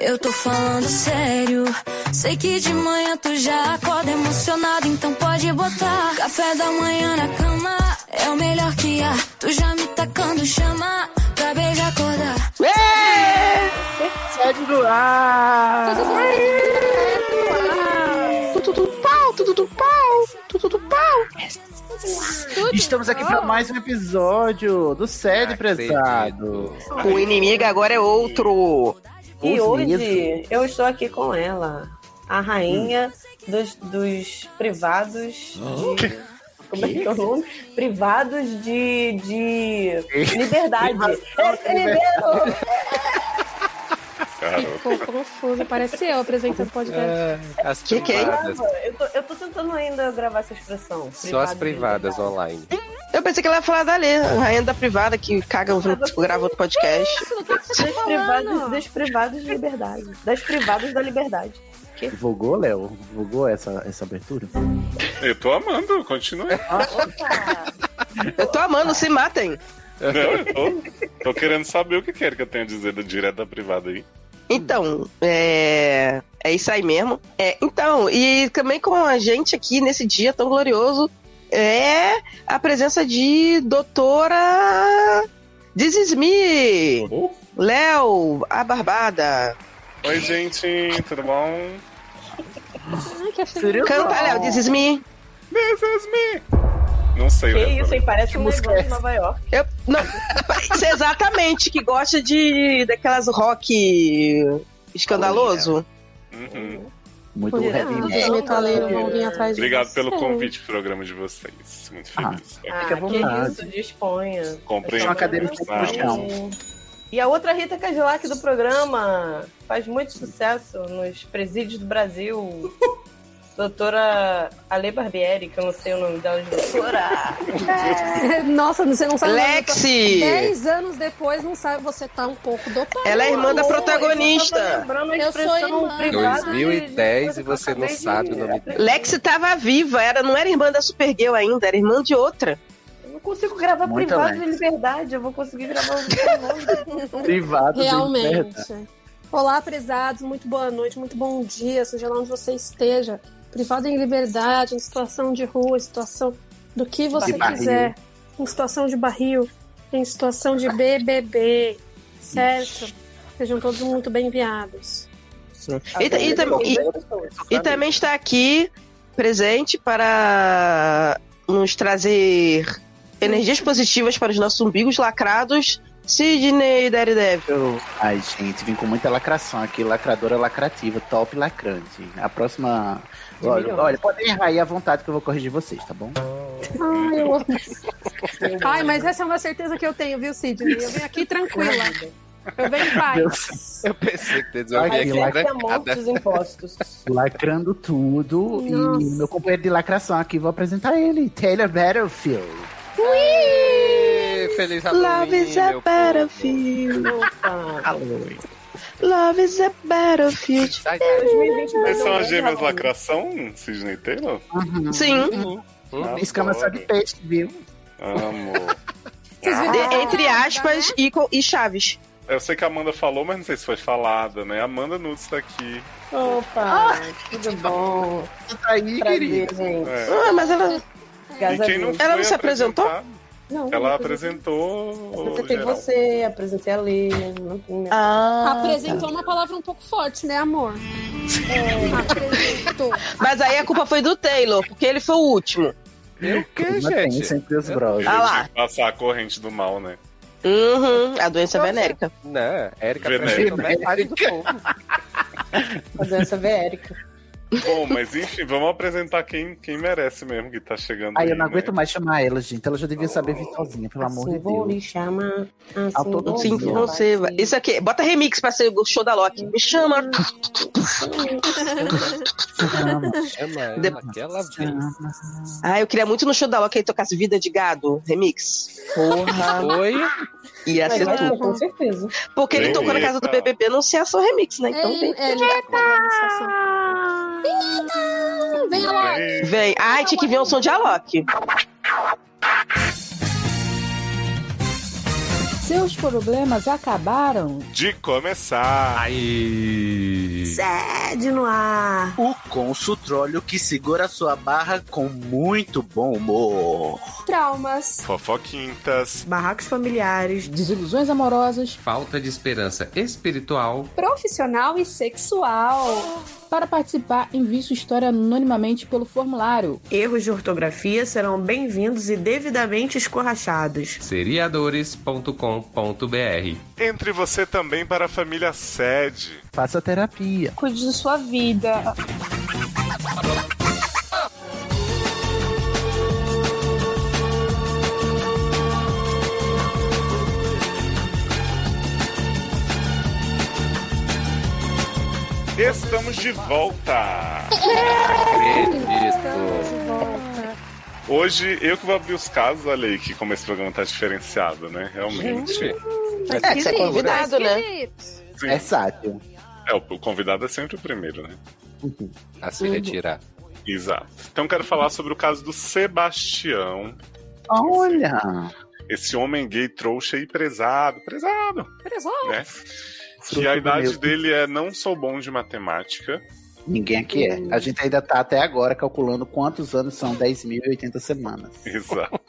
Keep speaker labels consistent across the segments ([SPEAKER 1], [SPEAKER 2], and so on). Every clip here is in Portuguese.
[SPEAKER 1] eu tô falando sério. Sei que de manhã tu já acorda emocionado, então pode botar café da manhã na cama. É o melhor que há. Tu já me tacando chama pra beijar acordar.
[SPEAKER 2] Sede do ar!
[SPEAKER 3] Tudo pau, tudo pau, tudo pau.
[SPEAKER 2] Estamos aqui para mais um episódio do Sede
[SPEAKER 4] Não Ah, acredito.
[SPEAKER 2] Prezado.
[SPEAKER 3] O inimigo agora é outro.
[SPEAKER 5] E
[SPEAKER 2] Ouça
[SPEAKER 5] hoje
[SPEAKER 2] isso.
[SPEAKER 5] eu estou aqui com ela, a rainha dos, dos privados de. Como é que é o nome? Privados de, de liberdade. É, liberdade.
[SPEAKER 6] Ficou confuso, parece eu apresentando podcast.
[SPEAKER 4] As
[SPEAKER 3] Que que é?
[SPEAKER 4] privadas.
[SPEAKER 5] Eu, tô, eu tô tentando ainda gravar essa expressão.
[SPEAKER 4] Só as
[SPEAKER 5] privado de
[SPEAKER 4] privadas
[SPEAKER 5] liberdade.
[SPEAKER 4] online.
[SPEAKER 3] Eu pensei que ela ia falar da Lê, a rainha da privada que caga ouvindo, tipo, grava outro podcast.
[SPEAKER 6] Isso, do que que você
[SPEAKER 5] Das
[SPEAKER 6] tá
[SPEAKER 5] privadas,
[SPEAKER 6] falando?
[SPEAKER 5] das privadas de liberdade. Das privadas da liberdade.
[SPEAKER 2] Vogou, Léo? Vogou essa, essa abertura?
[SPEAKER 7] Eu tô amando, continue.
[SPEAKER 3] Eu tô amando, se matem.
[SPEAKER 7] Não, eu tô, tô querendo saber o que quer que eu tenho a dizer do direto da privada aí.
[SPEAKER 3] Então, é. É isso aí mesmo. É, então, e também com a gente aqui nesse dia tão glorioso é a presença de doutora Dizismi, Léo, a Barbada.
[SPEAKER 7] Oi, gente, tudo bom?
[SPEAKER 6] Ai, que achei-
[SPEAKER 3] Canta, Léo, Dizismi.
[SPEAKER 7] This is me! Não sei,
[SPEAKER 5] Que
[SPEAKER 7] Léo.
[SPEAKER 5] isso, hein? Parece um
[SPEAKER 2] música
[SPEAKER 5] negócio de Nova York.
[SPEAKER 3] Eu, não, isso é exatamente, que gosta de daquelas rock escandaloso.
[SPEAKER 7] Uhum.
[SPEAKER 2] Muito
[SPEAKER 6] Pois é.
[SPEAKER 2] heavy né?
[SPEAKER 6] Ah,
[SPEAKER 2] metal.
[SPEAKER 6] os metaleiros vão vir atrás É. de
[SPEAKER 7] Obrigado
[SPEAKER 6] você.
[SPEAKER 7] pelo convite pro programa de vocês. Muito feliz. É
[SPEAKER 5] Ah,
[SPEAKER 2] Fica à
[SPEAKER 5] que
[SPEAKER 2] vontade.
[SPEAKER 5] isso, disponha.
[SPEAKER 7] Comprei.
[SPEAKER 2] Essa é uma cadeira que
[SPEAKER 7] Ah,
[SPEAKER 2] puxa. Chão.
[SPEAKER 5] E a outra Rita Cadillac do programa faz muito sucesso nos presídios do Brasil. Doutora Ale Barbieri, que eu não sei o nome dela de doutora.
[SPEAKER 6] É, Nossa, você não sabe.
[SPEAKER 3] Lexi!
[SPEAKER 6] Dez anos depois, não sabe, você tá um pouco dopada.
[SPEAKER 3] Ela é irmã da
[SPEAKER 6] amor.
[SPEAKER 5] Tô
[SPEAKER 3] protagonista.
[SPEAKER 5] lembrando a
[SPEAKER 6] Eu sou
[SPEAKER 5] expressão
[SPEAKER 6] irmã.
[SPEAKER 5] privada. de-
[SPEAKER 4] 2010
[SPEAKER 5] de
[SPEAKER 4] e
[SPEAKER 5] coisa
[SPEAKER 4] você
[SPEAKER 5] que eu
[SPEAKER 4] não
[SPEAKER 5] acabei de-
[SPEAKER 4] sabe o nome dela.
[SPEAKER 3] Lex estava viva, era, não era irmã da Supergirl ainda, era irmã de outra.
[SPEAKER 5] Eu não consigo gravar
[SPEAKER 2] Muito
[SPEAKER 5] privado
[SPEAKER 2] Alex.
[SPEAKER 5] de liberdade, eu vou conseguir gravar um o privado.
[SPEAKER 2] Privado de
[SPEAKER 6] Realmente.
[SPEAKER 2] liberdade.
[SPEAKER 6] Olá, prezados, muito boa noite, muito bom dia, seja lá onde você esteja. Privado em liberdade, em situação de rua, em situação do que você
[SPEAKER 2] De barril.
[SPEAKER 6] quiser, em situação de barril, em situação de BBB, certo? Sejam todos muito bem-vindos.
[SPEAKER 3] E, ta- e tam- e- e também está aqui presente para nos trazer energias positivas para os nossos umbigos lacrados, Sidney Daredevil.
[SPEAKER 2] Ai, gente, vim com muita lacração aqui. Lacradora lacrativa, top lacrante. A próxima. Olha,
[SPEAKER 5] Melhor.
[SPEAKER 2] olha, podem errar aí à vontade que eu vou corrigir vocês, tá bom?
[SPEAKER 6] Ai, eu amo. Ai, mas essa é uma certeza que eu tenho, viu, Sidney? Eu venho aqui tranquila. Eu venho em paz.
[SPEAKER 4] Eu pensei que teria
[SPEAKER 2] Ai,
[SPEAKER 4] uma
[SPEAKER 2] que
[SPEAKER 4] aqui
[SPEAKER 2] lá-
[SPEAKER 5] Aceita a morte
[SPEAKER 4] trancada.
[SPEAKER 5] dos impostos.
[SPEAKER 2] Lacrando tudo. E
[SPEAKER 6] Nossa.
[SPEAKER 2] meu companheiro de lacração aqui, vou apresentar ele, Taylor Battlefield.
[SPEAKER 4] Ih, Feliz
[SPEAKER 8] Tá
[SPEAKER 4] Halloween,
[SPEAKER 3] Love is a
[SPEAKER 4] Tá meu povo.
[SPEAKER 3] battlefield.
[SPEAKER 5] Opa.
[SPEAKER 3] Love is a battlefield.
[SPEAKER 8] Tá
[SPEAKER 4] Sai daí.
[SPEAKER 5] 2020 vai
[SPEAKER 7] Vocês
[SPEAKER 5] ser um
[SPEAKER 7] são as
[SPEAKER 5] grande
[SPEAKER 7] gêmeas
[SPEAKER 5] Halloween.
[SPEAKER 7] lacração, Sidney Taylor?
[SPEAKER 3] Sim,
[SPEAKER 4] Hum,
[SPEAKER 2] Escama só de peixe, viu?
[SPEAKER 7] Amor.
[SPEAKER 6] Vocês viram
[SPEAKER 3] de-
[SPEAKER 6] a
[SPEAKER 3] entre
[SPEAKER 6] propaganda,
[SPEAKER 3] aspas
[SPEAKER 6] né?
[SPEAKER 3] e, co- e chaves.
[SPEAKER 7] Eu sei que a Amanda falou, mas não sei se foi falada, né? Amanda Nunes tá aqui.
[SPEAKER 5] Opa, tudo bom?
[SPEAKER 2] Você tá aí,
[SPEAKER 5] Prazer,
[SPEAKER 2] querido.
[SPEAKER 5] gente.
[SPEAKER 7] É.
[SPEAKER 3] Ah, mas ela...
[SPEAKER 5] Graças a
[SPEAKER 7] E quem não
[SPEAKER 5] Deus.
[SPEAKER 7] foi
[SPEAKER 3] Ela não se apresentou?
[SPEAKER 7] apresentar,
[SPEAKER 5] Não,
[SPEAKER 7] Ela
[SPEAKER 5] não
[SPEAKER 7] apresentou.
[SPEAKER 5] Apresentei
[SPEAKER 7] geral.
[SPEAKER 5] você, apresentei a Lê. não tem-
[SPEAKER 3] Ah,
[SPEAKER 6] Apresentou uma palavra um pouco forte, né, amor? É, Apresentou.
[SPEAKER 3] Mas aí a culpa foi do Taylor, porque ele foi o último.
[SPEAKER 4] E o que,
[SPEAKER 2] Uma
[SPEAKER 4] gente?
[SPEAKER 2] tensão entre os brothers.
[SPEAKER 3] Ah lá.
[SPEAKER 7] Tem que Passar a corrente do mal, né?
[SPEAKER 3] Uhum, a doença venérica.
[SPEAKER 8] Né?
[SPEAKER 4] Não, Érica
[SPEAKER 7] Veneno.
[SPEAKER 4] apresentou
[SPEAKER 8] é
[SPEAKER 4] metade do povo.
[SPEAKER 5] A doença veérica.
[SPEAKER 7] Bom, mas enfim, vamos apresentar quem, quem merece mesmo que tá chegando.
[SPEAKER 2] Ai, eu
[SPEAKER 7] aí,
[SPEAKER 2] não
[SPEAKER 7] né?
[SPEAKER 2] aguento mais chamar ela, gente. Ela já devia saber vir sozinha, pelo amor de
[SPEAKER 5] assim vou
[SPEAKER 2] Deus.
[SPEAKER 5] lhe chamar.
[SPEAKER 2] Ao
[SPEAKER 5] Assim
[SPEAKER 2] todo
[SPEAKER 5] vou
[SPEAKER 3] Sim,
[SPEAKER 2] Sim,
[SPEAKER 5] lhe
[SPEAKER 3] não sei.
[SPEAKER 5] chamar.
[SPEAKER 3] vai. Isso aqui, bota remix pra ser o show da Loki. Me chama.
[SPEAKER 2] Chama,
[SPEAKER 8] né,
[SPEAKER 4] Chama ela
[SPEAKER 3] De-
[SPEAKER 8] Tá
[SPEAKER 4] aquela vez.
[SPEAKER 2] chama.
[SPEAKER 3] Ah, eu queria muito no show da Loki aí tocasse Vida de Gado, remix. Porra.
[SPEAKER 4] Oi?
[SPEAKER 3] Ia
[SPEAKER 5] Mas
[SPEAKER 3] ser
[SPEAKER 5] eu tô
[SPEAKER 3] tudo.
[SPEAKER 5] com certeza.
[SPEAKER 3] Porque ele tocou na casa do BBB, não sei a só remix, né? Então tem.
[SPEAKER 6] é, ele tá com uma sensação. Menina! Vem lá!
[SPEAKER 3] Vem. Ai, tinha que ver um som de Alok.
[SPEAKER 9] Seus problemas acabaram?
[SPEAKER 7] De começar.
[SPEAKER 8] Aí.
[SPEAKER 5] Sede no ar.
[SPEAKER 2] O consultróleo que segura sua barra com muito bom humor.
[SPEAKER 6] Traumas.
[SPEAKER 7] Fofoquintas.
[SPEAKER 5] Barracos familiares.
[SPEAKER 9] Desilusões amorosas?
[SPEAKER 8] Falta de esperança espiritual.
[SPEAKER 6] Profissional e sexual.
[SPEAKER 9] Para participar, envie sua história anonimamente pelo formulário.
[SPEAKER 5] Erros de ortografia serão bem-vindos e devidamente escorrachados.
[SPEAKER 8] Seriadores.com.br
[SPEAKER 7] Entre você também para a família sede.
[SPEAKER 2] Faça terapia.
[SPEAKER 6] Cuide de sua vida.
[SPEAKER 7] Estamos de volta.
[SPEAKER 6] Estamos de volta.
[SPEAKER 7] Hoje eu que vou abrir os casos, olha aí que como esse programa tá diferenciado, né? Realmente.
[SPEAKER 3] É, que você é convidado, né?
[SPEAKER 7] Sim.
[SPEAKER 2] É sábio.
[SPEAKER 7] É, o o convidado é sempre o primeiro, né?
[SPEAKER 4] A
[SPEAKER 3] Uhum.
[SPEAKER 4] se retirar.
[SPEAKER 7] Exato. Então quero falar sobre o caso do Sebastião,
[SPEAKER 2] Olha.
[SPEAKER 7] esse homem gay trouxa e prezado, prezado, né? Que
[SPEAKER 2] Trouxa
[SPEAKER 7] a
[SPEAKER 2] do
[SPEAKER 7] idade
[SPEAKER 2] meu.
[SPEAKER 7] dele é não sou bom de matemática.
[SPEAKER 2] Ninguém aqui é. A gente ainda tá até agora calculando quantos anos são 10.080 semanas.
[SPEAKER 7] Exato.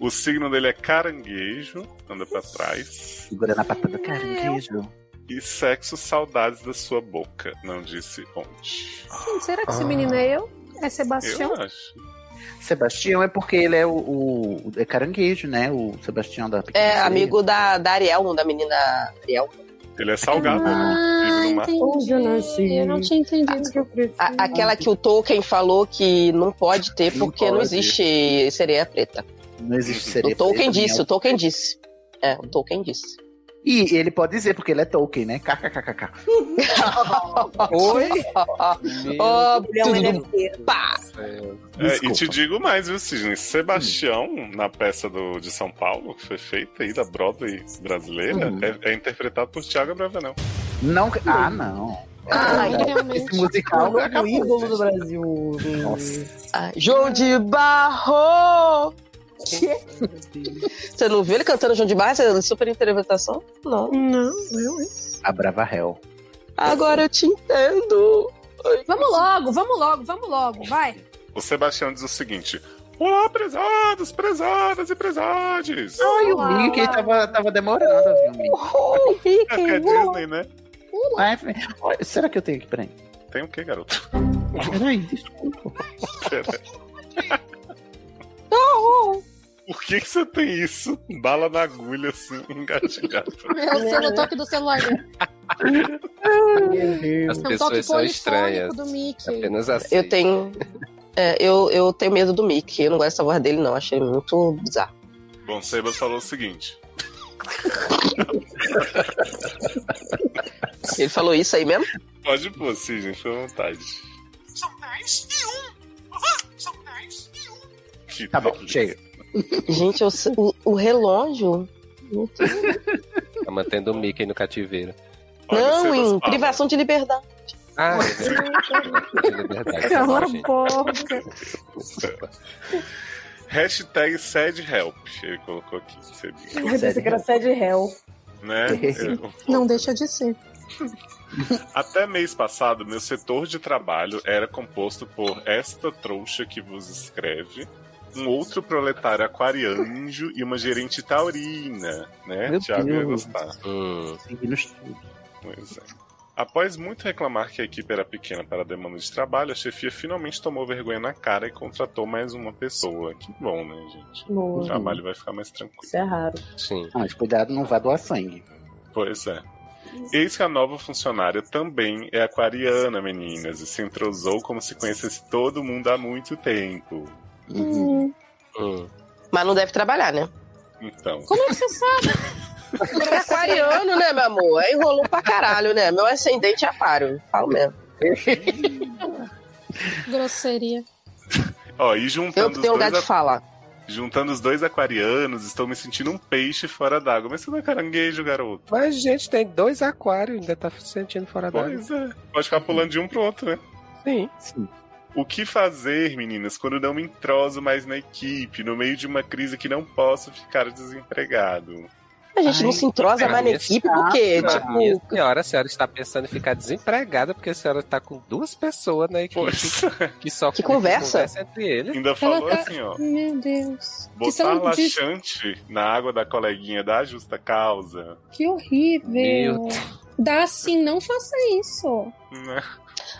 [SPEAKER 7] O signo dele é caranguejo, anda pra trás.
[SPEAKER 2] Segura na patada
[SPEAKER 3] É,
[SPEAKER 2] do caranguejo.
[SPEAKER 7] E sexo, saudades da sua boca. Não disse onde.
[SPEAKER 6] Hum, será que esse menino é eu? É Sebastião?
[SPEAKER 7] Eu acho.
[SPEAKER 2] Sebastião é porque ele é o, o- o- é caranguejo, né? O Sebastião da Pequena
[SPEAKER 3] É
[SPEAKER 2] Sereia.
[SPEAKER 3] amigo da, da Ariel, da menina Ariel.
[SPEAKER 7] Ele é salgado, né? Vive
[SPEAKER 6] Ah,
[SPEAKER 7] no mar.
[SPEAKER 6] entendi.
[SPEAKER 9] Onde eu nasci?
[SPEAKER 6] Eu não tinha entendido que eu prefiro.
[SPEAKER 3] A- aquela que o Tolkien falou que não pode ter
[SPEAKER 2] Não
[SPEAKER 3] porque não
[SPEAKER 2] pode.
[SPEAKER 3] existe sereia preta.
[SPEAKER 2] Não existe sereia.
[SPEAKER 3] o Tolkien
[SPEAKER 2] preta, nem
[SPEAKER 3] disse, o Tolkien disse. É, o Tolkien disse.
[SPEAKER 2] al- E ele pode dizer, porque ele é Tolkien, né? KKKKK.
[SPEAKER 4] Oi?
[SPEAKER 3] Ó,
[SPEAKER 5] Ele é um
[SPEAKER 3] tudo
[SPEAKER 5] NFT.
[SPEAKER 3] pá!
[SPEAKER 7] É, e
[SPEAKER 2] Desculpa.
[SPEAKER 7] te digo mais, viu, Sidney? Sebastião, na peça do, de São Paulo, que foi feita aí da Broadway brasileira,
[SPEAKER 2] Hum.
[SPEAKER 7] é, é interpretado por Thiago Bravanel.
[SPEAKER 2] Não. Ah, não.
[SPEAKER 3] Ah,
[SPEAKER 2] Esse
[SPEAKER 6] realmente.
[SPEAKER 5] é O
[SPEAKER 2] musical
[SPEAKER 5] novo
[SPEAKER 2] acabou,
[SPEAKER 5] ídolo do
[SPEAKER 2] gente.
[SPEAKER 5] Brasil. do-
[SPEAKER 2] Nossa.
[SPEAKER 3] Ah, João de Barro! Você não viu ele cantando João de Barro? Essa super interpretação? Não.
[SPEAKER 5] Não.
[SPEAKER 2] A Brava Hell.
[SPEAKER 3] Agora eu te entendo.
[SPEAKER 1] Vamos logo, vamos logo, vamos logo, vai.
[SPEAKER 7] O Sebastião diz o seguinte: Olá, prezados, prezadas e prezades!
[SPEAKER 2] Ai,
[SPEAKER 5] um
[SPEAKER 2] o Mickey tava, tava demorando a ver o Mickey.
[SPEAKER 3] Oh,
[SPEAKER 7] É que é
[SPEAKER 3] Mickey, uau.
[SPEAKER 7] Disney, né?
[SPEAKER 2] Ai, fe- Olha, será que eu tenho que... Peraí.
[SPEAKER 7] Tem o que, garoto?
[SPEAKER 2] Peraí, desculpa.
[SPEAKER 7] Por que, que você tem isso? Bala na agulha, assim, engatilhado.
[SPEAKER 6] É o seu toque do celular. né?
[SPEAKER 8] As
[SPEAKER 6] É o toque
[SPEAKER 8] pessoas são
[SPEAKER 6] polifônico
[SPEAKER 8] estranhas.
[SPEAKER 6] do Mickey.
[SPEAKER 8] Apenas assim.
[SPEAKER 3] Eu tenho. é, eu, eu tenho medo do Mickey. Eu não gosto da voz dele, não. Achei ele muito bizarro.
[SPEAKER 7] Bom, Sebas falou o seguinte:
[SPEAKER 3] Ele falou isso aí mesmo?
[SPEAKER 7] Pode pôr, Sidney, fica à vontade. Que
[SPEAKER 2] Tá bom,
[SPEAKER 7] delícia.
[SPEAKER 2] chega.
[SPEAKER 3] Gente, eu- o, o relógio.
[SPEAKER 8] Tá mantendo o Mickey no cativeiro.
[SPEAKER 7] Olha,
[SPEAKER 3] não,
[SPEAKER 7] Sebas
[SPEAKER 3] em
[SPEAKER 7] fala.
[SPEAKER 3] privação de liberdade.
[SPEAKER 8] Ah, é verdade. É verdade. Tá
[SPEAKER 6] Cala a
[SPEAKER 8] bom, gente.
[SPEAKER 6] boca.
[SPEAKER 7] Hashtag SadHelp, ele colocou aqui. Seria,
[SPEAKER 5] Eu pensei que era Sede Hell.
[SPEAKER 7] né?
[SPEAKER 6] Não deixa de ser.
[SPEAKER 7] Até mês passado, meu setor de trabalho era composto por esta trouxa que vos escreve, um outro proletário aquarianjo e uma gerente taurina, né?
[SPEAKER 2] Meu
[SPEAKER 7] Tiago ia
[SPEAKER 2] Deus.
[SPEAKER 7] gostar.
[SPEAKER 8] Hum.
[SPEAKER 2] Seguindo tudo.
[SPEAKER 7] Pois é. Após muito reclamar que a equipe era pequena para a demanda de trabalho, a chefia finalmente tomou vergonha na cara e contratou mais uma pessoa. Que bom, né, gente? O
[SPEAKER 5] Boa.
[SPEAKER 7] trabalho vai ficar mais tranquilo.
[SPEAKER 5] Isso é raro.
[SPEAKER 8] Sim.
[SPEAKER 2] Ah, Mas cuidado, não vá doar sangue.
[SPEAKER 7] Pois é. Eis que a nova funcionária também é aquariana, meninas, e se entrosou como se conhecesse todo mundo há muito tempo.
[SPEAKER 2] Uhum.
[SPEAKER 6] Hum.
[SPEAKER 8] Hum.
[SPEAKER 3] Mas não deve trabalhar, né?
[SPEAKER 7] Então,
[SPEAKER 6] Como é que você sabe?
[SPEAKER 3] É aquariano, né, meu amor? Aí enrolou pra caralho, né? Meu ascendente é aquário. Falo mesmo.
[SPEAKER 6] Grosseria.
[SPEAKER 7] ó, e
[SPEAKER 3] Eu
[SPEAKER 7] juntando
[SPEAKER 3] que
[SPEAKER 7] os,
[SPEAKER 3] tenho
[SPEAKER 7] Então, dois,
[SPEAKER 3] lugar de
[SPEAKER 7] a-
[SPEAKER 3] falar.
[SPEAKER 7] juntando os dois aquarianos, estou me sentindo um peixe fora d'água. Mas você não é caranguejo, garoto.
[SPEAKER 4] Mas, gente, tem dois aquários, ainda tá se sentindo fora da água.
[SPEAKER 7] Pois é. Pode ficar pulando de um pro outro, né?
[SPEAKER 4] Sim.
[SPEAKER 2] Sim.
[SPEAKER 7] O que fazer, meninas, quando não me entroso mais na equipe, no meio de uma crise que não posso ficar desempregado?
[SPEAKER 3] A gente não se entrosa mais na
[SPEAKER 8] minha
[SPEAKER 3] equipe,
[SPEAKER 8] senhora,
[SPEAKER 3] porque,
[SPEAKER 8] minha
[SPEAKER 3] tipo,
[SPEAKER 8] senhora, a senhora está pensando em ficar desempregada porque a senhora está com duas pessoas na equipe que só
[SPEAKER 3] Que conversa?
[SPEAKER 8] entre eles.
[SPEAKER 7] Ainda falou assim, ó.
[SPEAKER 6] Meu Deus. Que
[SPEAKER 7] Botar
[SPEAKER 6] são de...
[SPEAKER 7] laxante na água da coleguinha da justa causa.
[SPEAKER 6] Que horrível.
[SPEAKER 8] Meu
[SPEAKER 6] Dá sim, não faça isso.
[SPEAKER 7] né?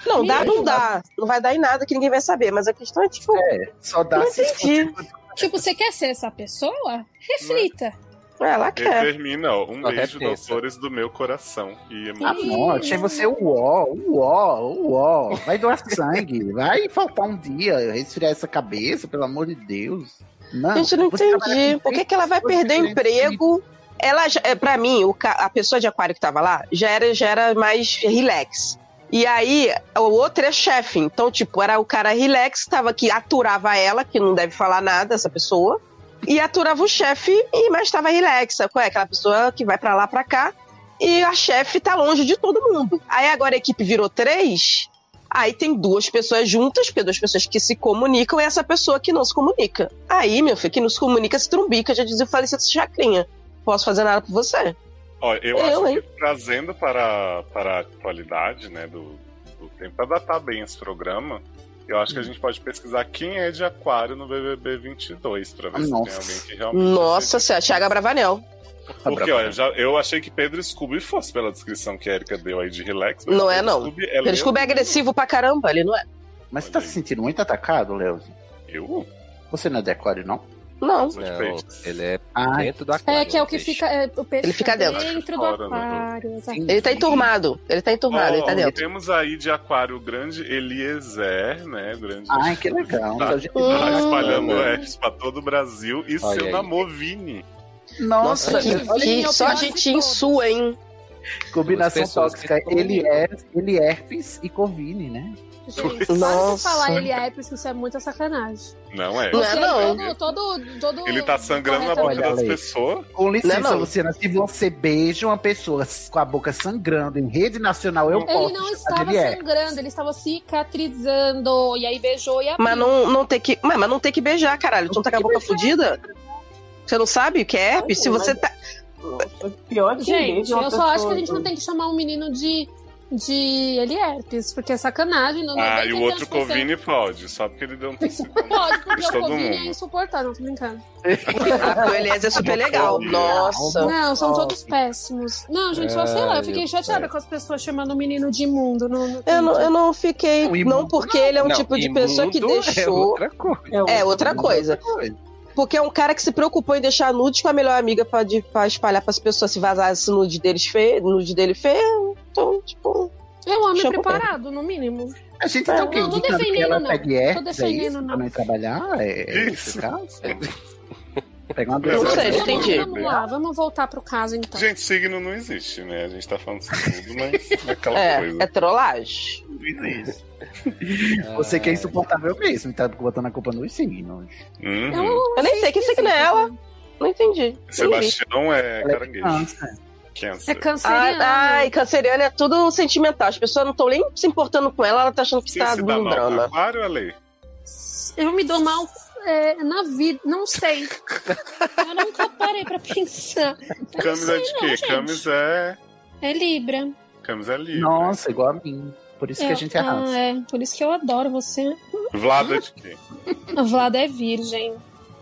[SPEAKER 3] não, dá, não dá. Não vai dar em nada que ninguém vai saber, mas a questão é, tipo,
[SPEAKER 2] Só dá
[SPEAKER 3] não
[SPEAKER 2] se
[SPEAKER 3] entendi.
[SPEAKER 6] Tipo, você quer ser essa pessoa? Reflita.
[SPEAKER 3] é, Ela
[SPEAKER 7] Ele
[SPEAKER 3] quer.
[SPEAKER 7] termina, Né? ó. Um
[SPEAKER 8] Só
[SPEAKER 7] beijo,
[SPEAKER 8] repensa.
[SPEAKER 7] doutores do meu coração. E
[SPEAKER 2] Ah,
[SPEAKER 7] emoji.
[SPEAKER 2] bom, achei você uó, uó, uó. Vai doar sangue. Vai faltar um dia, resfriar essa cabeça, pelo amor de Deus. Não,
[SPEAKER 3] Gente, eu não
[SPEAKER 2] você trabalha
[SPEAKER 3] entendi.
[SPEAKER 2] com
[SPEAKER 3] Por que, que ela vai
[SPEAKER 2] pessoas
[SPEAKER 3] perder o
[SPEAKER 2] diferentes.
[SPEAKER 3] emprego? Ela, já- é, pra mim, o ca- a pessoa de aquário que tava lá já era, já era mais relax. E aí, o outro é chefe. Então, tipo, era o cara relax que tava que aturava ela, que não deve falar nada, essa pessoa. E aturava o chefe, e mas tava relax. sabe qual é? Aquela pessoa que vai pra lá, pra cá. E a chefe tá longe de todo mundo. Aí agora a equipe virou três. Aí tem duas pessoas juntas, porque duas pessoas que se comunicam e essa pessoa que não se comunica. Aí, meu filho, que não se comunica se trumbica, já dizia o falecido Chacrinha. Posso fazer nada por você.
[SPEAKER 7] Ó, eu,
[SPEAKER 3] Eu,
[SPEAKER 7] acho
[SPEAKER 3] hein?
[SPEAKER 7] que trazendo para, para a atualidade, né, do, do tempo, para datar bem esse programa, eu acho que a gente pode pesquisar quem é de aquário no BBB 22, pra ver se
[SPEAKER 2] Nossa.
[SPEAKER 7] tem alguém que realmente...
[SPEAKER 3] Nossa tá senhora, Thiago Bravanel.
[SPEAKER 7] Porque, olha, já, eu achei que Pedro Scooby fosse pela descrição que a Erika deu aí de relax. mas
[SPEAKER 3] Não é,
[SPEAKER 7] Pedro
[SPEAKER 3] não.
[SPEAKER 7] Scooby
[SPEAKER 3] Ele
[SPEAKER 7] Leonardo.
[SPEAKER 3] descobre agressivo pra caramba, ele não é?
[SPEAKER 2] Mas você tá se sentindo muito atacado, Léo?
[SPEAKER 7] Eu?
[SPEAKER 2] Você não é de aquário, não?
[SPEAKER 3] Não.
[SPEAKER 7] Sou de
[SPEAKER 8] Não,
[SPEAKER 7] peixes.
[SPEAKER 8] ele é
[SPEAKER 2] Ah,
[SPEAKER 8] dentro do aquário.
[SPEAKER 6] É, que é o que
[SPEAKER 8] peixe.
[SPEAKER 6] fica. é, o peixe
[SPEAKER 3] Ele fica
[SPEAKER 8] tá
[SPEAKER 3] dentro.
[SPEAKER 6] do
[SPEAKER 7] Fora, né?
[SPEAKER 6] aquário. exato.
[SPEAKER 3] Ele tá enturmado. Ele tá
[SPEAKER 8] né?
[SPEAKER 3] enturmado, ele
[SPEAKER 7] Ó,
[SPEAKER 3] tá dentro.
[SPEAKER 7] Temos aí de aquário o grande Eliezer, né? Grande
[SPEAKER 2] Ai, que legal.
[SPEAKER 7] Tá.
[SPEAKER 2] Só gente-
[SPEAKER 7] Tá espalhando
[SPEAKER 8] Ah.
[SPEAKER 7] herpes pra todo o Brasil e
[SPEAKER 8] Olha
[SPEAKER 7] seu
[SPEAKER 8] aí.
[SPEAKER 7] namor Vini.
[SPEAKER 2] Nossa,
[SPEAKER 3] Nossa, que,
[SPEAKER 2] olha
[SPEAKER 3] que-
[SPEAKER 6] Minha
[SPEAKER 3] só a
[SPEAKER 6] opinião de
[SPEAKER 3] gente em
[SPEAKER 6] todos.
[SPEAKER 3] sua, hein?
[SPEAKER 2] que combinação
[SPEAKER 8] Duas pessoas
[SPEAKER 2] tóxica.
[SPEAKER 8] que se
[SPEAKER 2] Ele é, ele é herpes e covine, né?
[SPEAKER 6] Gente, para de
[SPEAKER 3] Nossa.
[SPEAKER 6] falar ele é, porque isso é muita sacanagem.
[SPEAKER 7] Não é.
[SPEAKER 3] Não é, não.
[SPEAKER 6] Todo, todo, todo-
[SPEAKER 7] Ele tá sangrando na boca
[SPEAKER 6] corretamente.
[SPEAKER 2] Olha
[SPEAKER 7] das
[SPEAKER 2] aí.
[SPEAKER 7] pessoas.
[SPEAKER 2] Com licença,
[SPEAKER 3] Não é não.
[SPEAKER 2] Luciana, se você beija uma pessoa com a boca sangrando em rede nacional, eu posso.
[SPEAKER 6] Ele não
[SPEAKER 2] mas
[SPEAKER 6] estava
[SPEAKER 2] ele é.
[SPEAKER 6] sangrando, ele estava cicatrizando. E aí beijou e abriu.
[SPEAKER 3] Mas não, não tem que. Mas, mas não tem que beijar, caralho. Tu não tá com a boca fudida? Você não sabe o que é herpes? Se você tá.
[SPEAKER 5] Pior que
[SPEAKER 6] Gente,
[SPEAKER 5] mesmo, uma
[SPEAKER 6] eu só acho que a
[SPEAKER 5] pessoa-
[SPEAKER 6] gente não tem que chamar um menino de. De ele herpes, porque é sacanagem. Não,
[SPEAKER 7] Ah,
[SPEAKER 6] não
[SPEAKER 7] e o outro Covini pode, só porque ele deu um tecido.
[SPEAKER 6] Pode, porque
[SPEAKER 7] Todo
[SPEAKER 6] o Covid é
[SPEAKER 7] mundo.
[SPEAKER 6] insuportável, não tô brincando.
[SPEAKER 3] Ah, o Eliezer é super legal.
[SPEAKER 2] Então,
[SPEAKER 3] Nossa.
[SPEAKER 6] Não, são todos péssimos. Não, gente, só sei lá, eu fiquei chateada com as pessoas chamando o menino de imundo. No, no
[SPEAKER 3] Eu não,
[SPEAKER 6] Twitter.
[SPEAKER 3] eu não fiquei.
[SPEAKER 2] Não, imundo
[SPEAKER 3] Não, porque ele é um
[SPEAKER 8] Não,
[SPEAKER 3] tipo de
[SPEAKER 8] imundo
[SPEAKER 3] pessoa que
[SPEAKER 8] É
[SPEAKER 3] deixou.
[SPEAKER 8] outra coisa.
[SPEAKER 5] É, o-
[SPEAKER 3] É outra coisa. Porque é um cara que se preocupou em deixar nudes com a melhor amiga pra, de, pra espalhar pras pessoas se vazar esse nude, deles feio, nude dele feio. Então, tipo.
[SPEAKER 6] É um homem
[SPEAKER 3] Chama o
[SPEAKER 6] preparado, no mínimo.
[SPEAKER 2] A gente tá
[SPEAKER 6] Não,
[SPEAKER 2] o quê?
[SPEAKER 6] não tô
[SPEAKER 2] Indicando que
[SPEAKER 6] defendendo,
[SPEAKER 2] ela
[SPEAKER 6] não.
[SPEAKER 2] pegue herpes,
[SPEAKER 6] Tô defendendo,
[SPEAKER 2] é isso? Pra
[SPEAKER 6] não.
[SPEAKER 2] não ir trabalhar? É, é
[SPEAKER 7] Isso.
[SPEAKER 2] esse caso? Pegar uma
[SPEAKER 7] Não
[SPEAKER 2] doença.
[SPEAKER 3] sei,
[SPEAKER 6] Vamos-
[SPEAKER 3] entendi.
[SPEAKER 6] Vamos lá, vamos voltar pro caso então.
[SPEAKER 7] Gente, signo não existe, né? A gente tá falando sobre tudo, mas é aquela
[SPEAKER 3] É,
[SPEAKER 7] coisa. Uhum.
[SPEAKER 3] é trollagem.
[SPEAKER 2] Você que é insuportável mesmo, tá botando a culpa nos signos.
[SPEAKER 7] Uhum.
[SPEAKER 6] Eu,
[SPEAKER 3] Eu nem sei que signo é ela. Não entendi. Entendi.
[SPEAKER 7] Sebastião é
[SPEAKER 2] Ela é
[SPEAKER 7] caranguejo.
[SPEAKER 2] câncer.
[SPEAKER 6] É
[SPEAKER 7] Câncer.
[SPEAKER 6] canceriano.
[SPEAKER 3] Ah, ai, canceriano é tudo sentimental. As pessoas não estão nem se importando com ela, ela tá achando que
[SPEAKER 7] Você
[SPEAKER 3] tá
[SPEAKER 7] se dá mal com
[SPEAKER 3] dumbrana.
[SPEAKER 7] aquário, Ale?
[SPEAKER 6] Eu me dou mal é, na vida, não sei. Eu nunca parei pra pensar. Eu não
[SPEAKER 7] Camis é
[SPEAKER 6] sei,
[SPEAKER 7] de
[SPEAKER 6] não,
[SPEAKER 7] quê?
[SPEAKER 6] gente.
[SPEAKER 7] Camis é.
[SPEAKER 6] É Libra.
[SPEAKER 7] Camis é livre.
[SPEAKER 2] Nossa, igual a mim. Por isso que a
[SPEAKER 6] Eu-
[SPEAKER 2] gente arrasa.
[SPEAKER 6] Ah, é. Por isso que eu adoro você.
[SPEAKER 7] Vlada é de quê?
[SPEAKER 6] A Vlada é virgem.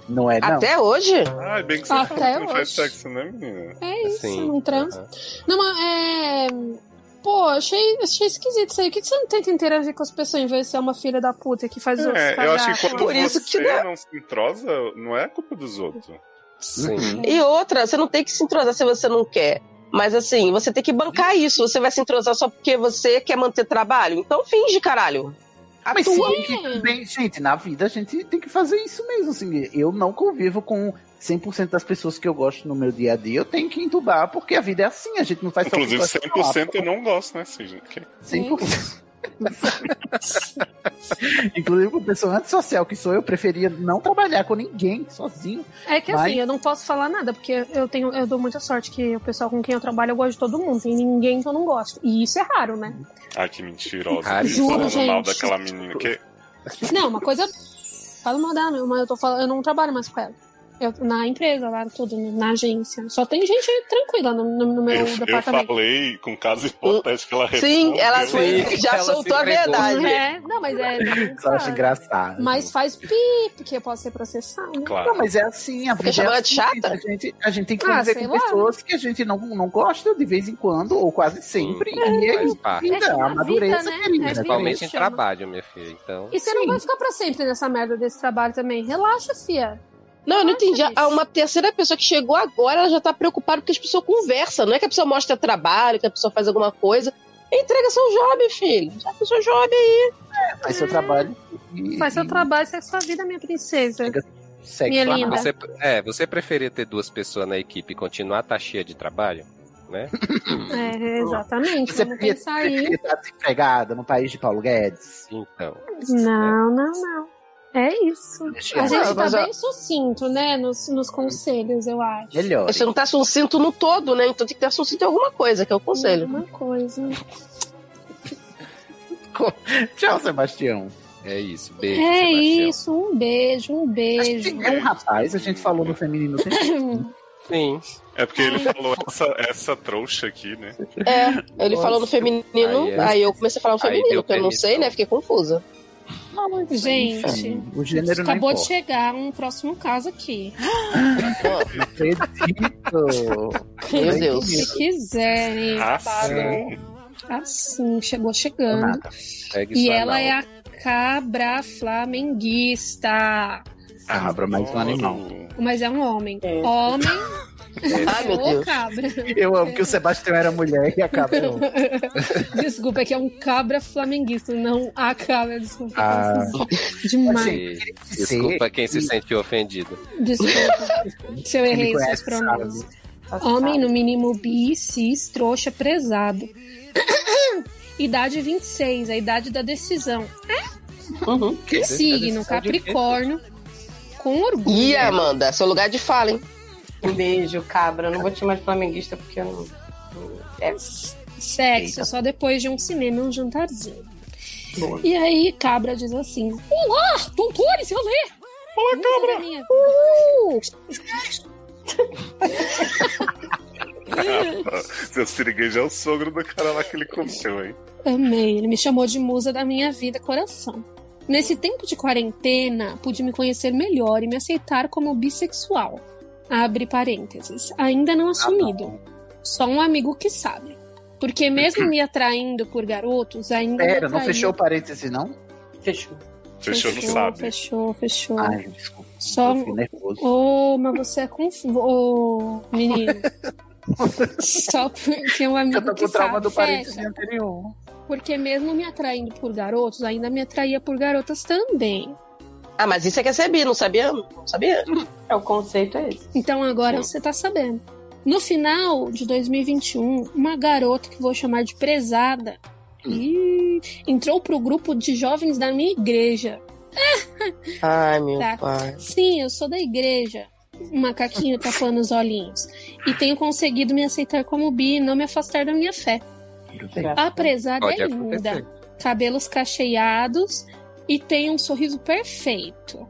[SPEAKER 2] Não é, não.
[SPEAKER 3] Até hoje?
[SPEAKER 7] Ai, bem que você
[SPEAKER 6] Até
[SPEAKER 7] falou que não
[SPEAKER 6] hoje.
[SPEAKER 7] faz sexo, né, menina?
[SPEAKER 6] É isso,
[SPEAKER 8] Sim.
[SPEAKER 6] não transa.
[SPEAKER 8] aham.
[SPEAKER 6] Não, mas é. Pô, achei, achei esquisito isso aí. Por que que você não tenta interagir com as pessoas em vez de ser uma filha da puta que faz os outros
[SPEAKER 7] É, eu acho
[SPEAKER 6] cagar?
[SPEAKER 7] que quando
[SPEAKER 3] Por isso que é-
[SPEAKER 7] você
[SPEAKER 3] dá-
[SPEAKER 7] não se entrosa, não é culpa dos outros.
[SPEAKER 8] Sim.
[SPEAKER 3] E outra, você não tem que se entrosar se você não quer. Mas assim, você tem que bancar isso. Você vai se entrosar só porque você quer manter trabalho? Então finge, caralho.
[SPEAKER 2] Mas
[SPEAKER 3] Atua.
[SPEAKER 2] sim, que também, gente, na vida a gente tem que fazer isso mesmo. Assim, eu não convivo com 100% das pessoas que eu gosto no meu dia a dia. Eu tenho que entubar, porque a vida é assim. A gente não faz só
[SPEAKER 7] Inclusive,
[SPEAKER 2] com pessoas
[SPEAKER 7] 100% eu não gosto, né, Cisne? Que-
[SPEAKER 2] que- 100%. Inclusive, com pessoa antissocial que sou eu, preferia não trabalhar com ninguém, sozinho.
[SPEAKER 6] É que
[SPEAKER 2] Mas-
[SPEAKER 6] assim, eu não posso falar nada, porque eu tenho, eu dou muita sorte que o pessoal com quem eu trabalho eu gosto de todo mundo. Tem ninguém que eu não gosto. E isso é raro, né?
[SPEAKER 7] Ai, que mentirosa.
[SPEAKER 8] Cara,
[SPEAKER 7] Tô falando
[SPEAKER 6] juro,
[SPEAKER 7] mal
[SPEAKER 6] gente.
[SPEAKER 7] daquela menina. Que...
[SPEAKER 6] Não, uma coisa. Fala mal dela, mas eu tô falando, eu não trabalho mais com ela. Eu- na empresa lá, tudo, na agência. Só tem gente tranquila no, no- no meu
[SPEAKER 7] Eu, eu
[SPEAKER 6] departamento.
[SPEAKER 7] falei com caso hipotético que ela
[SPEAKER 3] Sim,
[SPEAKER 7] respondeu.
[SPEAKER 3] ela
[SPEAKER 8] Sim,
[SPEAKER 3] já
[SPEAKER 8] ela se
[SPEAKER 3] soltou a
[SPEAKER 8] entregou.
[SPEAKER 3] verdade.
[SPEAKER 6] É, não, mas é.
[SPEAKER 2] Só acho engraçado.
[SPEAKER 6] Mas faz pi, porque eu posso ser processado.
[SPEAKER 7] Claro.
[SPEAKER 2] Não, mas é assim, a vida
[SPEAKER 3] chamou
[SPEAKER 2] é
[SPEAKER 3] ela de
[SPEAKER 2] assim,
[SPEAKER 3] chata?
[SPEAKER 2] A gente, a gente tem que
[SPEAKER 6] Ah,
[SPEAKER 2] conviver
[SPEAKER 6] sei
[SPEAKER 2] com
[SPEAKER 6] lá.
[SPEAKER 2] pessoas que a gente não, não gosta de vez em quando, ou quase sempre. e é
[SPEAKER 8] Faz
[SPEAKER 2] isso.
[SPEAKER 8] parte.
[SPEAKER 6] tipo
[SPEAKER 2] Ainda,
[SPEAKER 1] É
[SPEAKER 2] a madureza,
[SPEAKER 1] vida, né?
[SPEAKER 2] querida.
[SPEAKER 1] É
[SPEAKER 8] Principalmente em
[SPEAKER 1] Chama.
[SPEAKER 8] trabalho, minha filha. Então.
[SPEAKER 6] E você não vai ficar pra sempre nessa merda desse trabalho também. Relaxa, fia.
[SPEAKER 3] Não, eu não
[SPEAKER 6] Nossa,
[SPEAKER 3] entendi.
[SPEAKER 6] bicho.
[SPEAKER 3] Ah, Uma terceira pessoa que chegou agora, ela já tá preocupada porque as pessoas conversam. Não é que a pessoa mostra trabalho, que a pessoa faz alguma coisa. Entrega seu job, filho. Já fez seu job aí.
[SPEAKER 2] Faz seu trabalho. e-
[SPEAKER 6] Faz seu
[SPEAKER 2] e
[SPEAKER 6] trabalho, segue sua vida, minha princesa.
[SPEAKER 2] segue
[SPEAKER 6] minha
[SPEAKER 2] sua
[SPEAKER 6] linda.
[SPEAKER 2] vida.
[SPEAKER 8] Você, é, você preferia ter duas pessoas na equipe e continuar a tá cheia de trabalho? né?
[SPEAKER 6] É, exatamente.
[SPEAKER 2] Você
[SPEAKER 6] Vamos
[SPEAKER 2] podia-
[SPEAKER 6] pensar aí.
[SPEAKER 2] Você tá desempregada no país de Paulo Guedes.
[SPEAKER 8] Então.
[SPEAKER 6] Não, não, não. É isso.
[SPEAKER 2] Deixa
[SPEAKER 6] A
[SPEAKER 2] ela.
[SPEAKER 6] gente
[SPEAKER 3] mas
[SPEAKER 6] tá
[SPEAKER 3] a-
[SPEAKER 6] bem sucinto, né? Nos, nos conselhos, eu acho.
[SPEAKER 2] Melhor.
[SPEAKER 3] Você não tá assuncinto no todo, né? Então tem que ter assuncinto em alguma coisa, que é o conselho.
[SPEAKER 6] Uma coisa.
[SPEAKER 2] Tchau, Sebastião.
[SPEAKER 8] É isso. Beijo,
[SPEAKER 6] É
[SPEAKER 8] Sebastião.
[SPEAKER 6] isso. Um beijo, um beijo.
[SPEAKER 2] É um rapaz, a gente falou no feminino. sempre.
[SPEAKER 8] Sim.
[SPEAKER 7] É porque ele falou essa, essa trouxa aqui, né?
[SPEAKER 3] É, ele
[SPEAKER 8] Nossa.
[SPEAKER 3] falou no feminino,
[SPEAKER 8] Aí
[SPEAKER 3] aí,
[SPEAKER 8] é-
[SPEAKER 3] eu comecei a falar no
[SPEAKER 8] aí
[SPEAKER 3] feminino,
[SPEAKER 8] deu
[SPEAKER 3] que eu não
[SPEAKER 8] permissão.
[SPEAKER 3] sei, né? Fiquei confusa.
[SPEAKER 6] Gente,
[SPEAKER 2] O gênero não
[SPEAKER 6] acabou de
[SPEAKER 2] importa.
[SPEAKER 6] chegar um próximo caso aqui.
[SPEAKER 2] Não acredito.
[SPEAKER 3] Meu
[SPEAKER 2] Bem
[SPEAKER 3] Deus.
[SPEAKER 2] bonito.
[SPEAKER 6] Se quiserem,
[SPEAKER 7] Ah,
[SPEAKER 6] sabe?
[SPEAKER 7] sim.
[SPEAKER 6] Assim, chegou chegando.
[SPEAKER 2] Nada.
[SPEAKER 8] Segue
[SPEAKER 6] E
[SPEAKER 8] sua
[SPEAKER 6] ela
[SPEAKER 8] nau.
[SPEAKER 6] é a cabra flamenguista.
[SPEAKER 2] Abra mais um animal.
[SPEAKER 6] Mas é um homem.
[SPEAKER 5] É.
[SPEAKER 6] Homem
[SPEAKER 3] Ai, meu
[SPEAKER 6] ou
[SPEAKER 3] Deus.
[SPEAKER 6] cabra.
[SPEAKER 2] Eu amo que o Sebastião era mulher e acabou.
[SPEAKER 6] Desculpa, é que é um cabra flamenguista, não a cabra. Desculpa,
[SPEAKER 2] Ah.
[SPEAKER 6] eu preciso- demais.
[SPEAKER 8] E- Desculpa quem se sentiu ofendido.
[SPEAKER 6] Desculpa se eu
[SPEAKER 2] Quem me
[SPEAKER 6] errei seus
[SPEAKER 2] conhece tá
[SPEAKER 6] pronomes.
[SPEAKER 2] sabe.
[SPEAKER 6] Homem, né? no mínimo bi, cis, trouxa, prezado. idade 26, a idade da decisão.
[SPEAKER 2] Que?
[SPEAKER 6] Signo, Capricórnio. Com orgulho.
[SPEAKER 3] Ih, Amanda, seu lugar de fala, hein?
[SPEAKER 5] Um beijo, cabra. Não vou te chamar de flamenguista porque eu não. É.
[SPEAKER 6] Sexo, só depois de um cinema e um jantarzinho. E aí, Cabra diz assim: Olá, doutores, eu lê! Olá, Cabra! Minha. Uhul!
[SPEAKER 7] Seu siriguejo é o sogro do cara lá que ele comeu, hein?
[SPEAKER 6] Amei, ele me chamou de musa da minha vida, coração. Nesse tempo de quarentena, pude me conhecer melhor e me aceitar como bissexual. Abre parênteses. Ainda
[SPEAKER 2] Ah,
[SPEAKER 6] não
[SPEAKER 2] tá
[SPEAKER 6] assumido. Só um amigo que sabe. Porque mesmo me atraindo por garotos, ainda. me
[SPEAKER 2] Pera, não
[SPEAKER 6] atraía-
[SPEAKER 2] fechou o parêntese, não?
[SPEAKER 5] Fechou.
[SPEAKER 7] Fechou, não sabe.
[SPEAKER 6] Fechou, fechou.
[SPEAKER 2] Ai, desculpa.
[SPEAKER 6] Só um-
[SPEAKER 2] Eu fiquei nervoso.
[SPEAKER 6] Ô, mas você é confuso. Ô, menino. Só porque é um amigo
[SPEAKER 2] Eu tô com
[SPEAKER 6] que
[SPEAKER 2] o trauma
[SPEAKER 6] sabe.
[SPEAKER 2] do parêntese
[SPEAKER 6] Fecha.
[SPEAKER 2] anterior.
[SPEAKER 6] Porque mesmo me atraindo por garotos, ainda me atraía por garotas também.
[SPEAKER 3] Ah, mas isso é que é ser bi, não sabia? Não sabia?
[SPEAKER 5] É, o conceito é esse.
[SPEAKER 6] Então agora você tá sabendo. No final de 2021, uma garota que vou chamar de prezada ih, entrou pro grupo de jovens da minha igreja.
[SPEAKER 3] Ai, meu
[SPEAKER 6] Tá.
[SPEAKER 3] pai.
[SPEAKER 6] Sim, eu sou da igreja. Um macaquinho tapando os olhinhos. E tenho conseguido me aceitar como bi e não me afastar da minha fé. A prezada
[SPEAKER 8] Pode
[SPEAKER 6] é
[SPEAKER 8] acontecer.
[SPEAKER 6] linda, cabelos cacheados e tem um sorriso perfeito.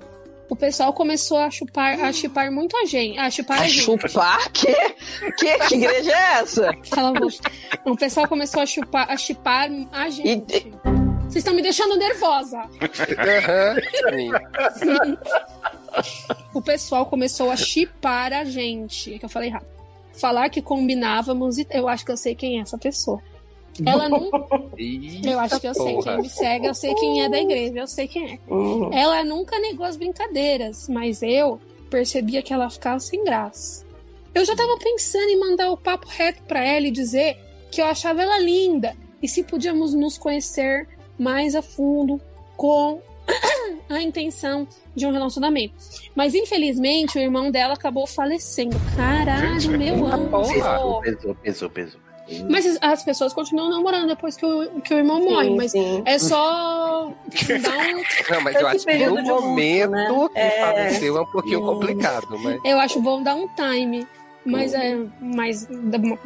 [SPEAKER 6] O pessoal começou a chupar, a chipar muito a gente. A chipar a,
[SPEAKER 3] Ai,
[SPEAKER 6] gente.
[SPEAKER 3] chupar? Que? que? Que igreja é essa?
[SPEAKER 6] Cala a boca. O pessoal começou a chupar, a chipar a gente.
[SPEAKER 3] E-
[SPEAKER 6] Vocês estão me deixando nervosa.
[SPEAKER 8] Sim.
[SPEAKER 6] O pessoal começou a chipar a gente. É Que eu falei errado. Falar que combinávamos e eu acho que eu sei quem é essa pessoa. Ela não.
[SPEAKER 8] Ih,
[SPEAKER 6] Eu acho que eu sei
[SPEAKER 8] porra.
[SPEAKER 6] quem é. me segue, eu sei quem é da igreja, eu sei quem é.
[SPEAKER 5] Uhum.
[SPEAKER 6] Ela nunca negou as brincadeiras, mas eu percebia que ela ficava sem graça. Eu já tava pensando em mandar o papo reto pra ela e dizer que eu achava ela linda e se podíamos nos conhecer mais a fundo com a intenção de um relacionamento. Mas infelizmente o irmão dela acabou falecendo. Caralho, meu
[SPEAKER 8] porra.
[SPEAKER 6] anjo.
[SPEAKER 2] Pesou, pesou, pesou, pesou.
[SPEAKER 6] Mas as- as pessoas continuam namorando depois que o, que o irmão morre,
[SPEAKER 5] Sim,
[SPEAKER 6] mas
[SPEAKER 5] sim.
[SPEAKER 6] é só dar um
[SPEAKER 8] Não, mas eu
[SPEAKER 5] Esse
[SPEAKER 8] acho que no
[SPEAKER 5] período de luto,
[SPEAKER 8] momento
[SPEAKER 5] né?
[SPEAKER 8] que
[SPEAKER 5] É.
[SPEAKER 8] faleceu é um pouquinho
[SPEAKER 5] Hum.
[SPEAKER 8] complicado, mas.
[SPEAKER 6] Eu acho bom dar um time. Mas é. Mas. dá uma-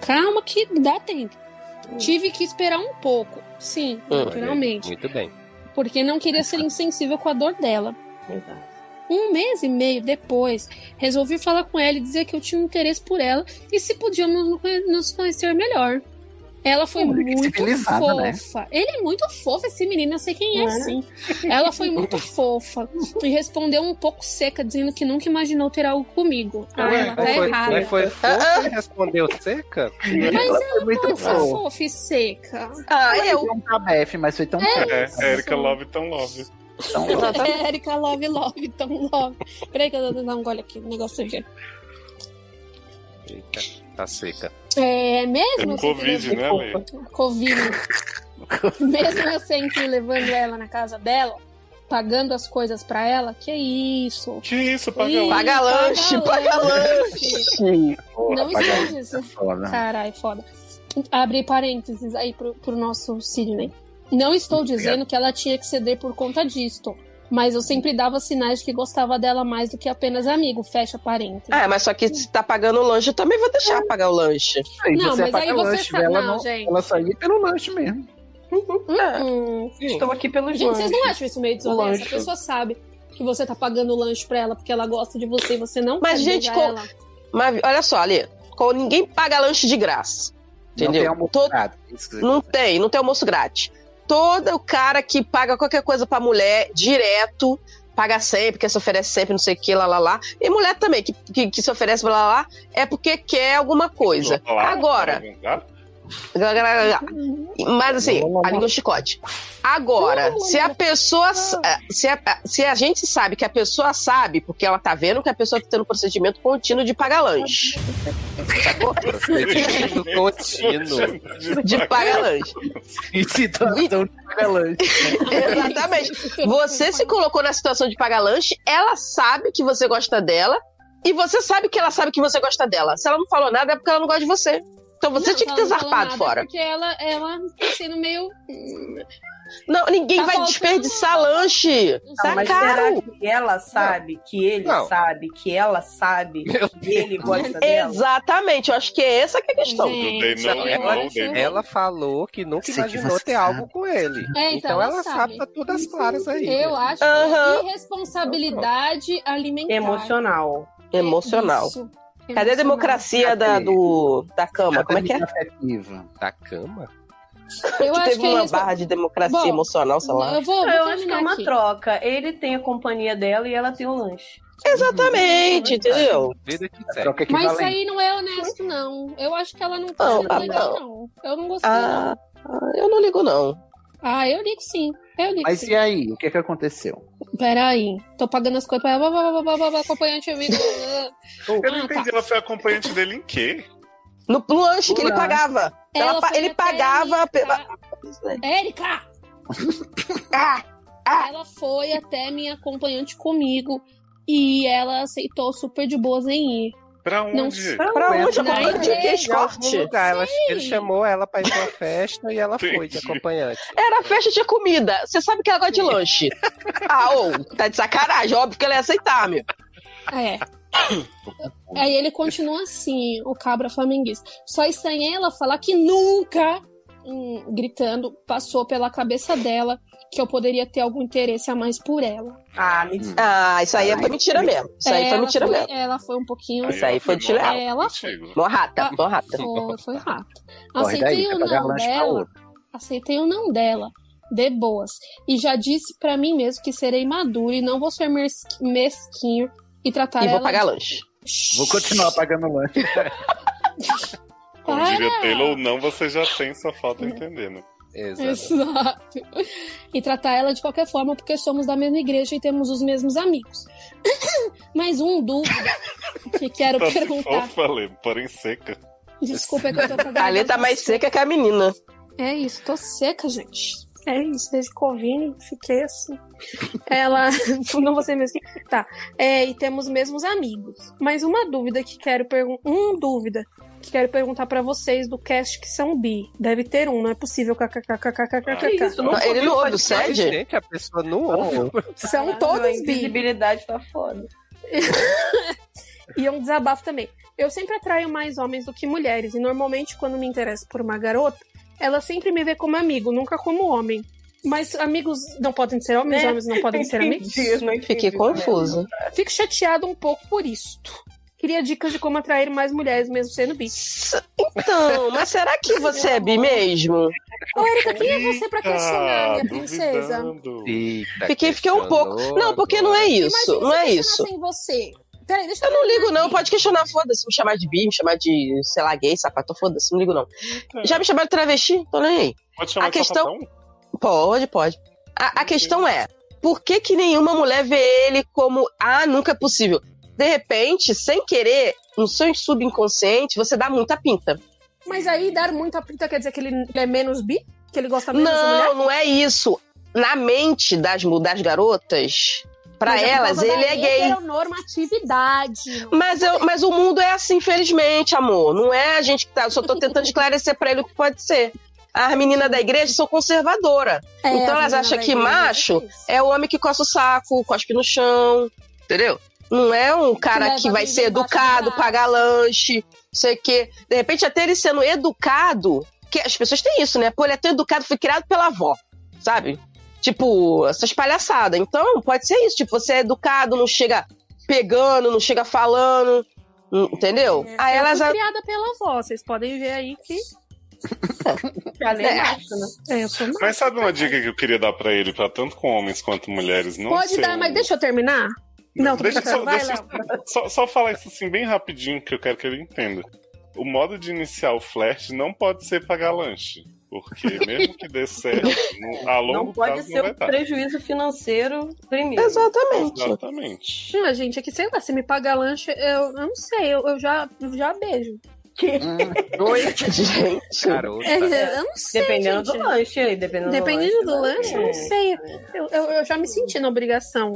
[SPEAKER 6] Calma que dá tempo. Tive que esperar um pouco. Sim,
[SPEAKER 3] Hum,
[SPEAKER 6] naturalmente.
[SPEAKER 8] Muito bem.
[SPEAKER 6] Porque não queria ser insensível com a dor dela.
[SPEAKER 5] Exato.
[SPEAKER 6] Um mês e meio depois, resolvi falar com ela e dizer que eu tinha um interesse por ela e se podíamos no- nos conhecer melhor. Ela foi
[SPEAKER 2] Olha, que
[SPEAKER 6] muito
[SPEAKER 2] civilizada, né?
[SPEAKER 6] fofa. Ele é muito fofo, esse menino, eu sei quem é,
[SPEAKER 5] Não é?
[SPEAKER 6] sim. Ela foi muito fofa e respondeu um pouco seca, dizendo que nunca imaginou ter algo comigo. Ah,
[SPEAKER 8] Ué,
[SPEAKER 6] ela tá
[SPEAKER 8] mas foi,
[SPEAKER 6] errada.
[SPEAKER 8] mas foi fofo e respondeu seca?
[SPEAKER 6] Mas é,
[SPEAKER 2] ela foi muito
[SPEAKER 6] Pode
[SPEAKER 2] boa.
[SPEAKER 6] ser é fofa e seca.
[SPEAKER 3] Ah,
[SPEAKER 2] Ela
[SPEAKER 3] eu.
[SPEAKER 2] foi um tabef, mas foi tão fofa.
[SPEAKER 7] É, Erika Love tão Love.
[SPEAKER 2] Tão
[SPEAKER 6] Erika, love, love, tão love. Peraí que eu vou dar um gole aqui, um negócio aqui.
[SPEAKER 8] Eita, tá seca.
[SPEAKER 6] É,
[SPEAKER 7] É
[SPEAKER 6] mesmo
[SPEAKER 7] do
[SPEAKER 6] eu sempre
[SPEAKER 7] Covid, né,
[SPEAKER 6] levando-
[SPEAKER 7] Lei?
[SPEAKER 6] Covid. mesmo eu sempre levando ela na casa dela, pagando as coisas pra ela, que é isso.
[SPEAKER 7] Que isso, um pagão.
[SPEAKER 6] Ih,
[SPEAKER 3] Paga lanche, paga
[SPEAKER 6] lanche.
[SPEAKER 2] Porra,
[SPEAKER 6] Não Tá.
[SPEAKER 2] pagar
[SPEAKER 6] esconde isso.
[SPEAKER 2] é foda.
[SPEAKER 6] Carai, foda. Abre parênteses aí pro, pro nosso Sidney. Não estou dizendo que ela tinha que ceder por conta disto, mas eu sempre dava sinais de que gostava dela mais do que apenas amigo. Fecha parênteses.
[SPEAKER 3] Ah, mas só que se tá pagando o lanche, eu também vou
[SPEAKER 6] Hum.
[SPEAKER 3] deixar pagar o lanche.
[SPEAKER 2] Aí
[SPEAKER 6] Não,
[SPEAKER 2] você
[SPEAKER 6] mas
[SPEAKER 2] paga
[SPEAKER 6] aí você
[SPEAKER 2] lanche,
[SPEAKER 6] sabe-
[SPEAKER 2] ela
[SPEAKER 6] não,
[SPEAKER 2] não,
[SPEAKER 6] gente.
[SPEAKER 2] ela só ia pelo lanche mesmo.
[SPEAKER 3] Ah,
[SPEAKER 6] Hum.
[SPEAKER 5] Estou aqui pelos
[SPEAKER 6] Gente, vocês
[SPEAKER 5] lanches.
[SPEAKER 6] não acham isso meio desonesto? A
[SPEAKER 5] Lanche.
[SPEAKER 6] pessoa sabe que você tá pagando o lanche pra ela porque ela gosta de você e você não
[SPEAKER 3] Mas,
[SPEAKER 6] quer
[SPEAKER 3] gente,
[SPEAKER 6] beijar
[SPEAKER 3] com-
[SPEAKER 6] ela. Ah,
[SPEAKER 3] Mas olha só, ali, com- ninguém paga lanche de graça.
[SPEAKER 2] Não tem
[SPEAKER 3] Entendeu?
[SPEAKER 2] almoço
[SPEAKER 3] Todo-
[SPEAKER 2] grátis, isso que você tá
[SPEAKER 3] Não
[SPEAKER 2] quer
[SPEAKER 3] tem, não tem almoço grátis. Todo cara que paga qualquer coisa pra mulher, direto, paga sempre, que se oferece sempre, não sei o que, lá, lá, lá. E mulher também, que, que, que se oferece, lá, lá, lá, é porque quer alguma coisa. Agora,
[SPEAKER 7] um
[SPEAKER 3] glá, glá, glá, glá. mas assim, a língua é um chicote. Agora, se a pessoa. sa- eh, Se a, se a gente sabe que a pessoa sabe, porque ela tá vendo que a pessoa tá tendo um procedimento contínuo de pagar lanche. Sacou?
[SPEAKER 8] Procedimento contínuo.
[SPEAKER 7] um
[SPEAKER 3] De pagar lanche.
[SPEAKER 2] dizer. Em situação de pagar lanche.
[SPEAKER 6] é
[SPEAKER 3] Exatamente. Você se colocou na situação de pagar lanche, ela sabe que você gosta dela, e você sabe que ela sabe que você gosta dela. Se ela não falou nada, é porque ela não gosta de você. Então você
[SPEAKER 6] Não,
[SPEAKER 3] tinha que
[SPEAKER 6] ela
[SPEAKER 3] ter
[SPEAKER 6] não falou
[SPEAKER 3] zarpado
[SPEAKER 6] nada é
[SPEAKER 3] fora.
[SPEAKER 6] Porque ela, ela tá sendo meio. hum,
[SPEAKER 3] Não, ninguém
[SPEAKER 6] Tá
[SPEAKER 3] vai
[SPEAKER 6] faltando-
[SPEAKER 3] desperdiçar lanche.
[SPEAKER 6] não
[SPEAKER 3] Tá
[SPEAKER 5] Tá,
[SPEAKER 6] sei.
[SPEAKER 5] mas
[SPEAKER 3] caro.
[SPEAKER 5] será que ela sabe, que ele
[SPEAKER 8] Não.
[SPEAKER 5] sabe, que ela sabe,
[SPEAKER 8] Meu
[SPEAKER 5] que ele gosta dela?
[SPEAKER 3] Exatamente, eu acho que é essa que é a questão.
[SPEAKER 7] They
[SPEAKER 6] é Gente,
[SPEAKER 7] know,
[SPEAKER 6] eu
[SPEAKER 7] they know,
[SPEAKER 6] acho-
[SPEAKER 7] they know.
[SPEAKER 8] Ela falou que nunca
[SPEAKER 2] Sei que
[SPEAKER 8] imaginou
[SPEAKER 2] você
[SPEAKER 8] ter
[SPEAKER 2] sabe.
[SPEAKER 8] algo com ele.
[SPEAKER 6] É, então
[SPEAKER 8] então
[SPEAKER 6] ela
[SPEAKER 8] ela
[SPEAKER 6] sabe.
[SPEAKER 8] sabe, tá todas claras aí. né?
[SPEAKER 6] Eu acho
[SPEAKER 3] Aham.
[SPEAKER 6] irresponsabilidade alimentar.
[SPEAKER 5] Emocional.
[SPEAKER 6] É
[SPEAKER 3] Emocional.
[SPEAKER 6] isso. é
[SPEAKER 3] Cadê a
[SPEAKER 6] Emocional.
[SPEAKER 3] democracia da, do, da cama? Como é que é?
[SPEAKER 2] Afetiva.
[SPEAKER 8] Da cama?
[SPEAKER 6] Eu acho
[SPEAKER 3] Teve
[SPEAKER 6] que é
[SPEAKER 3] uma
[SPEAKER 6] irrespo-
[SPEAKER 3] barra de democracia
[SPEAKER 6] Bom,
[SPEAKER 3] emocional, sei lá.
[SPEAKER 6] Eu vou, vou
[SPEAKER 5] Eu acho que é
[SPEAKER 6] terminar
[SPEAKER 5] uma
[SPEAKER 6] aqui.
[SPEAKER 5] troca. Ele tem a companhia dela e ela tem o lanche.
[SPEAKER 3] Exatamente, entendeu?
[SPEAKER 8] Vida que
[SPEAKER 5] É
[SPEAKER 2] A
[SPEAKER 8] segue.
[SPEAKER 2] troca
[SPEAKER 6] Mas isso
[SPEAKER 2] equivalente.
[SPEAKER 6] aí não é honesto, não. Eu acho que ela não tá sendo
[SPEAKER 3] ah,
[SPEAKER 6] legal, não. Eu não gostei. não.
[SPEAKER 3] Ah, eu não ligo, não.
[SPEAKER 6] Ah, eu ligo sim. Eu ligo
[SPEAKER 2] Mas
[SPEAKER 6] sim.
[SPEAKER 2] e aí? O que é que aconteceu?
[SPEAKER 6] Peraí, tô pagando as coisas pra ela. Blá, blá, blá, blá, blá, acompanhante amigo.
[SPEAKER 7] Eu não
[SPEAKER 6] Ah, tá.
[SPEAKER 7] entendi, ela foi acompanhante dele em quê?
[SPEAKER 3] No lanche que ele
[SPEAKER 5] Olá.
[SPEAKER 3] pagava. Ela pa-
[SPEAKER 6] foi
[SPEAKER 3] ele
[SPEAKER 6] até
[SPEAKER 3] pagava
[SPEAKER 6] a
[SPEAKER 3] pela-
[SPEAKER 6] minha- Érica!
[SPEAKER 3] Ah, ah.
[SPEAKER 6] Ela foi até minha acompanhante comigo e ela aceitou super de boas em ir.
[SPEAKER 7] Pra onde?
[SPEAKER 6] Não
[SPEAKER 3] pra onde?
[SPEAKER 6] Na
[SPEAKER 3] Acompanhante
[SPEAKER 5] é
[SPEAKER 3] de
[SPEAKER 6] igreja,
[SPEAKER 3] que
[SPEAKER 8] Em algum
[SPEAKER 3] escorte?
[SPEAKER 8] lugar, ela, ele chamou ela pra ir pra uma festa e ela foi de
[SPEAKER 7] Entendi.
[SPEAKER 8] acompanhante.
[SPEAKER 3] Era festa de comida. Você sabe que ela gosta de lanche. Ah, ô, tá de sacanagem. Óbvio que ela ia aceitar, meu.
[SPEAKER 6] É. Aí ele continua assim, o cabra flamenguista. Só estranhei ela falar que nunca, hum, gritando, passou pela cabeça dela que eu poderia ter algum interesse a mais por ela.
[SPEAKER 5] Ah, me diz.
[SPEAKER 3] Ah, isso aí é pra mentira mesmo. Isso aí foi
[SPEAKER 6] ela
[SPEAKER 3] mentira
[SPEAKER 6] foi,
[SPEAKER 3] mesmo.
[SPEAKER 6] Ela foi um pouquinho.
[SPEAKER 3] Aí, Isso aí foi de leal.
[SPEAKER 6] Ela
[SPEAKER 7] foi.
[SPEAKER 3] Mó rata, mó rata.
[SPEAKER 6] Ah, Foi, foi rápido.
[SPEAKER 2] Corre daí,
[SPEAKER 6] Aceitei
[SPEAKER 2] quer
[SPEAKER 6] o
[SPEAKER 2] pagar
[SPEAKER 6] não
[SPEAKER 2] lanche pra
[SPEAKER 6] dela.
[SPEAKER 2] outro.
[SPEAKER 6] Aceitei o não dela. De boas. E já disse pra mim mesmo que serei maduro e não vou ser mes- mesquinho e tratar
[SPEAKER 3] E
[SPEAKER 6] ela.
[SPEAKER 3] vou pagar lanche.
[SPEAKER 2] Vou continuar pagando lanche.
[SPEAKER 7] Como diria
[SPEAKER 6] Para!
[SPEAKER 7] Taylor, ou não, você já tem, só falta entender, né?
[SPEAKER 8] Exato.
[SPEAKER 6] Exato. E tratar ela de qualquer forma, porque somos da mesma igreja e temos os mesmos amigos. Mas um dúvida que quero
[SPEAKER 7] Tá se
[SPEAKER 6] perguntar.
[SPEAKER 7] fofa, Lê, porém seca.
[SPEAKER 6] Desculpa, é que eu tô com
[SPEAKER 3] A Lê tá mais seca que a menina.
[SPEAKER 6] É isso, tô seca, gente. É isso, desde Covid fiquei assim. Ela. Não você mesmo. Tá. É, e temos mesmos amigos. Mas uma dúvida que quero perguntar. Um dúvida que quero perguntar pra vocês do cast que são bi. Deve ter um, não é possível. KKKKKKKK.
[SPEAKER 3] Não, ele não ouve o sede?
[SPEAKER 8] Gente, a pessoa não ouve.
[SPEAKER 6] São
[SPEAKER 5] A
[SPEAKER 6] todos bi.
[SPEAKER 5] é invisibilidade tá foda.
[SPEAKER 6] E é um desabafo também. Eu sempre atraio mais homens do que mulheres, e normalmente quando me interesso por uma garota, ela sempre me vê como amigo, nunca como homem. Mas amigos não podem ser homens,
[SPEAKER 5] É.
[SPEAKER 6] homens não podem ser amigos.
[SPEAKER 5] Entendi, eu não entendi,
[SPEAKER 3] Fiquei
[SPEAKER 5] né?
[SPEAKER 3] confuso.
[SPEAKER 6] Fico chateado um pouco por isto. Queria dicas de como atrair mais mulheres, mesmo sendo bi.
[SPEAKER 3] S- Então, mas será que você é bi mesmo?
[SPEAKER 6] Ô, Erika, quem é você pra questionar, minha princesa?
[SPEAKER 7] duvidando.
[SPEAKER 8] Eita,
[SPEAKER 3] Fiquei, fiquei um pouco.
[SPEAKER 8] questionou
[SPEAKER 3] Não, porque não é isso. Não é
[SPEAKER 6] Imagina se
[SPEAKER 3] isso.
[SPEAKER 6] eu questionasse em você. Peraí, deixa
[SPEAKER 3] Eu não ligo, não.
[SPEAKER 6] terminar
[SPEAKER 3] Pode questionar, foda-se. Me chamar de bi, me chamar de, sei lá, gay, sapato, foda-se. Não ligo, não.
[SPEAKER 6] Tá.
[SPEAKER 3] Já me chamaram de travesti? Tô nem aí.
[SPEAKER 7] Pode chamar
[SPEAKER 3] A
[SPEAKER 7] de
[SPEAKER 3] questão-
[SPEAKER 7] sapatão?
[SPEAKER 3] Pode, pode. A, a questão é, por que que nenhuma mulher vê ele como, ah, nunca é possível? De repente, sem querer, no seu subconsciente, você dá muita pinta.
[SPEAKER 6] aqui. Mas aí dar muito a pinta quer dizer que ele ele é menos bi? Que ele gosta menos de Tá mulher?
[SPEAKER 3] Não, não é isso. Na mente das, mu- das garotas, pra
[SPEAKER 6] Mas por
[SPEAKER 3] elas,
[SPEAKER 6] causa da
[SPEAKER 3] ele é gay.
[SPEAKER 6] heteronormatividade.
[SPEAKER 3] Mas, eu, mas o mundo é assim, infelizmente, amor. Não é a gente que tá. Eu só tô tentando esclarecer pra ele o que pode ser. As meninas da igreja são conservadoras.
[SPEAKER 6] É,
[SPEAKER 3] Então elas
[SPEAKER 6] as meninas
[SPEAKER 3] acham
[SPEAKER 6] da
[SPEAKER 3] que
[SPEAKER 6] igreja
[SPEAKER 3] macho
[SPEAKER 6] é isso.
[SPEAKER 3] é o homem que coça o saco, cospe no chão, entendeu? Não é um cara
[SPEAKER 6] leva
[SPEAKER 3] que vai
[SPEAKER 6] amigo
[SPEAKER 3] ser
[SPEAKER 6] embaixo do
[SPEAKER 3] educado,
[SPEAKER 6] braço.
[SPEAKER 3] pagar lanche, não sei o quê. De repente, até ele sendo educado, que as pessoas têm isso, né? Pô, ele é tão educado, foi criado pela avó, sabe? Tipo, essas palhaçadas. Então, pode ser isso. Tipo, você é educado, não chega pegando, não chega falando, não- entendeu? Aí
[SPEAKER 6] Eu
[SPEAKER 3] elas.
[SPEAKER 6] fui criada pela avó, vocês podem ver aí que.
[SPEAKER 5] Já nem
[SPEAKER 3] É.
[SPEAKER 5] acho, né?
[SPEAKER 6] É, eu sou macho.
[SPEAKER 7] Mas sabe uma dica que eu queria dar pra ele, pra tanto com homens quanto mulheres? Não
[SPEAKER 6] Pode
[SPEAKER 7] ser
[SPEAKER 6] dar,
[SPEAKER 7] um-
[SPEAKER 6] mas deixa eu terminar. Não, tô
[SPEAKER 7] deixa eu
[SPEAKER 6] brincando.
[SPEAKER 7] só,
[SPEAKER 6] Vai,
[SPEAKER 7] deixa eu
[SPEAKER 6] Léo.
[SPEAKER 7] só, só falar isso assim bem rapidinho, que eu quero que ele entenda. O modo de iniciar o flerte não pode ser pagar lanche. Porque mesmo que dê certo, no- a longo
[SPEAKER 5] Não pode
[SPEAKER 7] prazo
[SPEAKER 5] ser
[SPEAKER 7] não
[SPEAKER 5] um
[SPEAKER 7] vai dar.
[SPEAKER 5] prejuízo financeiro primeiro.
[SPEAKER 3] Exatamente.
[SPEAKER 7] Exatamente.
[SPEAKER 6] Ah, gente, é que sei lá, se me pagar lanche, eu, eu não sei, eu, eu já, eu já beijo.
[SPEAKER 3] É, Gente.
[SPEAKER 8] Garota.
[SPEAKER 6] É, eu não sei.
[SPEAKER 5] Dependendo
[SPEAKER 6] gente.
[SPEAKER 5] do lanche aí, dependendo
[SPEAKER 6] Dependendo
[SPEAKER 5] do
[SPEAKER 6] do
[SPEAKER 5] lanche. É.
[SPEAKER 6] lanche, eu não sei. Eu, eu, eu já me senti na obrigação.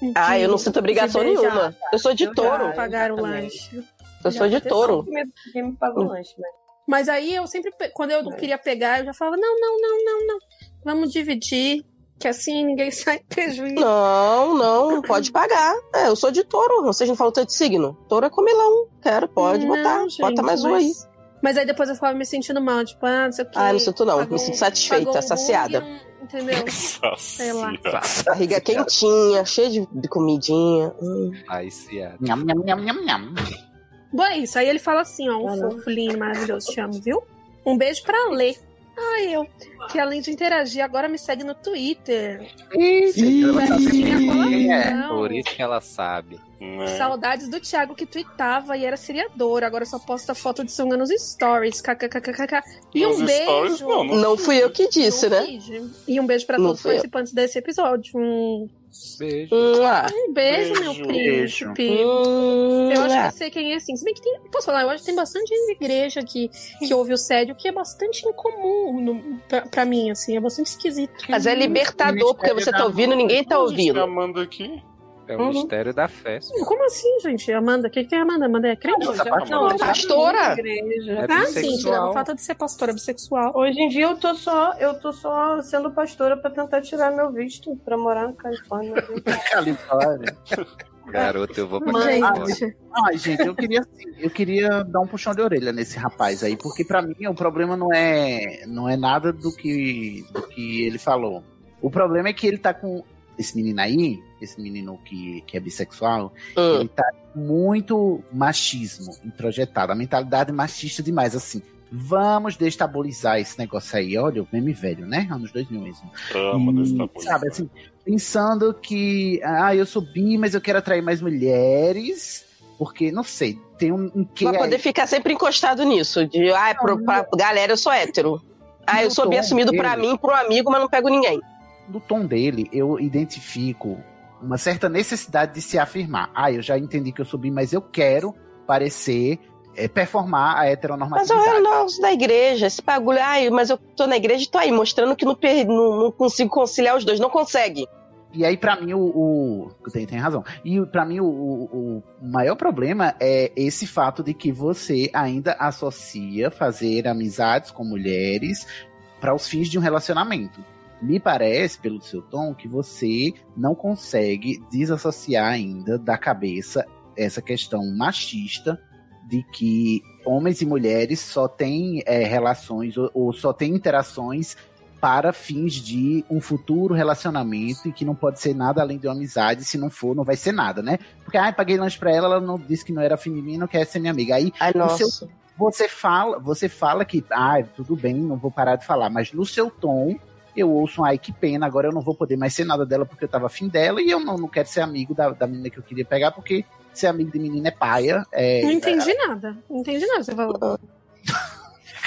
[SPEAKER 6] de-
[SPEAKER 3] Ah, eu não sinto obrigação
[SPEAKER 5] Se beijar,
[SPEAKER 3] nenhuma. Eu sou de
[SPEAKER 5] Eu já-
[SPEAKER 3] touro.
[SPEAKER 6] Pagar o
[SPEAKER 5] Exatamente.
[SPEAKER 6] lanche.
[SPEAKER 3] Eu sou de touro.
[SPEAKER 5] Quem me paga o lanche, né?
[SPEAKER 6] Mas aí eu sempre, pe- quando eu não queria pegar, eu já falava: não, não, não, não, não. Vamos dividir, que assim ninguém sai em prejuízo.
[SPEAKER 3] Não, não, pode pagar. É, eu sou de touro. Vocês não falam tanto de signo? Touro é comilão. Quero, pode
[SPEAKER 6] Não,
[SPEAKER 3] botar.
[SPEAKER 6] gente,
[SPEAKER 3] Bota mais um
[SPEAKER 6] mas-
[SPEAKER 3] aí.
[SPEAKER 6] Mas aí depois eu ficava me sentindo mal, tipo, ah, não sei o que.
[SPEAKER 3] Ah, não sinto não. Me sinto
[SPEAKER 6] pagou
[SPEAKER 3] satisfeita,
[SPEAKER 6] um
[SPEAKER 3] saciada.
[SPEAKER 6] bug, não- entendeu?
[SPEAKER 7] Sei
[SPEAKER 6] Então, lá.
[SPEAKER 3] Barriga quentinha, cheia de de comidinha. Hum.
[SPEAKER 8] Ai, ciado.
[SPEAKER 2] Nham, nham, nham, nham, nham.
[SPEAKER 6] Bom, é isso. Aí ele fala assim, ó, um
[SPEAKER 5] Ah, não.
[SPEAKER 6] fofo lindo, maravilhoso, te amo, viu? Um beijo pra Lê. Ai, eu. Que além de interagir, agora me segue no Twitter.
[SPEAKER 8] Ih,
[SPEAKER 6] é.
[SPEAKER 8] Por isso que ela sabe.
[SPEAKER 7] né?
[SPEAKER 6] Saudades do Thiago que tweetava e era seriador. Agora só posta foto de sunga nos stories. KKKKK. E um
[SPEAKER 7] Stories,
[SPEAKER 6] beijo.
[SPEAKER 7] não, não.
[SPEAKER 3] Não fui eu que disse,
[SPEAKER 6] Não
[SPEAKER 3] né?
[SPEAKER 6] fiz. E um beijo pra
[SPEAKER 3] Não
[SPEAKER 6] todos os
[SPEAKER 3] fui eu.
[SPEAKER 6] participantes desse episódio. Um,
[SPEAKER 8] Beijo.
[SPEAKER 3] Hum, ah.
[SPEAKER 6] um beijo,
[SPEAKER 7] Beijo.
[SPEAKER 6] meu
[SPEAKER 2] Beijo.
[SPEAKER 6] príncipe.
[SPEAKER 3] Hum,
[SPEAKER 6] Eu acho que
[SPEAKER 3] ah.
[SPEAKER 6] eu sei quem é assim. Se bem que tem. Posso falar, eu acho que tem bastante igreja que, que ouve o sédio, que é bastante incomum no, pra, pra mim, assim, é bastante esquisito.
[SPEAKER 3] Mas é libertador, porque você tá ouvindo, ninguém tá
[SPEAKER 7] Me
[SPEAKER 3] ouvindo.
[SPEAKER 7] amando aqui.
[SPEAKER 8] É o
[SPEAKER 5] Uhum.
[SPEAKER 8] mistério da festa.
[SPEAKER 6] Como assim, gente? Amanda? O que, que é Amanda? Amanda é crente?
[SPEAKER 5] Não, já-
[SPEAKER 2] Sapatão.
[SPEAKER 5] não, eu já
[SPEAKER 3] Pastora?
[SPEAKER 5] fui na igreja.
[SPEAKER 3] tá
[SPEAKER 8] É
[SPEAKER 6] ah,
[SPEAKER 3] assim,
[SPEAKER 8] bissexual.
[SPEAKER 6] sim, tirando falta de ser pastora bissexual.
[SPEAKER 5] Hoje em dia eu tô só, eu tô só sendo pastora pra tentar tirar meu visto pra morar na Califórnia.
[SPEAKER 2] Califórnia.
[SPEAKER 3] tá.
[SPEAKER 8] Garota, eu vou pra
[SPEAKER 5] Mãe.
[SPEAKER 8] Califórnia.
[SPEAKER 6] Gente,
[SPEAKER 2] Ai, gente, eu queria, assim, eu queria dar um puxão de orelha nesse rapaz aí, porque pra mim o problema não é, não é nada do que, do que ele falou. O problema é que ele tá com esse menino aí, esse menino que, que é bissexual,
[SPEAKER 3] Hum.
[SPEAKER 2] Ele tá com muito machismo introjetado, a mentalidade machista demais, assim. Vamos destabilizar esse negócio aí. Olha, o meme velho, né? Anos 2000 mesmo.
[SPEAKER 7] Amo desse
[SPEAKER 2] Hum,
[SPEAKER 7] tabu.
[SPEAKER 2] Sabe, assim, pensando que, ah, eu subi, mas eu quero atrair mais mulheres, porque, não sei, tem um, um quê
[SPEAKER 3] Pra
[SPEAKER 2] aí.
[SPEAKER 3] poder ficar sempre encostado nisso. De, ah, é pro- pra galera, eu sou hétero. Ah, eu
[SPEAKER 2] Não,
[SPEAKER 3] sou
[SPEAKER 2] tô
[SPEAKER 3] bem assumido pra
[SPEAKER 2] ouvindo.
[SPEAKER 3] mim, pro amigo, mas não pego ninguém.
[SPEAKER 2] do tom dele, eu identifico uma certa necessidade de se afirmar. Ah, eu já entendi que eu subi, mas eu quero parecer, eh, performar a
[SPEAKER 3] Mas olha,
[SPEAKER 2] heteronormatividade.
[SPEAKER 3] nós da igreja, esse bagulho, ai, mas eu tô na igreja e tô aí, mostrando que não, per- não, não consigo conciliar os dois, não consegue.
[SPEAKER 2] E aí, pra mim, o. o- tem, tem razão. E o- pra mim, o, o- o maior problema é esse fato de que você ainda associa fazer amizades com mulheres para os fins de um relacionamento. Me parece, pelo seu tom, que você não consegue desassociar ainda da cabeça essa questão machista de é, que homens e mulheres só têm eh, relações ou, ou só têm interações para fins de um futuro relacionamento e que não pode ser nada além de uma amizade, se não for, não vai ser nada, né? Porque, ai, paguei lanche pra ela, ela não disse que não era afim de mim, não quer ser minha amiga. Aí,
[SPEAKER 3] Ai,
[SPEAKER 2] no seu
[SPEAKER 3] nossa.
[SPEAKER 2] você fala, você fala que, ah, tudo bem, não vou parar de falar, mas no seu tom eu ouço um ai que pena, agora eu não vou poder mais ser nada dela porque eu tava afim dela e eu não, não quero ser amigo da, da menina que eu queria pegar, porque ser amigo de menina é paia. É,
[SPEAKER 6] Não entendi nada. Não entendi nada que você falou.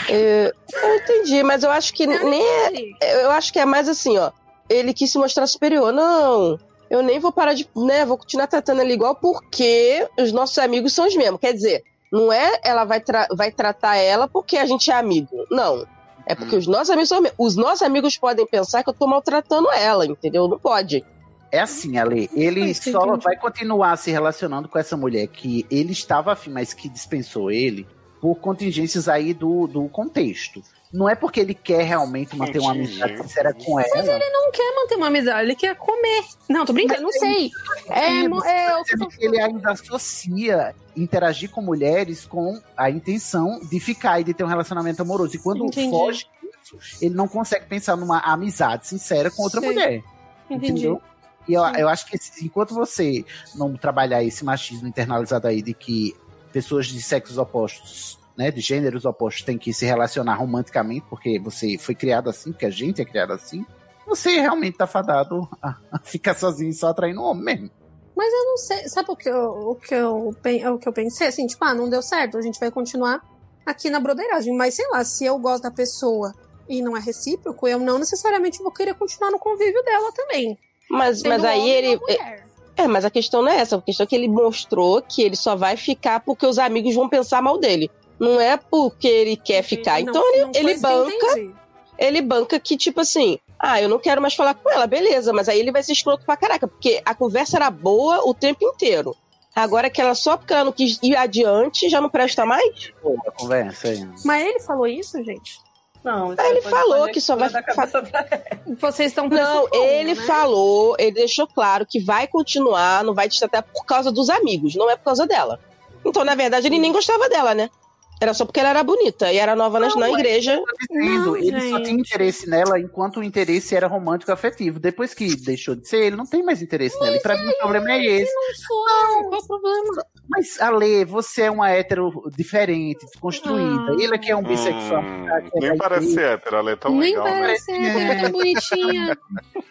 [SPEAKER 3] É, eu entendi, mas eu acho que
[SPEAKER 6] Eu não
[SPEAKER 3] nem é,
[SPEAKER 6] entendi.
[SPEAKER 3] eu acho que é mais assim, ó. Ele quis se mostrar superior. Não, eu nem vou parar de. né? Vou continuar tratando ele igual porque os nossos amigos são os mesmos. Quer dizer, não é ela vai, tra- vai tratar ela porque a gente é amigo. Não. É porque os nossos amigos são os mesmos. Os nossos amigos podem pensar que eu tô maltratando ela, entendeu? Não pode.
[SPEAKER 2] É assim, Ale,
[SPEAKER 6] Não
[SPEAKER 2] ele
[SPEAKER 6] sei se
[SPEAKER 2] só
[SPEAKER 6] entendi.
[SPEAKER 2] vai continuar se relacionando com essa mulher que ele estava afim, mas que dispensou ele por contingências aí do, do contexto. Não é porque ele quer realmente manter uma amizade
[SPEAKER 7] Contingências.
[SPEAKER 2] sincera com ela.
[SPEAKER 6] Não quer manter uma amizade, ele quer comer. Não, tô brincando, não sei. É, mo- é, eu
[SPEAKER 2] Sendo
[SPEAKER 6] tô-
[SPEAKER 2] que ele ainda associa interagir com mulheres com a intenção de ficar e de ter um relacionamento amoroso. E quando
[SPEAKER 6] Entendi.
[SPEAKER 2] foge disso, ele não consegue pensar numa amizade sincera com outra
[SPEAKER 6] Sei.
[SPEAKER 2] mulher.
[SPEAKER 6] entendi.
[SPEAKER 2] Entendeu? E eu, eu acho que se- enquanto você não trabalhar esse machismo internalizado aí de que pessoas de sexos opostos, né, de gêneros opostos, têm que se relacionar romanticamente, porque você foi criado assim, porque a gente é criado assim, você realmente tá fadado a a ficar sozinho e só atraindo um homem mesmo.
[SPEAKER 6] Mas eu não sei. Sabe o que eu, o que eu, pen- o que eu pensei? Assim, tipo, ah, não deu certo, a gente vai continuar aqui na broderagem. Mas sei lá, se eu gosto da pessoa e não é recíproco, eu não necessariamente vou querer continuar no convívio dela também.
[SPEAKER 3] Mas,
[SPEAKER 6] sendo
[SPEAKER 3] mas aí
[SPEAKER 6] homem
[SPEAKER 3] ele.
[SPEAKER 6] ou mulher.
[SPEAKER 3] É, mas a questão não é essa. A questão é que ele mostrou que ele só vai ficar porque os amigos vão pensar mal dele. Não é porque ele quer ficar.
[SPEAKER 6] Uhum, Não-
[SPEAKER 3] então
[SPEAKER 6] não
[SPEAKER 3] ele,
[SPEAKER 6] foi
[SPEAKER 3] ele
[SPEAKER 6] isso que eu
[SPEAKER 3] banca.
[SPEAKER 6] entendi.
[SPEAKER 3] ele banca que, tipo assim, ah, eu não quero mais falar com ela, beleza, mas aí ele vai ser escroto pra caraca, porque a conversa era boa o tempo inteiro. Agora que ela só porque ela não quis ir adiante, já não presta mais?
[SPEAKER 2] Pô, a conversa aí.
[SPEAKER 6] Mas ele falou isso, gente?
[SPEAKER 5] Não, isso
[SPEAKER 3] Ah, ele
[SPEAKER 5] foi
[SPEAKER 3] falou que só vai
[SPEAKER 5] da cabeça da-
[SPEAKER 6] Vocês estão
[SPEAKER 3] Não,
[SPEAKER 6] pressupondo,
[SPEAKER 3] ele
[SPEAKER 6] né?
[SPEAKER 3] falou, ele deixou claro que vai continuar, não vai destratar por causa dos amigos, não é por causa dela. Então, na verdade, ele nem gostava dela, né? Era só porque ela era bonita e era nova na, na igreja.
[SPEAKER 2] Dizendo,
[SPEAKER 6] Não,
[SPEAKER 2] ele só
[SPEAKER 6] gente.
[SPEAKER 2] tinha interesse nela enquanto o interesse era romântico e afetivo. Depois que deixou de ser, ele não tem mais interesse nela. E pra mim o problema é esse.
[SPEAKER 6] Não foi, qual o problema?
[SPEAKER 2] Mas, Ale, você é uma hétero diferente, desconstruída.
[SPEAKER 6] Ah.
[SPEAKER 2] Ele é que é um bissexual.
[SPEAKER 7] Hum,
[SPEAKER 2] tá, que é
[SPEAKER 7] nem
[SPEAKER 2] gay.
[SPEAKER 7] parece ser hétero, ela é tão
[SPEAKER 6] Nem
[SPEAKER 7] legal, né?
[SPEAKER 6] parece,
[SPEAKER 2] né?
[SPEAKER 6] é, é. tão bonitinha.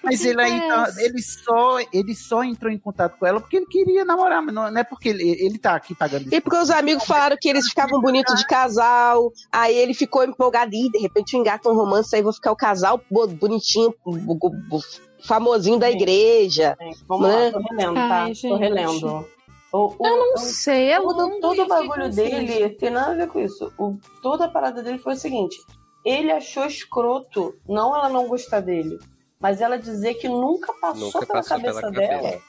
[SPEAKER 2] Mas ele ainda,
[SPEAKER 6] parece.
[SPEAKER 2] ele só, ele só entrou em contato com ela porque ele queria namorar, mas não não é porque ele, ele tá aqui pagando.
[SPEAKER 3] E porque os amigos falaram que eles ficavam bonitos de casal, aí ele ficou empolgado, e de repente eu engato um romance, aí vou ficar o casal bo- bonitinho, bo- bo- bo- famosinho da igreja.
[SPEAKER 5] Gente, Vamos
[SPEAKER 3] Né?
[SPEAKER 5] lá, tô relendo, tá?
[SPEAKER 6] Ai,
[SPEAKER 5] tô
[SPEAKER 6] gente.
[SPEAKER 5] relendo. O, o,
[SPEAKER 6] Não
[SPEAKER 5] o-
[SPEAKER 6] sei, é ela
[SPEAKER 5] todo,
[SPEAKER 6] não
[SPEAKER 5] todo o
[SPEAKER 6] fica
[SPEAKER 5] bagulho
[SPEAKER 6] assim.
[SPEAKER 5] dele tem nada a ver com isso. O, toda a parada dele foi o seguinte: ele achou escroto, não ela não gostar dele, mas ela dizer que nunca passou
[SPEAKER 8] Nunca
[SPEAKER 5] pela
[SPEAKER 8] passou
[SPEAKER 5] cabeça
[SPEAKER 8] pela
[SPEAKER 5] dela
[SPEAKER 8] cabeça.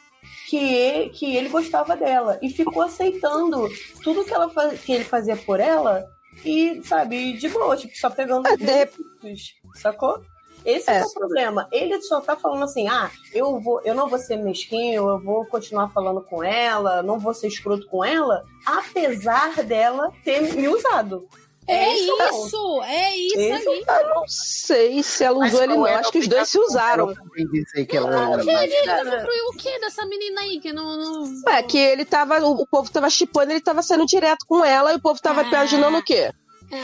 [SPEAKER 5] Que, ele, que ele gostava dela e ficou aceitando tudo que, ela, fa- que ele fazia por ela e, sabe, de boa, tipo, só pegando
[SPEAKER 3] É, de rep-
[SPEAKER 5] frutos, sacou? Esse é.
[SPEAKER 3] É.
[SPEAKER 5] o problema. Ele só tá falando assim: ah, eu, vou, eu não vou ser mesquinho, eu vou continuar falando com ela, não vou ser escroto com ela, apesar dela ter me usado.
[SPEAKER 6] É
[SPEAKER 5] Esse o ponto.
[SPEAKER 6] isso, é isso
[SPEAKER 5] Esse
[SPEAKER 6] aí.
[SPEAKER 3] Eu não sei se ela
[SPEAKER 2] Mas
[SPEAKER 3] usou ele,
[SPEAKER 2] qual
[SPEAKER 3] não.
[SPEAKER 2] era
[SPEAKER 3] Acho que os
[SPEAKER 2] a
[SPEAKER 3] dois se usaram.
[SPEAKER 2] Ela também dizer que ela é era mais-
[SPEAKER 5] Cara,
[SPEAKER 6] Construiu o que dessa menina aí que não. não...
[SPEAKER 3] É que ele tava. O, o povo tava chipando, ele tava saindo direto com ela e o povo tava
[SPEAKER 6] Ah.
[SPEAKER 3] imaginando o quê?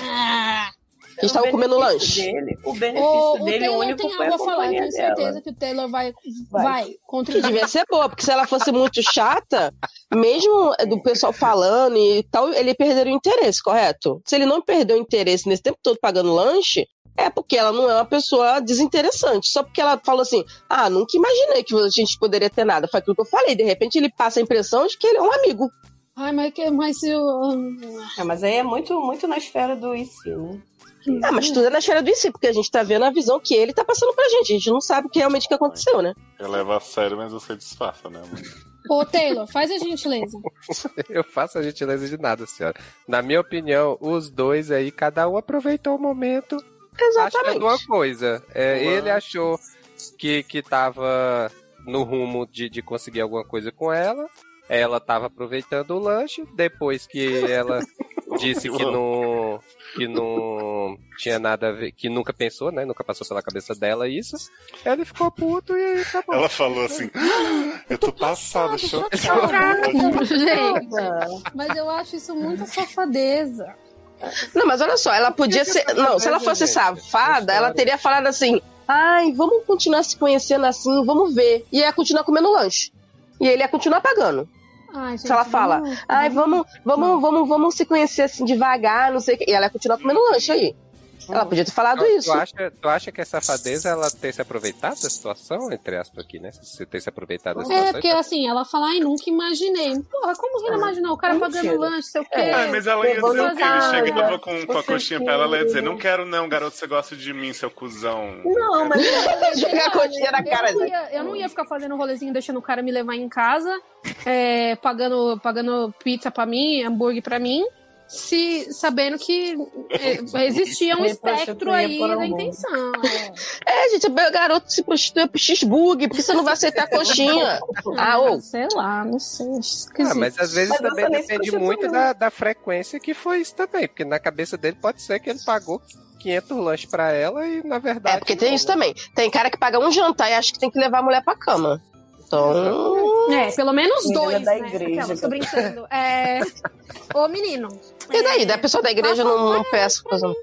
[SPEAKER 6] Ah,
[SPEAKER 5] o
[SPEAKER 3] Eles estavam comendo lanche.
[SPEAKER 5] benefício Dele, o benefício
[SPEAKER 6] o, o
[SPEAKER 5] dele, o
[SPEAKER 6] Taylor
[SPEAKER 5] único
[SPEAKER 6] tem
[SPEAKER 5] foi a
[SPEAKER 6] algo a falar, eu
[SPEAKER 5] companhia
[SPEAKER 6] tenho
[SPEAKER 5] dela.
[SPEAKER 6] certeza que o Taylor vai,
[SPEAKER 5] Vai.
[SPEAKER 6] vai.
[SPEAKER 3] Que
[SPEAKER 6] contribuir.
[SPEAKER 3] devia ser boa, porque se ela fosse muito chata, mesmo do pessoal falando e tal, ele perderia o interesse, correto? Se ele não perdeu o interesse nesse tempo todo pagando lanche, é porque ela não é uma pessoa desinteressante. Só porque ela falou assim: ah, nunca imaginei que a gente poderia ter nada. Foi aquilo que eu falei. De repente ele passa a impressão de que ele é um amigo.
[SPEAKER 6] Ai, mas, que- mas eu.
[SPEAKER 5] É, mas aí é muito, muito na esfera do IC, né?
[SPEAKER 3] Ah, mas tudo é na esfera do IC, porque a gente tá vendo a visão que ele tá passando pra gente. A gente não sabe o que realmente que aconteceu, né?
[SPEAKER 7] Ele leva a sério, mas você disfarça, né? mano?
[SPEAKER 6] Ô, Taylor, faz a gentileza.
[SPEAKER 8] Eu faço a gentileza de nada, senhora. Na minha opinião, os dois aí, cada um aproveitou o momento achando uma
[SPEAKER 3] Exatamente.
[SPEAKER 8] é coisa. É,
[SPEAKER 7] Uau.
[SPEAKER 8] ele achou que, que tava no rumo de, de conseguir alguma coisa com ela. Ela tava aproveitando o lanche. Depois que ela disse que não que não tinha nada a ver, que nunca pensou, né? Nunca passou pela cabeça dela isso. Ele ficou puto e aí acabou.
[SPEAKER 7] Ela falou assim: "Ah, Eu tô passada, chocada.
[SPEAKER 6] Gente, mas eu acho isso muita safadeza.
[SPEAKER 3] Não, mas olha só, ela podia ser. Não, se ela fosse safada, ela teria falado assim: ai, vamos continuar se conhecendo assim, vamos ver. E ia continuar comendo lanche. E ele ia continuar pagando.
[SPEAKER 6] Ai, gente,
[SPEAKER 3] Se ela fala,
[SPEAKER 6] vamos-
[SPEAKER 3] ai, vamos, vamos, vamos, vamos se conhecer assim devagar, não sei o que. E ela ia continuar comendo lanche aí. Ela podia ter falado
[SPEAKER 8] Tu-
[SPEAKER 3] isso.
[SPEAKER 8] Tu acha, tu acha que essa safadeza ela ter se aproveitado da situação, entre aspas, aqui, né? Se ter se aproveitado da situação.
[SPEAKER 6] É, porque assim, ela fala, ai, nunca imaginei. Porra, como que eu não imaginar? O cara
[SPEAKER 5] Mentira.
[SPEAKER 6] pagando lanche, sei o quê.
[SPEAKER 5] É.
[SPEAKER 7] Ah, mas ela ia
[SPEAKER 5] Levou
[SPEAKER 7] dizer o quê? Ele
[SPEAKER 5] vazada.
[SPEAKER 7] chegava com, com a
[SPEAKER 5] Você
[SPEAKER 7] coxinha pra ela, ela ia dizer, não quero não, garoto, você gosta de mim, seu cuzão.
[SPEAKER 5] Não, mas
[SPEAKER 3] Então, Jogar a coxinha na
[SPEAKER 6] Eu
[SPEAKER 3] cara
[SPEAKER 6] não ia- Eu não ia ficar fazendo rolezinho, deixando o cara me levar em casa, é, pagando, pagando pizza pra mim, hambúrguer pra mim, se sabendo que é, existia um
[SPEAKER 5] Me
[SPEAKER 6] espectro
[SPEAKER 5] prostituía
[SPEAKER 6] aí
[SPEAKER 5] por
[SPEAKER 6] da
[SPEAKER 5] amor.
[SPEAKER 6] intenção.
[SPEAKER 3] É, gente, o garoto se prostitui pro X-Bug, porque você não vai aceitar a coxinha. Ah, ô.
[SPEAKER 6] Sei lá, não sei.
[SPEAKER 8] Ah,
[SPEAKER 6] esquisito.
[SPEAKER 8] mas às vezes
[SPEAKER 5] Mas você
[SPEAKER 8] também
[SPEAKER 5] nem se
[SPEAKER 8] depende
[SPEAKER 5] prostituiu.
[SPEAKER 8] muito da, da frequência que foi isso também. Porque na cabeça dele pode ser que ele pagou 500 lanches pra ela e na verdade.
[SPEAKER 3] É, porque tem
[SPEAKER 8] não,
[SPEAKER 3] isso
[SPEAKER 8] né?
[SPEAKER 3] também. Tem cara que paga um jantar e acha que tem que levar a mulher pra cama. Então.
[SPEAKER 6] É, pelo menos
[SPEAKER 5] Menina
[SPEAKER 6] dois.
[SPEAKER 5] da
[SPEAKER 6] né?
[SPEAKER 5] igreja.
[SPEAKER 6] Aquela, tô brincando. É... Ô, menino.
[SPEAKER 3] E daí? Da
[SPEAKER 6] é,
[SPEAKER 3] pessoa da igreja não, um não peça coisa.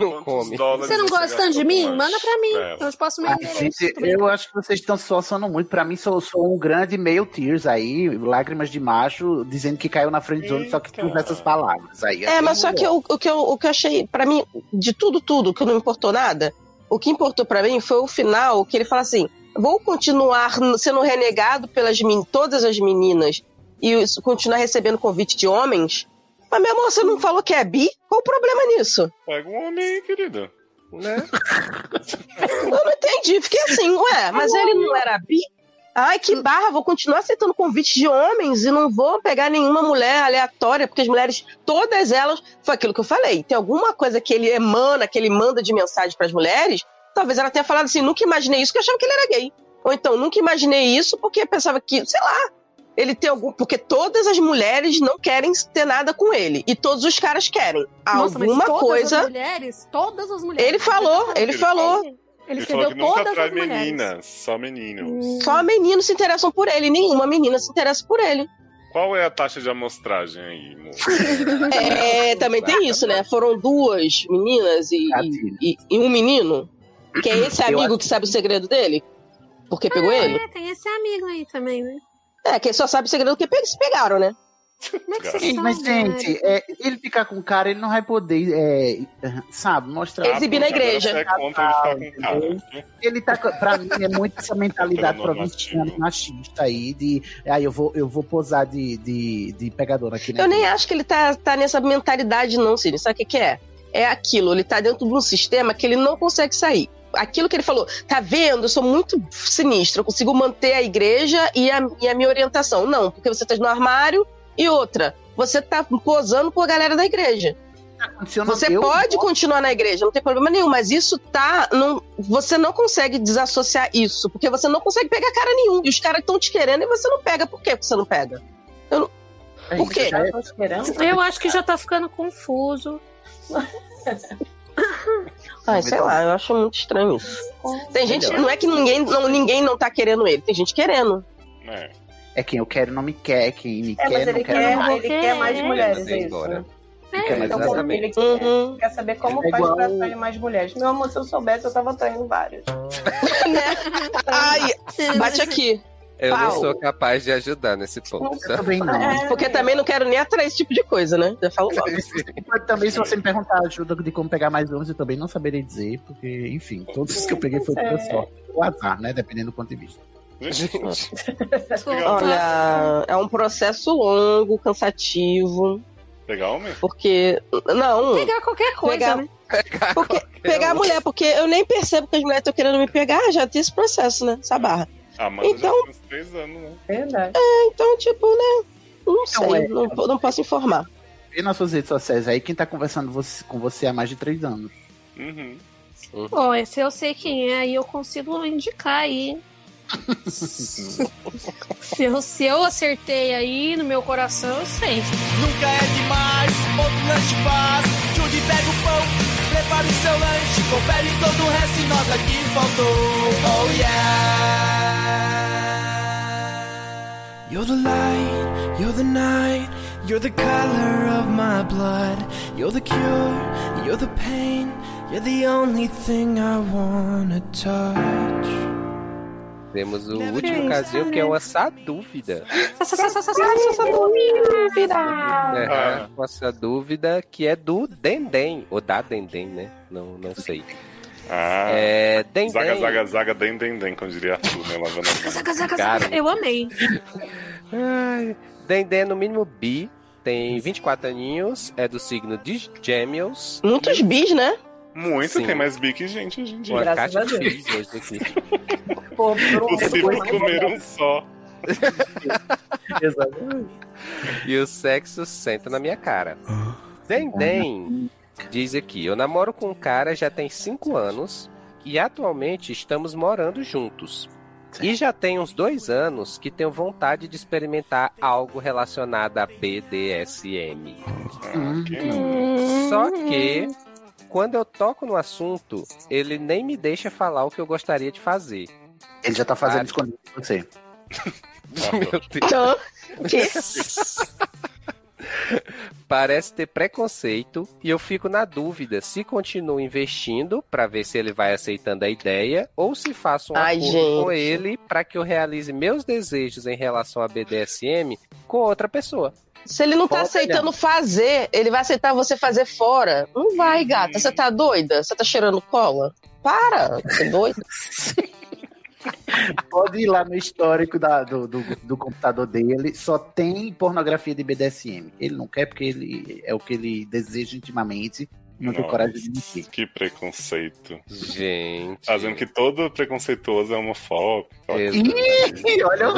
[SPEAKER 8] Não come.
[SPEAKER 7] dólares
[SPEAKER 6] Você não
[SPEAKER 7] gastou
[SPEAKER 6] gosta de
[SPEAKER 7] com
[SPEAKER 6] mim?
[SPEAKER 7] lanche?
[SPEAKER 6] Manda pra mim.
[SPEAKER 7] É.
[SPEAKER 6] Eu te posso me
[SPEAKER 2] Ai,
[SPEAKER 6] endereço.
[SPEAKER 2] Ah,
[SPEAKER 10] é
[SPEAKER 2] gente,
[SPEAKER 6] Tô brincando.
[SPEAKER 2] eu acho que vocês estão se forçando muito. Pra mim, sou, sou um grande meio tears aí, lágrimas de macho, dizendo que caiu na frente dos outros, só que
[SPEAKER 7] Eita.
[SPEAKER 2] com essas palavras. Aí, um
[SPEAKER 3] É, mas só que o, o que eu, o que eu achei, pra mim, de tudo, tudo, que não importou nada, o que importou pra mim foi o final, que ele fala assim: vou continuar n- sendo renegado pelas men- todas as meninas e os- continuar recebendo convite de homens. Mas, meu amor, você não falou que é bi? Qual o problema nisso?
[SPEAKER 7] Pega um homem aí, querida.
[SPEAKER 8] Né?
[SPEAKER 3] Eu não entendi. Fiquei assim, ué, mas ele não era bi? Ai, que barra, vou continuar aceitando convites de homens e não vou pegar nenhuma mulher aleatória, porque as mulheres, todas elas, foi aquilo que eu falei. Tem alguma coisa que ele emana, que ele manda de mensagem pras mulheres, talvez ela tenha falado assim, nunca imaginei isso, que eu achava que ele era gay. Ou então, nunca imaginei isso porque pensava que, sei lá, ele tem algum. Porque todas as mulheres não querem ter nada com ele. E todos os caras querem.
[SPEAKER 6] Nossa, mas
[SPEAKER 3] alguma
[SPEAKER 6] todas
[SPEAKER 3] coisa.
[SPEAKER 6] As mulheres, todas as mulheres.
[SPEAKER 3] Ele falou, ele falou.
[SPEAKER 6] Ele
[SPEAKER 7] Ele falou
[SPEAKER 6] escreveu
[SPEAKER 7] que nunca
[SPEAKER 6] todas
[SPEAKER 7] atrai
[SPEAKER 6] as mulheres.
[SPEAKER 7] meninas, só meninos.
[SPEAKER 3] Só meninos se interessam por ele, nenhuma menina se interessa por ele.
[SPEAKER 7] Qual é a taxa de amostragem aí, moço?
[SPEAKER 3] É, também tem isso, né? Foram duas meninas e,
[SPEAKER 2] Tadinho.
[SPEAKER 3] e- e um menino, que é esse
[SPEAKER 2] Eu
[SPEAKER 3] amigo que sabe o segredo dele, porque pegou ele.
[SPEAKER 6] É, tem esse amigo aí também, né?
[SPEAKER 3] É, que só sabe o segredo que pe- se pegaram, né?
[SPEAKER 6] Como é que
[SPEAKER 7] Cara.
[SPEAKER 6] você sabe,
[SPEAKER 2] mas,
[SPEAKER 6] velho?
[SPEAKER 2] gente, é, ele ficar com o cara, ele não vai poder, é, sabe, mostrar.
[SPEAKER 3] Exibir na
[SPEAKER 7] Agora
[SPEAKER 3] igreja.
[SPEAKER 7] Você é contra ele ficar com
[SPEAKER 6] Uhum.
[SPEAKER 7] cara.
[SPEAKER 2] Ele tá, co- pra mim, é muito essa mentalidade
[SPEAKER 7] Heteronormativo.
[SPEAKER 2] provinciana, machista aí, de, aí eu vou, eu vou posar de, de, de pegador aqui, né?
[SPEAKER 3] Eu nem acho que ele tá, tá nessa mentalidade, não, Cine. Sabe o que, que é? É aquilo, ele tá dentro de um sistema que ele não consegue sair. Aquilo que ele falou, tá vendo? Eu sou muito sinistro, eu consigo manter a igreja e a, e a minha orientação. Não, porque você tá no armário e outra, você tá posando com a galera da igreja.
[SPEAKER 2] Condiciona-
[SPEAKER 3] Você
[SPEAKER 2] Ah, eu-
[SPEAKER 3] pode continuar na igreja, não tem problema nenhum, mas isso tá. Não, você não consegue desassociar isso, porque você não consegue pegar cara nenhum. E os caras estão te querendo e você não pega. Por que você não pega?
[SPEAKER 2] É,
[SPEAKER 3] por quê?
[SPEAKER 2] isso já é-
[SPEAKER 5] eu tô esperando.
[SPEAKER 6] Eu acho que já tá ficando confuso.
[SPEAKER 3] Ai, sei lá, eu acho muito estranho isso. Tem gente, não é que ninguém não, ninguém não tá querendo ele, tem gente querendo.
[SPEAKER 7] É.
[SPEAKER 2] é quem eu quero não me quer, quem me
[SPEAKER 5] É, mas
[SPEAKER 2] quer
[SPEAKER 5] ele
[SPEAKER 2] não
[SPEAKER 5] quer,
[SPEAKER 2] quer.
[SPEAKER 6] não.
[SPEAKER 5] ele quer mais
[SPEAKER 6] É.
[SPEAKER 5] mulheres, é
[SPEAKER 8] Tem
[SPEAKER 5] isso.
[SPEAKER 8] embora.
[SPEAKER 5] né?
[SPEAKER 6] É,
[SPEAKER 8] Quer mais
[SPEAKER 5] Então, como
[SPEAKER 8] Exatamente.
[SPEAKER 5] ele quer,
[SPEAKER 3] Uhum.
[SPEAKER 5] quer saber como
[SPEAKER 2] É
[SPEAKER 5] faz
[SPEAKER 2] igual-
[SPEAKER 5] pra atrair mais mulheres. Meu amor, se eu soubesse, eu tava atraindo vários.
[SPEAKER 3] Ai, bate aqui.
[SPEAKER 8] Eu
[SPEAKER 3] Pau.
[SPEAKER 8] não sou capaz de ajudar nesse ponto.
[SPEAKER 2] Eu também não.
[SPEAKER 5] É.
[SPEAKER 3] Porque também não quero nem atrair esse tipo de coisa, né? Já falo logo.
[SPEAKER 2] Mas também, se você me perguntar ajuda de como pegar mais homens, eu também não saberei dizer, porque, enfim, todos que eu peguei foi
[SPEAKER 5] É.
[SPEAKER 2] pela sorte. O azar, né? Dependendo do ponto de vista.
[SPEAKER 7] Gente,
[SPEAKER 3] Olha, é um processo longo, cansativo,
[SPEAKER 7] pegar homem?
[SPEAKER 3] porque. Não.
[SPEAKER 6] Pegar qualquer coisa,
[SPEAKER 3] Pegar-
[SPEAKER 6] né?
[SPEAKER 3] Porque- pegar a mulher, porque eu nem percebo que as mulheres estão querendo me pegar, já tem esse processo, né? Essa barra.
[SPEAKER 7] Ah, mano,
[SPEAKER 3] Então-
[SPEAKER 7] já tem uns três anos, né?
[SPEAKER 5] Verdade.
[SPEAKER 3] Então, tipo, né? Não sei,
[SPEAKER 2] é.
[SPEAKER 3] não, vou- não posso informar.
[SPEAKER 2] Vê nas suas redes sociais aí quem tá conversando você- com você há mais de três anos.
[SPEAKER 7] Uhum.
[SPEAKER 6] Ó, esse eu sei quem é, aí eu consigo indicar aí. Se eu, se eu acertei aí no meu coração, eu sei.
[SPEAKER 11] Nunca é demais, outro lanche faz. Judy pega o pão, prepara o seu lanche, confere todo o resto e nota que faltou. Oh yeah! You're the light, you're the night, you're the color of my blood. You're the cure, you're the pain, you're the only thing I wanna touch.
[SPEAKER 8] Temos o último casinho, que é o Essa Dúvida. É,
[SPEAKER 7] Ah.
[SPEAKER 8] com essa dúvida, que é do Dendem, ou da Dendem, né? Não, não sei.
[SPEAKER 7] Ah,
[SPEAKER 8] É, Dendem.
[SPEAKER 7] zaga, zaga, zaga, den, den, den, como diria Arthur, né? Lavando a mão.
[SPEAKER 6] Zaca, zaca,
[SPEAKER 8] Cara.
[SPEAKER 6] zaca. Eu amei.
[SPEAKER 8] Ai, Dendem, no mínimo bi, tem 24 aninhos, é do signo de Gêmeos.
[SPEAKER 3] Muitos bis, né?
[SPEAKER 7] Muito,
[SPEAKER 8] Sim.
[SPEAKER 7] tem mais bi que gente hoje em
[SPEAKER 8] Com
[SPEAKER 7] dia.
[SPEAKER 8] a
[SPEAKER 5] Graças
[SPEAKER 8] caixa
[SPEAKER 5] a Deus.
[SPEAKER 8] feliz hoje aqui.
[SPEAKER 5] Pô, por um
[SPEAKER 7] Impossível
[SPEAKER 5] momento,
[SPEAKER 7] comer um só.
[SPEAKER 8] E o sexo senta na minha cara. Dendem diz aqui: Eu namoro com um cara já tem 5 anos e atualmente estamos morando juntos. E já tem uns dois anos que tenho vontade de experimentar algo relacionado a BDSM.
[SPEAKER 7] Ah,
[SPEAKER 2] Uhum.
[SPEAKER 7] que
[SPEAKER 8] Só que, quando eu toco no assunto, ele nem me deixa falar o que eu gostaria de fazer.
[SPEAKER 2] Ele já tá fazendo
[SPEAKER 8] Para.
[SPEAKER 2] escondido com você.
[SPEAKER 8] Meu Deus.
[SPEAKER 3] Então, que?
[SPEAKER 8] Parece ter preconceito e eu fico na dúvida se continuo investindo pra ver se ele vai aceitando a ideia ou se faço um
[SPEAKER 3] Ai,
[SPEAKER 8] acordo
[SPEAKER 3] gente.
[SPEAKER 8] com ele pra que eu realize meus desejos em relação a BDSM com outra pessoa.
[SPEAKER 3] Se ele não tá
[SPEAKER 8] Olha.
[SPEAKER 3] aceitando fazer, ele vai aceitar você fazer fora. Não vai, gata. Você tá doida? Você tá cheirando cola? Para, você é doida.
[SPEAKER 2] Pode ir lá no histórico da- do, do, do computador dele, só tem pornografia de BDSM. Ele não quer porque ele é o que ele deseja intimamente, não tem
[SPEAKER 7] Nossa.
[SPEAKER 2] coragem de mentir.
[SPEAKER 7] Que preconceito.
[SPEAKER 8] Gente.
[SPEAKER 7] Fazendo que todo preconceituoso é homofóbico.
[SPEAKER 8] Exatamente.
[SPEAKER 2] Ih, olha,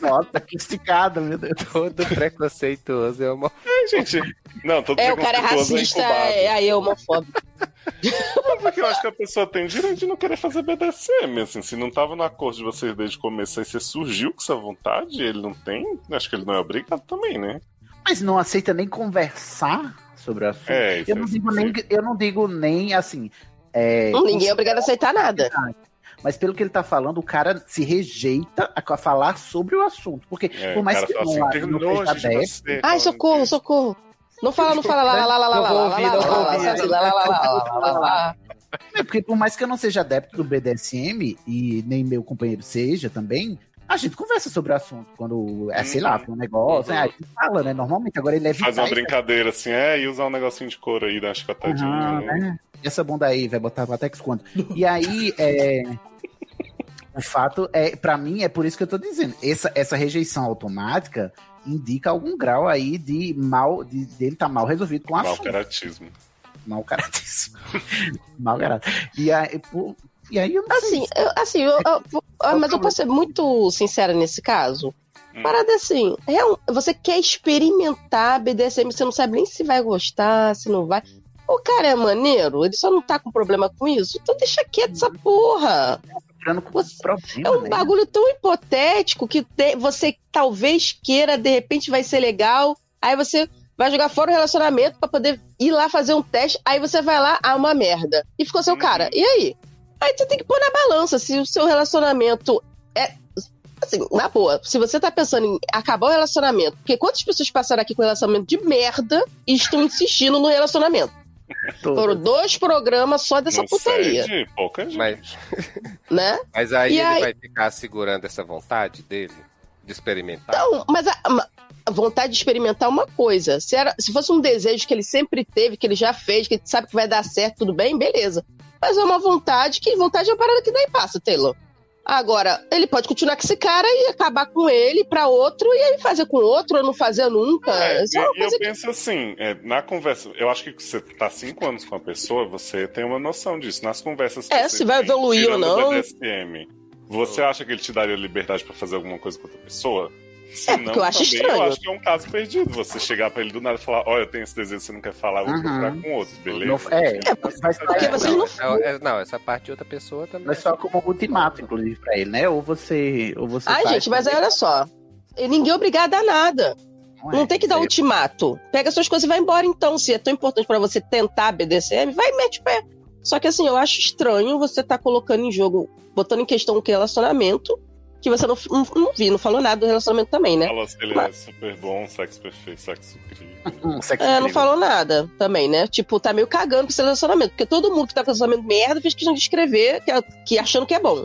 [SPEAKER 2] nota que esticada, meu Deus.
[SPEAKER 8] Todo preconceituoso é uma.
[SPEAKER 7] É, gente. Não, todo
[SPEAKER 3] É, o cara é
[SPEAKER 7] preconceituoso é
[SPEAKER 3] racista,
[SPEAKER 7] incubado.
[SPEAKER 3] é, aí é homofóbico.
[SPEAKER 7] Porque eu acho que a pessoa tem direito de não querer fazer BDSM, assim. Se não tava no acordo de vocês desde o começo, aí você surgiu com essa vontade, ele não tem. Acho que ele não é obrigado também, né?
[SPEAKER 2] Mas não aceita nem conversar sobre o assunto.
[SPEAKER 7] É, isso
[SPEAKER 2] eu, não
[SPEAKER 7] é
[SPEAKER 2] digo nem, eu não digo nem assim. é,
[SPEAKER 3] Ninguém é obrigado a aceitar nada.
[SPEAKER 2] Mas pelo que ele tá falando, o cara se rejeita a, a falar sobre o assunto. Porque
[SPEAKER 7] É,
[SPEAKER 2] por mais
[SPEAKER 7] o cara
[SPEAKER 2] que
[SPEAKER 7] fala
[SPEAKER 2] não,
[SPEAKER 7] assim,
[SPEAKER 2] não
[SPEAKER 7] tenho
[SPEAKER 2] seja
[SPEAKER 7] nojo de
[SPEAKER 2] aberto,
[SPEAKER 7] você.
[SPEAKER 3] Ai, socorro, socorro. Não fala, não fala, lá, lá, lá, lá, lá, lá, lá, lá, lá, lá, lá, lá, lá, lá, lá, lá, lá, lá.
[SPEAKER 2] É, porque por mais que eu não seja adepto do BDSM, e nem meu companheiro seja também, a gente conversa sobre o assunto. Quando, é, sei lá, tem um negócio,
[SPEAKER 8] Uhum.
[SPEAKER 2] né? a gente fala, né? Normalmente, agora ele é
[SPEAKER 7] Faz uma
[SPEAKER 2] vital,
[SPEAKER 7] brincadeira assim, é, e usar um negocinho de couro aí da chicotadinha.
[SPEAKER 2] Aham,
[SPEAKER 7] né?
[SPEAKER 2] né? E essa bunda aí, vai botar latex quando? E aí, é... o fato é, pra mim, é por isso que eu tô dizendo, essa, essa rejeição automática indica algum grau aí de mal, de, dele tá mal resolvido com o
[SPEAKER 7] Mal
[SPEAKER 2] assunto.
[SPEAKER 7] caratismo.
[SPEAKER 2] Mal caratismo. mal caratismo. E aí, pô, e aí eu não tá
[SPEAKER 3] Assim, eu- assim, eu- eu- eu- mas eu posso ser muito sincera nesse caso.
[SPEAKER 7] Hum.
[SPEAKER 3] Parada é assim, real- você quer experimentar BDSM, você não sabe nem se vai gostar, se não vai. O cara é maneiro, ele só não tá com problema com isso. Então deixa quieto essa porra.
[SPEAKER 2] tô entrando com
[SPEAKER 3] Você-
[SPEAKER 2] problema,
[SPEAKER 3] É um
[SPEAKER 2] né?
[SPEAKER 3] bagulho tão hipotético que te- você talvez queira, de repente vai ser legal. Aí você vai jogar fora o relacionamento pra poder ir lá fazer um teste. Aí você vai lá, ah, uma merda. E ficou seu
[SPEAKER 7] Uhum.
[SPEAKER 3] cara. E aí? Aí você tem que pôr na balança se o seu relacionamento é. Assim, na boa, se você tá pensando em acabar o relacionamento, porque quantas pessoas passaram aqui com relacionamento de merda e estão insistindo no relacionamento?
[SPEAKER 2] Todo.
[SPEAKER 3] Foram dois programas é só dessa
[SPEAKER 7] Uhum. Não
[SPEAKER 3] putaria,
[SPEAKER 7] cede, pouca gente.
[SPEAKER 8] Mas,
[SPEAKER 3] né?
[SPEAKER 8] mas aí
[SPEAKER 3] E
[SPEAKER 8] ele
[SPEAKER 3] aí-
[SPEAKER 8] vai ficar segurando essa vontade dele de experimentar.
[SPEAKER 3] Então, mas a, a vontade de experimentar é uma coisa. Se, era- se fosse um desejo que ele sempre teve, que ele já fez, que ele sabe que vai dar certo, tudo bem, beleza. Mas é uma vontade que vontade é uma parada que daí passa, Taylor. Agora, ele pode continuar com esse cara e acabar com ele pra outro e aí fazer com outro ou não fazer nunca.
[SPEAKER 7] É,
[SPEAKER 3] Isso é uma
[SPEAKER 7] e, e eu
[SPEAKER 3] coisa que.
[SPEAKER 7] penso assim, é, na conversa, eu acho que você tá cinco anos com a pessoa, você tem uma noção disso. Nas conversas que
[SPEAKER 3] É,
[SPEAKER 7] você
[SPEAKER 3] se vai
[SPEAKER 7] tem,
[SPEAKER 3] evoluir ou
[SPEAKER 7] tirando o
[SPEAKER 3] não.
[SPEAKER 7] BDSM, você acha que ele te daria liberdade pra fazer alguma coisa com outra pessoa? Se
[SPEAKER 3] É,
[SPEAKER 7] não,
[SPEAKER 3] porque eu acho
[SPEAKER 7] também
[SPEAKER 3] estranho.
[SPEAKER 7] Eu acho que é um caso perdido você chegar pra ele do nada e falar: Olha, eu tenho esse desejo, você não quer falar, eu vou procurar com outro, beleza?
[SPEAKER 2] Não- é, vai
[SPEAKER 3] Porque
[SPEAKER 2] sair.
[SPEAKER 3] vocês
[SPEAKER 8] não,
[SPEAKER 3] não.
[SPEAKER 8] é- não, essa parte de outra pessoa também.
[SPEAKER 2] Mas só como um ultimato, inclusive, pra ele, né? Ou você. Ou você
[SPEAKER 3] Ai,
[SPEAKER 7] tá
[SPEAKER 2] faz
[SPEAKER 3] gente, mas
[SPEAKER 2] também.
[SPEAKER 3] olha só. E Ninguém é obrigado a nada.
[SPEAKER 2] é,
[SPEAKER 3] Não tem que dar
[SPEAKER 2] é,
[SPEAKER 3] ultimato. Pega suas coisas e vai embora então. Se é tão importante pra você tentar BDSM, vai e mete o pé. Só que assim, eu acho estranho você tá colocando em jogo, botando em questão o que é relacionamento, que você não, não, não vi, não falou nada do relacionamento também, né?
[SPEAKER 7] Fala se ele é
[SPEAKER 3] Mas-
[SPEAKER 7] super bom, sexo perfeito, sexo incrível.
[SPEAKER 2] um sexo
[SPEAKER 3] É, não
[SPEAKER 2] incrível.
[SPEAKER 3] falou nada também, né? Tipo, tá meio cagando com esse relacionamento. Porque todo mundo que tá com relacionamento merda fez questão de escrever que, que achando que é bom.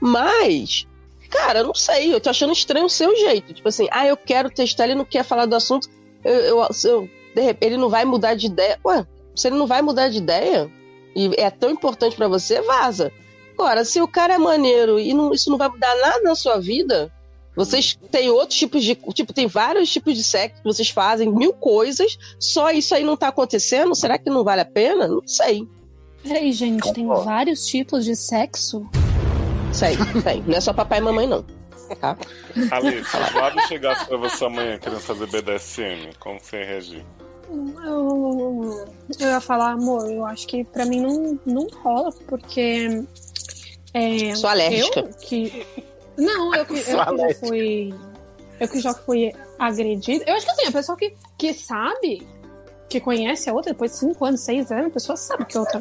[SPEAKER 3] Mas, cara, eu não sei. Eu tô achando estranho o seu jeito. Tipo assim, ah, eu quero testar, ele não quer falar do assunto. Eu, eu- se eu- de repente, ele não vai mudar de ideia. Ué, se ele não vai mudar de ideia e é tão importante pra você, vaza. Agora, se o cara é maneiro e não- isso não vai mudar nada na sua vida, vocês têm outros tipos de. Tipo, tem vários tipos de sexo que vocês fazem, mil coisas. Só isso aí não tá acontecendo? Será que não vale a pena? Não sei.
[SPEAKER 6] Peraí, gente, tem
[SPEAKER 2] Concordo.
[SPEAKER 6] vários tipos de sexo?
[SPEAKER 3] Sei, tem. Não é só papai e mamãe, não. Tá?
[SPEAKER 7] Alice, se o Fábio chegasse pra você amanhã querendo fazer BDSM, como você ia reagir?
[SPEAKER 6] Eu, eu ia falar, amor, eu acho que pra mim não, não rola, porque. É,
[SPEAKER 3] Sou alérgica.
[SPEAKER 6] eu que. Não, eu que, eu que
[SPEAKER 2] Sou
[SPEAKER 6] já
[SPEAKER 2] alérgica.
[SPEAKER 6] fui. Eu que já fui agredida. Eu acho que assim, a pessoa que, que sabe, que conhece a outra depois de 5 anos, 6 anos, a pessoa sabe que a outra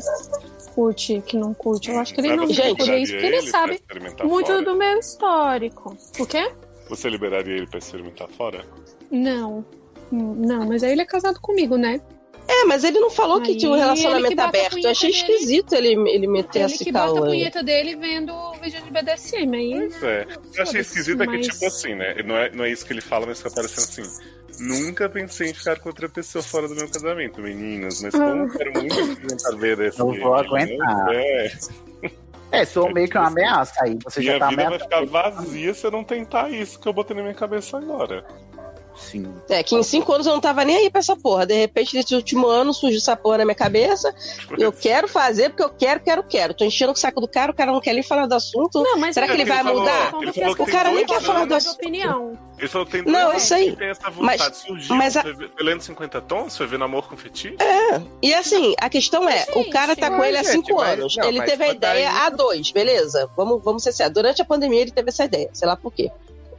[SPEAKER 6] curte, que não curte. Eu acho que ele não
[SPEAKER 7] Mas você
[SPEAKER 6] vai
[SPEAKER 3] gente,
[SPEAKER 6] poder
[SPEAKER 7] liberaria
[SPEAKER 6] isso, porque ele
[SPEAKER 7] pra
[SPEAKER 6] sabe
[SPEAKER 7] experimentar
[SPEAKER 6] muito
[SPEAKER 7] tá fora?
[SPEAKER 6] do meu histórico. O quê?
[SPEAKER 7] Você liberaria ele pra experimentar fora?
[SPEAKER 6] Não. Hum, Não, mas aí ele é casado comigo, né?
[SPEAKER 3] É, mas ele não falou que
[SPEAKER 6] Aí,
[SPEAKER 3] tinha um
[SPEAKER 6] ele
[SPEAKER 3] relacionamento
[SPEAKER 6] que bota a
[SPEAKER 3] aberto. Eu achei
[SPEAKER 6] punheta nele.
[SPEAKER 3] esquisito ele, ele meter
[SPEAKER 6] ele
[SPEAKER 3] essa
[SPEAKER 6] que
[SPEAKER 3] tal. é.
[SPEAKER 6] bota a punheta dele vendo o vídeo de BDSM. Aí
[SPEAKER 7] Pois é. Eu
[SPEAKER 6] Foda-se,
[SPEAKER 7] achei esquisito é que,
[SPEAKER 6] mas-
[SPEAKER 7] tipo assim, né? Não é, não é isso que ele fala, mas fica parecendo assim. Nunca pensei em ficar com outra pessoa fora do meu casamento, meninas, mas como eu quero muito experimentar BDSM.
[SPEAKER 2] Não vou aguentar.
[SPEAKER 7] É.
[SPEAKER 2] É, sou meio que uma ameaça aí. Você já
[SPEAKER 7] assim, Minha
[SPEAKER 2] tá
[SPEAKER 7] vida vai
[SPEAKER 2] ameaçando.
[SPEAKER 7] ficar vazia se eu não tentar isso que eu botei na minha cabeça agora.
[SPEAKER 2] Sim.
[SPEAKER 3] É, que em cinco anos eu não tava nem aí pra essa porra. De repente, nesse último ano, surgiu essa porra na minha cabeça. Eu quero fazer porque eu quero, quero, quero. Tô enchendo o saco do cara, o cara não quer nem falar do assunto.
[SPEAKER 6] Não, mas
[SPEAKER 3] Uhum.
[SPEAKER 6] tá
[SPEAKER 3] Será que
[SPEAKER 6] eu-
[SPEAKER 3] ele vai
[SPEAKER 6] eu-
[SPEAKER 3] mudar? tá
[SPEAKER 6] eu-
[SPEAKER 7] Ele falou que
[SPEAKER 6] eu-
[SPEAKER 3] tem dois anos.
[SPEAKER 6] da sua opinião.
[SPEAKER 7] Ele falou que tem
[SPEAKER 3] Não,
[SPEAKER 7] dois
[SPEAKER 6] eu
[SPEAKER 3] sei.
[SPEAKER 7] que tem essa vontade.
[SPEAKER 3] Mas-
[SPEAKER 7] Surgiu,
[SPEAKER 3] mas a- É,
[SPEAKER 7] foi ve- foi lendo 50 tons, foi vendo amor com fetiche?
[SPEAKER 3] E assim, a questão é,
[SPEAKER 6] Mas,
[SPEAKER 3] o cara tá
[SPEAKER 6] gente,
[SPEAKER 3] com ele há
[SPEAKER 8] mas,
[SPEAKER 3] cinco
[SPEAKER 8] gente, mas-
[SPEAKER 3] anos.
[SPEAKER 8] não,
[SPEAKER 3] ele
[SPEAKER 8] mas
[SPEAKER 3] teve a
[SPEAKER 8] quando tá
[SPEAKER 3] ideia
[SPEAKER 8] aí-
[SPEAKER 3] há dois, beleza? Vamos, vamos ser sérios. Durante a pandemia ele teve essa ideia, sei lá por quê.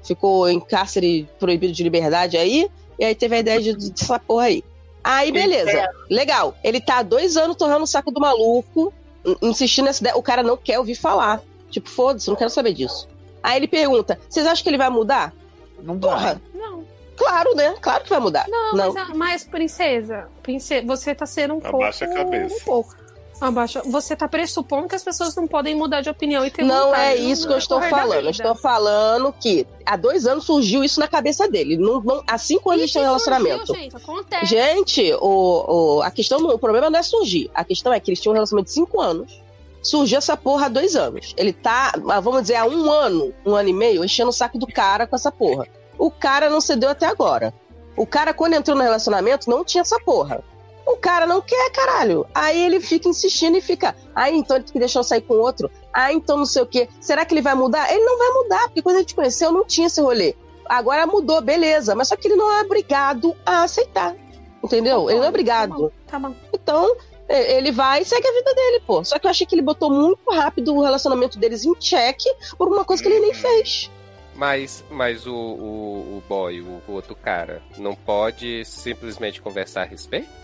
[SPEAKER 3] Ficou em cárcere proibido de liberdade aí, e aí teve a ideia de, de dessa porra aí. Aí,
[SPEAKER 8] é.
[SPEAKER 3] beleza. Legal. Ele tá há dois anos torrando o saco do maluco, in- insistindo nessa ideia. O cara não quer ouvir falar. Tipo, foda-se, não quero saber disso. Aí ele pergunta: vocês acham que ele vai mudar?
[SPEAKER 2] Não vai.
[SPEAKER 3] Porra,
[SPEAKER 6] Não, né?
[SPEAKER 3] claro, né? Claro que vai mudar.
[SPEAKER 6] não,
[SPEAKER 3] Não.
[SPEAKER 6] Mas, a- mas, princesa, princesa, você tá sendo um
[SPEAKER 7] Abaixa
[SPEAKER 6] pouco.
[SPEAKER 7] a cabeça.
[SPEAKER 6] Um pouco. Abaixa. Você tá pressupondo que as pessoas não podem mudar de opinião e ter
[SPEAKER 3] Não é
[SPEAKER 6] vontade um
[SPEAKER 3] isso
[SPEAKER 6] no
[SPEAKER 3] que eu estou
[SPEAKER 6] decorrer da
[SPEAKER 3] falando. Eu
[SPEAKER 6] vida.
[SPEAKER 3] estou falando que há dois anos surgiu isso na cabeça dele. Não, não, há cinco anos eles
[SPEAKER 6] Isso
[SPEAKER 3] têm um
[SPEAKER 6] surgiu,
[SPEAKER 3] relacionamento.
[SPEAKER 6] gente, é. acontece.
[SPEAKER 3] Gente, o, o- a questão, não- o problema não é surgir. A questão é que eles tinham um relacionamento de cinco anos. Surgiu essa porra há dois anos. Ele tá, ah, vamos dizer, há um ano, um ano e meio, enchendo o saco do cara com essa porra. O cara não cedeu até agora. O cara, quando entrou no relacionamento, não tinha essa porra. O cara não quer, caralho. Aí ele fica insistindo e fica. Ah, então ele tem que deixar eu sair com outro. Ah, então não sei o quê. Será que ele vai mudar? Ele não vai mudar, porque quando ele te conheceu, não tinha esse rolê. Agora mudou, beleza. Mas só que ele não é obrigado a aceitar. Entendeu? Ele não é obrigado.
[SPEAKER 6] Tá bom.
[SPEAKER 3] Então, e- ele vai e segue a vida dele, pô. Só que eu achei que ele botou muito rápido o relacionamento deles em xeque por uma coisa que ele nem fez.
[SPEAKER 8] Mas, mas o, o, o boy, o, o outro cara, não pode simplesmente conversar a respeito?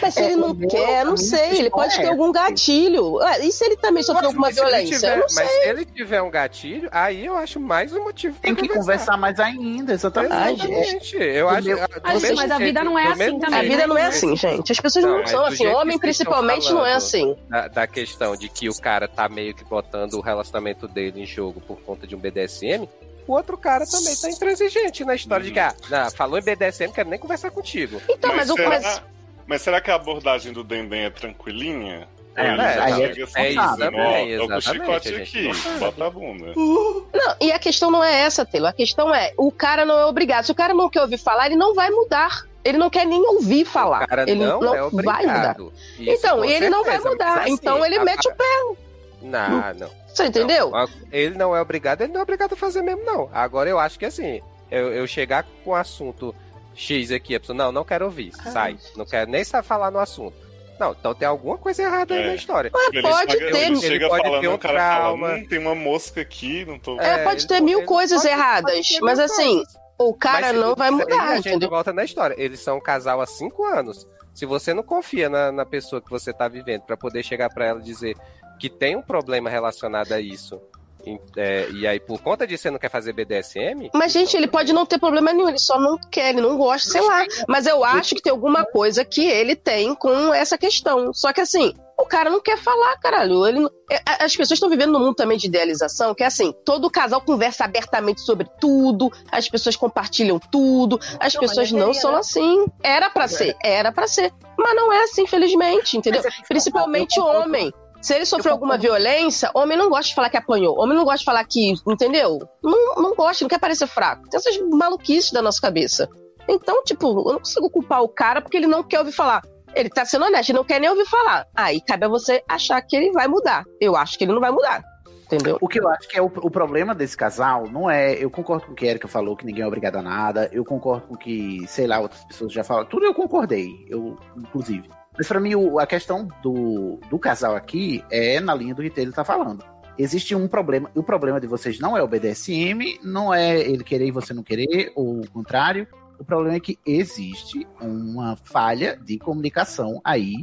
[SPEAKER 3] Mas se
[SPEAKER 2] É,
[SPEAKER 3] ele
[SPEAKER 2] o
[SPEAKER 3] não
[SPEAKER 2] meu
[SPEAKER 3] quer, não
[SPEAKER 2] caminho
[SPEAKER 3] sei. Ele
[SPEAKER 2] pessoal
[SPEAKER 3] pode
[SPEAKER 2] é
[SPEAKER 3] ter
[SPEAKER 2] esse.
[SPEAKER 3] algum gatilho. Ah, E se ele também sofreu alguma
[SPEAKER 8] Mas se ele
[SPEAKER 3] violência?
[SPEAKER 8] tiver-
[SPEAKER 3] Eu não sei.
[SPEAKER 8] mas se ele tiver um gatilho, aí eu acho mais um motivo pra
[SPEAKER 2] Tem que conversar mais ainda, exatamente. É,
[SPEAKER 3] Ai, gente.
[SPEAKER 8] Exatamente. Eu acho, ah,
[SPEAKER 2] meu-
[SPEAKER 8] do
[SPEAKER 6] Ai, gente,
[SPEAKER 8] mesmo
[SPEAKER 6] mas a vida não é
[SPEAKER 8] do
[SPEAKER 6] assim
[SPEAKER 8] mesmo
[SPEAKER 6] também,
[SPEAKER 3] A
[SPEAKER 8] jeito-
[SPEAKER 3] vida não é
[SPEAKER 8] do
[SPEAKER 3] assim,
[SPEAKER 8] mesmo
[SPEAKER 3] gente. As pessoas
[SPEAKER 8] né? Não,
[SPEAKER 3] não,
[SPEAKER 8] mas
[SPEAKER 3] são
[SPEAKER 8] do
[SPEAKER 3] assim.
[SPEAKER 8] jeito que
[SPEAKER 3] Homem,
[SPEAKER 8] vocês estão
[SPEAKER 3] principalmente, não é
[SPEAKER 8] falando.
[SPEAKER 3] assim.
[SPEAKER 8] da, da questão de que o cara tá meio que botando o relacionamento dele em jogo por conta de um BDSM, o outro cara também tá intransigente na história de que, ah, não, falou em BDSM, quero nem conversar contigo.
[SPEAKER 3] Então, mas, o.
[SPEAKER 7] será,
[SPEAKER 3] Mas,
[SPEAKER 7] mas será que a abordagem do Dendem é tranquilinha?
[SPEAKER 2] É,
[SPEAKER 7] Ou ele
[SPEAKER 8] é,
[SPEAKER 7] já
[SPEAKER 8] aí
[SPEAKER 7] chega
[SPEAKER 2] é-
[SPEAKER 7] assim,
[SPEAKER 2] é
[SPEAKER 7] ó,
[SPEAKER 2] isso
[SPEAKER 7] ó,
[SPEAKER 8] também,
[SPEAKER 7] Tô com o
[SPEAKER 8] exatamente,
[SPEAKER 7] chicote
[SPEAKER 8] a gente é
[SPEAKER 7] aqui,
[SPEAKER 8] não sabe.
[SPEAKER 7] bota a bunda.
[SPEAKER 3] Não, e a questão não é essa, Taylor. A questão é, o cara não é obrigado. Se o cara não quer ouvir falar, ele não vai mudar. Ele não quer nem ouvir falar.
[SPEAKER 8] O cara
[SPEAKER 3] ele
[SPEAKER 8] não, é
[SPEAKER 3] vai mudar.
[SPEAKER 8] obrigado. Isso,
[SPEAKER 3] então,
[SPEAKER 8] com
[SPEAKER 3] e ele não vai
[SPEAKER 8] certeza,
[SPEAKER 3] mudar.
[SPEAKER 8] mas assim,
[SPEAKER 3] então ele
[SPEAKER 8] a-
[SPEAKER 3] mete o pé.
[SPEAKER 8] Não, não.
[SPEAKER 3] Você entendeu?
[SPEAKER 8] Não, ele não é obrigado, ele não é obrigado a fazer mesmo, não. Agora eu acho que assim, eu, eu chegar com o assunto X aqui, a pessoa, não, não quero ouvir, sai. Não quero nem sa- falar no assunto. Não, então tem alguma coisa errada aí
[SPEAKER 7] É.
[SPEAKER 8] na história.
[SPEAKER 7] Ele chega- Ele chega falando,
[SPEAKER 8] ter um
[SPEAKER 7] o cara fala,
[SPEAKER 8] trauma.
[SPEAKER 7] "Hum, tem uma mosca aqui, não tô...
[SPEAKER 3] É, pode ter mil coisas erradas,
[SPEAKER 8] ter
[SPEAKER 3] mas
[SPEAKER 8] mil
[SPEAKER 3] assim, o cara
[SPEAKER 8] Mas,
[SPEAKER 3] não vai
[SPEAKER 8] isso aí
[SPEAKER 3] mudar,
[SPEAKER 8] A gente
[SPEAKER 3] entendeu?
[SPEAKER 8] volta na história. Eles são um casal há cinco anos. Se você não confia na, na pessoa que você tá vivendo pra poder chegar pra ela e dizer que tem um problema relacionado a isso, e, é, e aí por conta disso você não quer fazer BDSM,
[SPEAKER 3] Mas, gente, ele pode não ter problema nenhum, ele só não quer, ele não gosta, sei lá. Mas eu acho que tem alguma coisa que ele tem com essa questão. Só que assim, o cara não quer falar, caralho. Ele não- é, a- As pessoas estão vivendo num mundo também de idealização, que é assim, todo casal conversa abertamente sobre tudo, as pessoas compartilham tudo, as
[SPEAKER 5] Não, mas
[SPEAKER 3] pessoas
[SPEAKER 5] deveria,
[SPEAKER 3] não são
[SPEAKER 5] né?
[SPEAKER 3] assim. Era pra ser, era pra ser. Mas não é assim, infelizmente, entendeu?
[SPEAKER 5] Mas eu-
[SPEAKER 3] Principalmente
[SPEAKER 5] eu concordo.
[SPEAKER 3] homem. Se ele sofreu
[SPEAKER 5] Eu
[SPEAKER 3] alguma
[SPEAKER 5] concordo.
[SPEAKER 3] violência, homem não gosta de falar que apanhou. Homem não gosta de falar que. Entendeu? Não, não gosta, não quer parecer fraco. Tem essas maluquices da nossa cabeça. Então, tipo, eu não consigo culpar o cara porque ele não quer ouvir falar. Ele tá sendo honesto, ele não quer nem ouvir falar. Aí cabe a você achar que ele vai mudar. Eu acho que ele não vai mudar. Entendeu?
[SPEAKER 2] O que eu acho que é o, o problema desse casal não é. Eu concordo com o que a Erika falou, que ninguém é obrigado a nada. Eu concordo com o que, sei lá, outras pessoas já falaram. Tudo eu concordei, eu, inclusive. Mas pra mim, o- a questão do, do casal aqui é na linha do que ele tá falando. Existe um problema. O problema de vocês não é o BDSM, não é ele querer e você não querer, ou o contrário. O problema é que existe uma falha de comunicação aí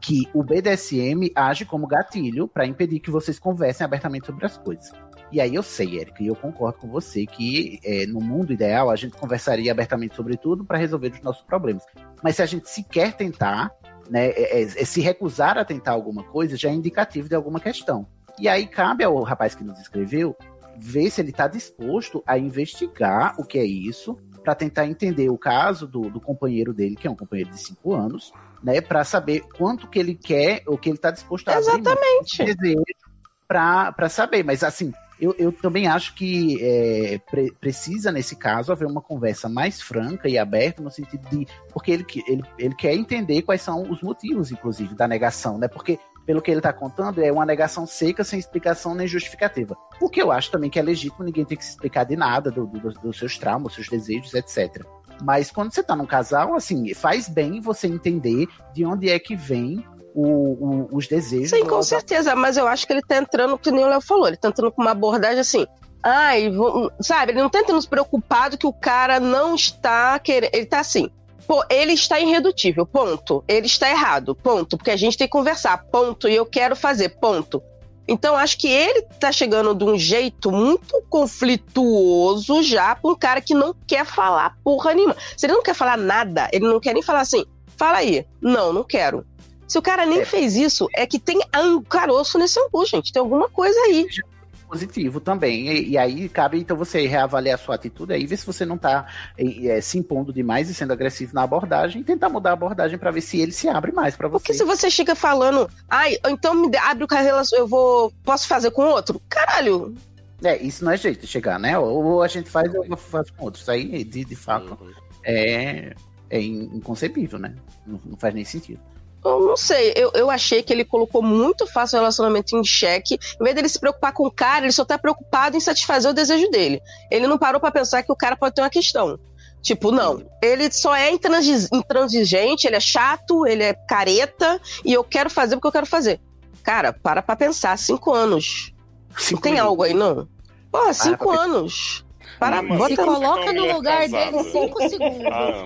[SPEAKER 2] que o BDSM age como gatilho para impedir que vocês conversem abertamente sobre as coisas. E aí eu sei, Erika, e eu concordo com você que é, no mundo ideal a gente conversaria abertamente sobre tudo para resolver os nossos problemas. Mas se a gente sequer tentar, né, é- é- é se recusar a tentar alguma coisa, já é indicativo de alguma questão. E aí cabe ao rapaz que nos escreveu ver se ele está disposto a investigar o que é isso, para tentar entender o caso do, do companheiro dele, que é um companheiro de cinco anos, né, para saber quanto que ele quer, o que ele está disposto a né? abrir mão
[SPEAKER 3] Exatamente.
[SPEAKER 2] desejo para saber. Mas assim, eu, eu também acho que é, pre- precisa, nesse caso, haver uma conversa mais franca e aberta, no sentido de. Porque ele, que- ele, ele quer entender quais são os motivos, inclusive, da negação, né? Porque, pelo que ele tá contando, é uma negação seca, sem explicação nem justificativa. O que eu acho também que é legítimo, ninguém tem que se explicar de nada, do- do- dos seus traumas, seus desejos, etc. Mas quando você tá num casal, assim, faz bem você entender de onde é que vem o- o- os desejos.
[SPEAKER 3] Sim, com
[SPEAKER 2] ou-
[SPEAKER 3] certeza, mas eu acho que ele tá entrando, que nem o Léo falou, ele tá entrando com uma abordagem assim. Ai, vou- sabe, ele não tá entrando preocupado que o cara não está querendo. Ele tá assim. Pô, ele está irredutível, ponto. Ele está errado, ponto. Porque a gente tem que conversar, ponto. E eu quero fazer, ponto. Então, acho que ele tá chegando de um jeito muito conflituoso já pra um cara que não quer falar porra nenhuma. Se ele não quer falar nada, ele não quer nem falar assim, fala aí. Não, não quero. Se o cara nem
[SPEAKER 2] É.
[SPEAKER 3] fez isso, é que tem um caroço nesse angu, gente. Tem alguma coisa aí.
[SPEAKER 2] positivo também. E, e aí cabe então você reavaliar sua atitude aí, ver se você não tá eh, eh, se impondo demais e sendo agressivo na abordagem, e tentar mudar a abordagem pra ver se ele se abre mais pra você.
[SPEAKER 3] Porque se você chega falando, ai, então me dê- abre o carreira, eu vou. Posso fazer com outro? Caralho,
[SPEAKER 2] É, isso não é jeito de chegar, né? Ou, ou a gente faz ou eu faço com outros. Isso aí, de, de
[SPEAKER 6] Hum.
[SPEAKER 2] fato, é, é in- inconcebível, né? Não, não faz nem sentido.
[SPEAKER 3] eu não sei. Eu, eu achei que ele colocou muito fácil o relacionamento em xeque. Em vez dele se preocupar com o cara, ele só tá preocupado em satisfazer o desejo dele. Ele não parou pra pensar que o cara pode ter uma questão. Tipo, não. Ele só é intransi- intransigente, ele é chato, ele é careta, e eu quero fazer porque eu quero fazer. Cara, para pra pensar, cinco anos. Não tem algo aí, não? Pô, cinco
[SPEAKER 2] pra
[SPEAKER 3] anos. Para,
[SPEAKER 7] Uma
[SPEAKER 3] bota
[SPEAKER 7] Se
[SPEAKER 6] Se
[SPEAKER 7] Então,
[SPEAKER 6] coloca
[SPEAKER 7] então,
[SPEAKER 6] no
[SPEAKER 7] mulher
[SPEAKER 6] lugar
[SPEAKER 7] casada.
[SPEAKER 6] dele cinco segundos.
[SPEAKER 7] Ah,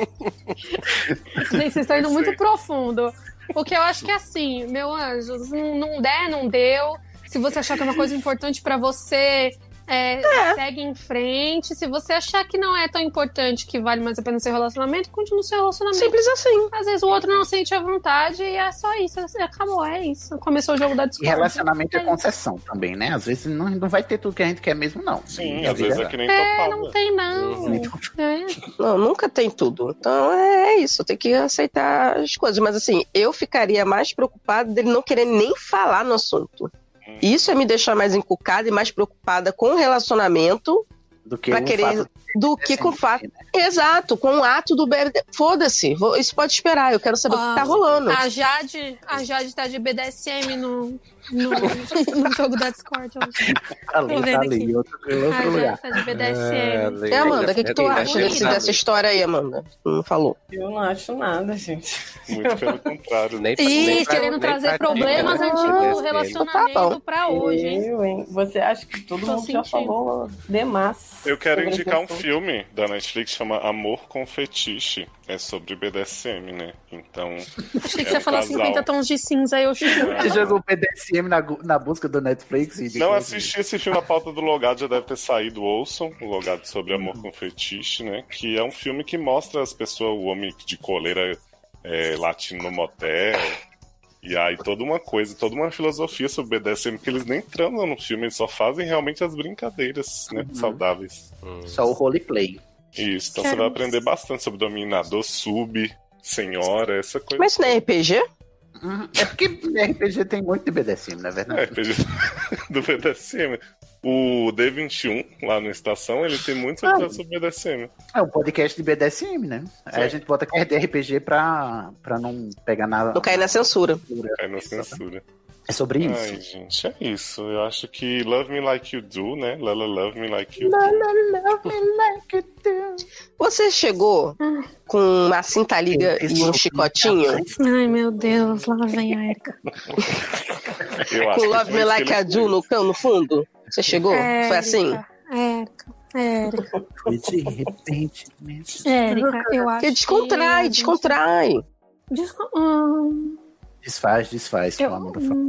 [SPEAKER 6] Gente, vocês estão indo
[SPEAKER 7] Eu
[SPEAKER 6] muito
[SPEAKER 7] sei.
[SPEAKER 6] profundo. O que eu acho que é assim, meu anjo, se não, não der, não deu. Se você achar que é uma coisa importante pra você, é, segue em frente. Se você achar que não é tão importante, que vale mais a pena o seu relacionamento, continua o seu relacionamento.
[SPEAKER 3] simples assim.
[SPEAKER 6] Às vezes o outro não sente a vontade e é só isso. é- Acabou, é isso. Começou o jogo da
[SPEAKER 2] E
[SPEAKER 6] discussão.
[SPEAKER 2] relacionamento é concessão também, né? Às vezes não, não vai ter tudo que a gente quer mesmo, não.
[SPEAKER 7] sim,
[SPEAKER 2] E a
[SPEAKER 7] às vezes
[SPEAKER 2] vida-
[SPEAKER 7] é que nem
[SPEAKER 6] É,
[SPEAKER 7] topava.
[SPEAKER 6] não tem
[SPEAKER 2] Uhum.
[SPEAKER 6] não. É.
[SPEAKER 3] Não, nunca tem tudo. Então é isso, tem que aceitar as coisas. Mas assim, eu ficaria mais preocupada dele não querer nem falar no assunto. Isso é me deixar mais encucada e mais preocupada com o relacionamento
[SPEAKER 2] do
[SPEAKER 6] Tá
[SPEAKER 2] que
[SPEAKER 3] pra
[SPEAKER 2] o
[SPEAKER 3] querer-
[SPEAKER 2] fato
[SPEAKER 3] do
[SPEAKER 2] de
[SPEAKER 3] que com o fato.
[SPEAKER 2] ser, né?
[SPEAKER 3] Exato, com o ato do BRD. Foda-se, vou- isso pode esperar, eu quero saber o que tá
[SPEAKER 6] Ah,
[SPEAKER 3] rolando.
[SPEAKER 6] A Jade, a Jade tá de BDSM no, no, no jogo da Discord. hoje.
[SPEAKER 2] Ali,
[SPEAKER 6] Tô
[SPEAKER 2] tá
[SPEAKER 6] vendo
[SPEAKER 2] ali,
[SPEAKER 6] aqui.
[SPEAKER 2] em outro, em outro
[SPEAKER 6] Ah, já
[SPEAKER 2] lugar.
[SPEAKER 6] faz BDSM.
[SPEAKER 3] É, Amanda, o que, que tu acha desse- dessa história aí, Amanda? Não falou.
[SPEAKER 5] Eu não acho nada, gente.
[SPEAKER 7] Muito pelo contrário.
[SPEAKER 8] Nem
[SPEAKER 6] Ih, querendo trazer problemas antigos do
[SPEAKER 3] Tá
[SPEAKER 6] relacionamento
[SPEAKER 3] bom.
[SPEAKER 6] pra hoje, hein?
[SPEAKER 5] Eu, hein? Você acha que todo
[SPEAKER 6] Tô
[SPEAKER 5] mundo já
[SPEAKER 6] sentindo.
[SPEAKER 5] falou demais.
[SPEAKER 7] Eu quero
[SPEAKER 5] sobre
[SPEAKER 7] indicar um
[SPEAKER 5] isso.
[SPEAKER 7] filme da Netflix chama Amor com Fetiche. É sobre BDSM, né? Então.
[SPEAKER 6] Achei que
[SPEAKER 7] é
[SPEAKER 6] você
[SPEAKER 7] um
[SPEAKER 6] falou
[SPEAKER 7] casal.
[SPEAKER 6] 50 tons de cinza aí eu chutei.
[SPEAKER 2] Você jogou o PDSM na, gu- na busca do Netflix? E
[SPEAKER 7] Não assisti esse filme, a pauta do Logado já deve ter saído, ouçam, o Logado sobre Amor com Fetiche, né? Que é um filme que mostra as pessoas, o homem de coleira é, latindo no motel. E aí toda uma coisa, toda uma filosofia sobre BDSM, que eles nem transam no filme, eles só fazem realmente as brincadeiras, né? Saudáveis.
[SPEAKER 2] Só o roleplay.
[SPEAKER 7] Isso, então você vai aprender bastante sobre dominador, sub, senhora, essa coisa.
[SPEAKER 3] Mas isso não é RPG?
[SPEAKER 2] Uhum. É porque RPG tem muito de BDSM, na
[SPEAKER 7] É,
[SPEAKER 2] verdade.
[SPEAKER 7] RPG do BDSM. O D21, lá na estação, ele tem muitos episódios sobre BDSM.
[SPEAKER 2] É um podcast de BDSM, né? Aí a gente bota que é de RPG pra, pra não pegar nada.
[SPEAKER 3] Não cai na censura.
[SPEAKER 7] Cai na censura.
[SPEAKER 2] É sobre isso.
[SPEAKER 7] Ai, gente, é isso. Eu acho que Love Me Like You Do, né? Lala Love Me Like You
[SPEAKER 3] Você chegou com uma cintaliga
[SPEAKER 2] Eu
[SPEAKER 3] e um
[SPEAKER 2] sou-
[SPEAKER 3] chicotinho?
[SPEAKER 6] Ai, meu Deus, lá vem a Erika.
[SPEAKER 7] Do. Eu acho
[SPEAKER 3] Com
[SPEAKER 7] que
[SPEAKER 3] Love Me
[SPEAKER 7] foi
[SPEAKER 3] Like a
[SPEAKER 7] isso que
[SPEAKER 3] Do
[SPEAKER 7] ele
[SPEAKER 3] no cão, no fundo? Você chegou?
[SPEAKER 6] É,
[SPEAKER 3] Foi assim?
[SPEAKER 6] Érica, Érica,
[SPEAKER 2] E de repente. né? mesmo.
[SPEAKER 6] Érica, eu acho
[SPEAKER 3] Porque descontrai,
[SPEAKER 6] que...
[SPEAKER 3] descontrai.
[SPEAKER 6] Desco- hum,
[SPEAKER 2] Desfaz, desfaz,
[SPEAKER 6] Eu-
[SPEAKER 2] como a Amanda falou.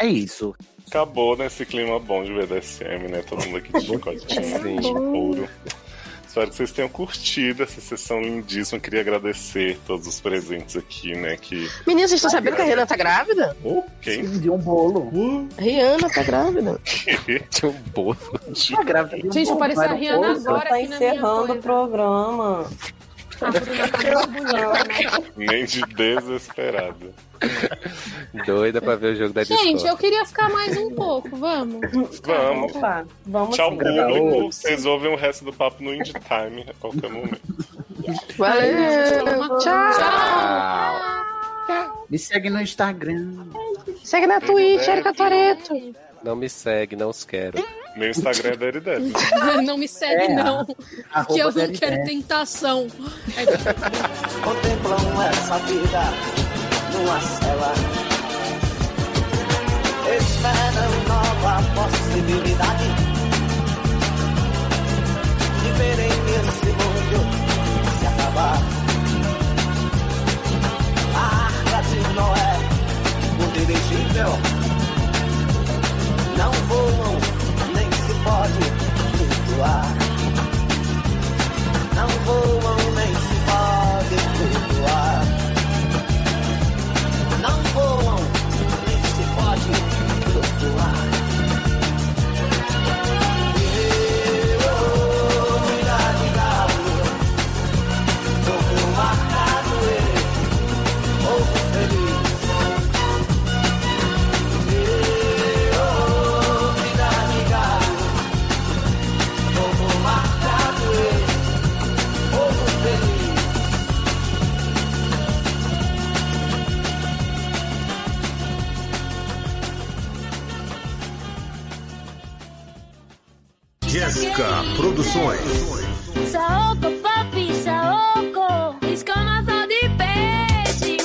[SPEAKER 2] É isso.
[SPEAKER 7] Acabou nesse clima bom de BDSM, né? Todo mundo aqui de chicotinho, de couro. Espero que vocês tenham curtido essa sessão lindíssima. Queria agradecer todos os presentes aqui, né? Que.
[SPEAKER 3] Meninas, vocês estão sabendo que a Rihanna tá grávida?
[SPEAKER 5] Oh,
[SPEAKER 7] Quem?
[SPEAKER 2] De um bolo.
[SPEAKER 3] A Rihanna tá grávida.
[SPEAKER 8] Tinha um bolo.
[SPEAKER 2] Tá grávida de um
[SPEAKER 6] Gente,
[SPEAKER 2] bolo,
[SPEAKER 6] apareceu
[SPEAKER 2] não era
[SPEAKER 6] a
[SPEAKER 2] um
[SPEAKER 6] Rihanna
[SPEAKER 2] bolo?
[SPEAKER 6] agora
[SPEAKER 5] Tá
[SPEAKER 6] aqui na minha
[SPEAKER 5] encerrando o
[SPEAKER 6] coisa.
[SPEAKER 5] programa.
[SPEAKER 6] A Bruna tá muito bonita, né?
[SPEAKER 7] Nem de desesperado.
[SPEAKER 8] Doida pra ver o jogo da
[SPEAKER 6] Gente,
[SPEAKER 8] Discord.
[SPEAKER 6] eu queria ficar mais um pouco, vamos.
[SPEAKER 7] Vamos.
[SPEAKER 5] Opa, vamos
[SPEAKER 7] Tchau,
[SPEAKER 5] sim.
[SPEAKER 7] público. Vocês ouvem o resto do papo no Indie Time a qualquer momento.
[SPEAKER 3] Valeu! Tchau!
[SPEAKER 8] Tchau.
[SPEAKER 2] Me segue no Instagram.
[SPEAKER 3] Segue na Twitch, Erika Toreto.
[SPEAKER 8] Não me segue, não os quero.
[SPEAKER 7] Meu Instagram é Daredevil.
[SPEAKER 6] Não me segue,
[SPEAKER 2] É,
[SPEAKER 6] não. Que
[SPEAKER 2] arroba
[SPEAKER 6] eu não
[SPEAKER 2] Deri
[SPEAKER 6] quero
[SPEAKER 2] Deri.
[SPEAKER 6] tentação.
[SPEAKER 11] Contemplam essa vida numa cela. Esperam nova possibilidade de verem esse mundo se acabar. A arca de Noé, o dirigível, não voam, nem se pode flutuar. Não voam nem se pode flutuar. Não voam nem se pode flutuar.
[SPEAKER 12] Jéssica Produções.
[SPEAKER 1] Saoko, papi, saoko. Escama só de peixe.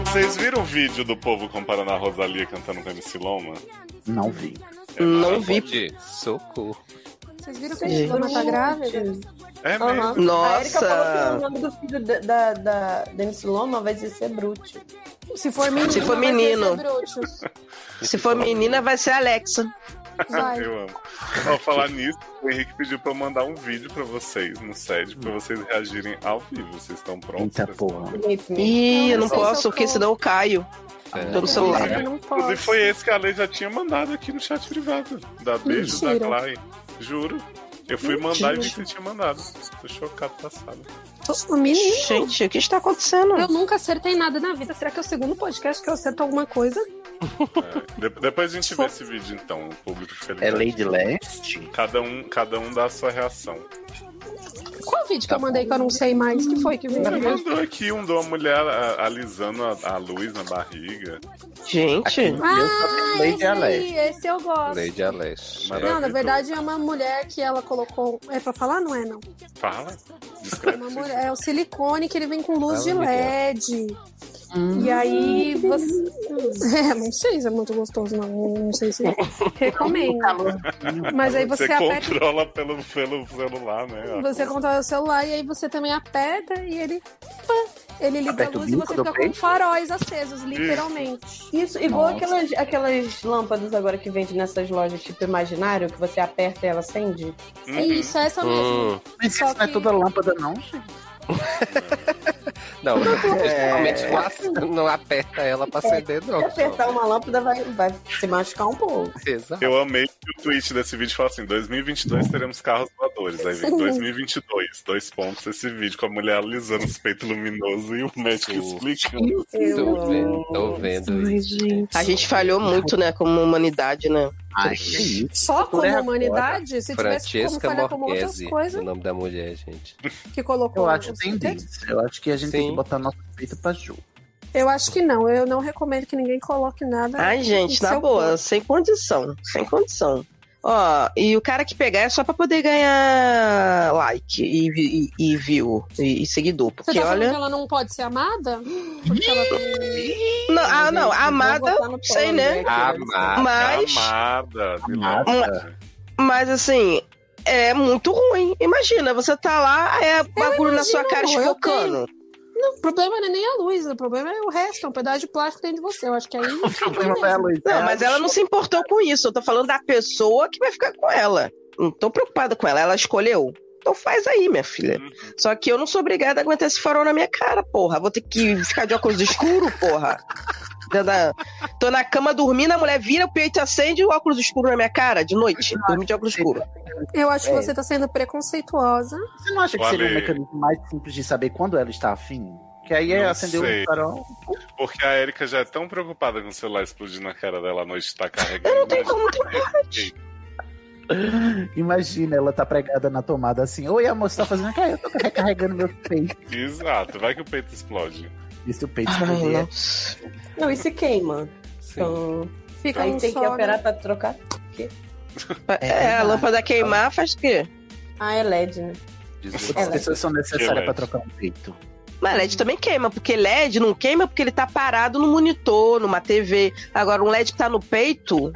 [SPEAKER 1] É
[SPEAKER 7] Vocês viram o vídeo do povo comparando a Rosalia cantando com a MC Loma?
[SPEAKER 2] Não vi.
[SPEAKER 7] É
[SPEAKER 3] Não vi.
[SPEAKER 7] maravilhoso.
[SPEAKER 8] Gente, socorro.
[SPEAKER 6] Vocês viram que a Loma tá grávida?
[SPEAKER 7] É
[SPEAKER 5] Aham.
[SPEAKER 7] mesmo.
[SPEAKER 5] A Erika falou que o
[SPEAKER 3] Nossa!
[SPEAKER 5] nome do filho da, da, da, da MC Loma vai ser Brute.
[SPEAKER 6] Se for menino,
[SPEAKER 3] Se for
[SPEAKER 6] vai
[SPEAKER 3] menino.
[SPEAKER 6] ser bruxos.
[SPEAKER 3] Se for menina, vai ser Alexa.
[SPEAKER 6] Vai.
[SPEAKER 7] Eu amo. Ao falar nisso, o Henrique pediu pra eu mandar um vídeo pra vocês no sede, pra vocês reagirem ao vivo. Vocês estão prontos?
[SPEAKER 2] Eita porra.
[SPEAKER 3] Ih, eu não
[SPEAKER 6] Não sei se
[SPEAKER 3] posso,
[SPEAKER 6] eu
[SPEAKER 3] porque
[SPEAKER 6] tô.
[SPEAKER 3] senão eu caio. Ah,
[SPEAKER 7] É.
[SPEAKER 3] Tô no celular.
[SPEAKER 6] Eu não posso.
[SPEAKER 7] Inclusive, foi esse que a Lei já tinha mandado aqui no chat privado. Da Beijo, da
[SPEAKER 6] Mentira.
[SPEAKER 7] Clay. Juro. Eu fui mandar e vi que você tinha mandado. Tô chocado, passado.
[SPEAKER 6] O menino.
[SPEAKER 3] Gente, o que está acontecendo?
[SPEAKER 6] Eu nunca acertei nada na vida. Será que é o segundo podcast que eu acerto alguma coisa?
[SPEAKER 7] De- depois a gente vê esse vídeo, então. O público fica
[SPEAKER 2] É
[SPEAKER 7] ligado.
[SPEAKER 2] Lady Leste?
[SPEAKER 7] Cada um, cada um dá a sua reação.
[SPEAKER 6] Qual gente,
[SPEAKER 2] Tá
[SPEAKER 6] que eu mandei que eu não sei mais. Que foi que veio?
[SPEAKER 7] Você mandou aqui um de uma mulher a- alisando a, a luz na barriga.
[SPEAKER 3] Gente.
[SPEAKER 6] Ah, esse, esse eu gosto.
[SPEAKER 8] Lady Alex.
[SPEAKER 6] Não, na verdade é uma mulher que ela colocou. É pra falar? Não é, não.
[SPEAKER 7] Fala.
[SPEAKER 6] É, uma mulher- é o silicone que ele vem com
[SPEAKER 7] Fala,
[SPEAKER 6] luz de
[SPEAKER 7] Miguel.
[SPEAKER 6] LED. E aí você. É, não sei se é muito gostoso, não. Não sei se. é. Recomendo. Mas aí você aperta-
[SPEAKER 7] controla pelo, pelo celular, né?
[SPEAKER 6] Você controla o celular e aí você também aperta e ele. pá, Ele liga
[SPEAKER 7] Aperta
[SPEAKER 6] a
[SPEAKER 7] o
[SPEAKER 6] luz e
[SPEAKER 7] bico
[SPEAKER 6] você
[SPEAKER 7] do
[SPEAKER 6] fica com
[SPEAKER 7] peito?
[SPEAKER 6] faróis acesos, literalmente.
[SPEAKER 5] Isso, igual
[SPEAKER 6] Nossa.
[SPEAKER 5] aquelas, aquelas lâmpadas agora que vende nessas lojas tipo imaginário, que você aperta e ela acende.
[SPEAKER 6] É isso, é
[SPEAKER 1] Tá
[SPEAKER 6] essa mesmo.
[SPEAKER 8] Hum.
[SPEAKER 2] Mas isso não é toda lâmpada, não, gente.
[SPEAKER 8] Não,
[SPEAKER 5] É.
[SPEAKER 8] principalmente não ac- não aperta ela pra acender, não.
[SPEAKER 5] Se apertar uma lâmpada vai, vai se machucar um pouco.
[SPEAKER 8] Exato.
[SPEAKER 7] Uhum. Eu amei que o tweet desse vídeo fala assim: 2022 teremos carros voadores. Aí vem 2022, dois pontos. Esse vídeo com a mulher alisando os peitos luminosos e o médico explicando.
[SPEAKER 8] Tô vendo, tô vendo isso.
[SPEAKER 3] A gente falhou muito, né, como humanidade, né?
[SPEAKER 8] Ai, que isso.
[SPEAKER 6] Só como
[SPEAKER 8] Agora,
[SPEAKER 6] humanidade? Se tivesse como
[SPEAKER 8] Francesca
[SPEAKER 6] falhar como outras
[SPEAKER 8] Morghese, o
[SPEAKER 6] coisas
[SPEAKER 8] nome da mulher, gente.
[SPEAKER 6] que colocou.
[SPEAKER 2] Eu acho
[SPEAKER 6] os-
[SPEAKER 2] tendência. Eu acho que a gente tem que botar nosso peito pra jogo.
[SPEAKER 6] Eu acho que não. Eu não recomendo que ninguém coloque nada.
[SPEAKER 3] Ai,
[SPEAKER 6] em
[SPEAKER 3] gente, na
[SPEAKER 6] seu
[SPEAKER 3] boa,
[SPEAKER 6] corpo.
[SPEAKER 3] sem condição, sem condição. Ó, e o cara que pegar é só pra poder ganhar like e, vi- e, e view e, e seguidor.
[SPEAKER 6] Você
[SPEAKER 3] Porque
[SPEAKER 6] tá falando que
[SPEAKER 3] olha.
[SPEAKER 6] ela não pode ser amada? Porque ela tem.
[SPEAKER 3] Não, ah, não,
[SPEAKER 6] Gente,
[SPEAKER 3] amada,
[SPEAKER 6] vou botar no
[SPEAKER 3] sei,
[SPEAKER 6] pano,
[SPEAKER 3] né?
[SPEAKER 8] Amada,
[SPEAKER 3] Mas-
[SPEAKER 7] amada.
[SPEAKER 3] Amada. Mas assim, é muito ruim. Imagina, você tá lá, é bagulho na sua
[SPEAKER 6] imagino,
[SPEAKER 3] cara
[SPEAKER 6] eu
[SPEAKER 3] espocando.
[SPEAKER 6] Não, o problema não é nem a luz, o problema é o resto, é um pedaço de plástico dentro de você. Eu acho que aí. O
[SPEAKER 2] problema é a luz.
[SPEAKER 3] Não, mas ela não se importou com isso. Eu tô falando da pessoa que vai ficar com ela. Não tô preocupada com ela, ela escolheu. Então faz aí, minha filha.
[SPEAKER 7] Uhum.
[SPEAKER 3] Só que eu não sou obrigada a aguentar esse farol na minha cara, porra. Vou ter que ficar de óculos escuro, porra. Da- da- Tô na cama dormindo, a mulher vira, o peito acende e o óculos escuro na minha cara de noite. Dormir de óculos escuro.
[SPEAKER 6] Eu acho que
[SPEAKER 3] É.
[SPEAKER 6] você tá sendo preconceituosa.
[SPEAKER 2] Você não acha que seria um mecanismo mais simples de saber quando ela está afim? Que aí é
[SPEAKER 7] Não
[SPEAKER 2] acender
[SPEAKER 7] sei.
[SPEAKER 2] o farol.
[SPEAKER 7] Porque a Erika já é tão preocupada com o celular explodindo na cara dela à noite tá carregando.
[SPEAKER 3] Eu não tenho como ter
[SPEAKER 7] coragem.
[SPEAKER 2] Imagina, ela tá pregada na tomada assim. Oi, amor, você tá fazendo o quê? Eu tô recarregando meu peito.
[SPEAKER 7] Exato, vai que o peito explode.
[SPEAKER 2] E se o peito
[SPEAKER 3] Ah,
[SPEAKER 7] Ai,
[SPEAKER 2] explodir, é-
[SPEAKER 5] Não, e se queima. Então,
[SPEAKER 6] Fica
[SPEAKER 5] aí
[SPEAKER 6] um
[SPEAKER 5] tem
[SPEAKER 6] só,
[SPEAKER 5] que
[SPEAKER 6] né?
[SPEAKER 5] operar pra trocar.
[SPEAKER 3] É, a lâmpada queimar faz o quê?
[SPEAKER 5] Ah, é LED, né?
[SPEAKER 7] é
[SPEAKER 2] Outras pessoas são necessárias pra trocar um peito.
[SPEAKER 3] Mas LED também queima, porque LED não queima porque ele tá parado no monitor, numa TV. Agora, um LED que tá no peito,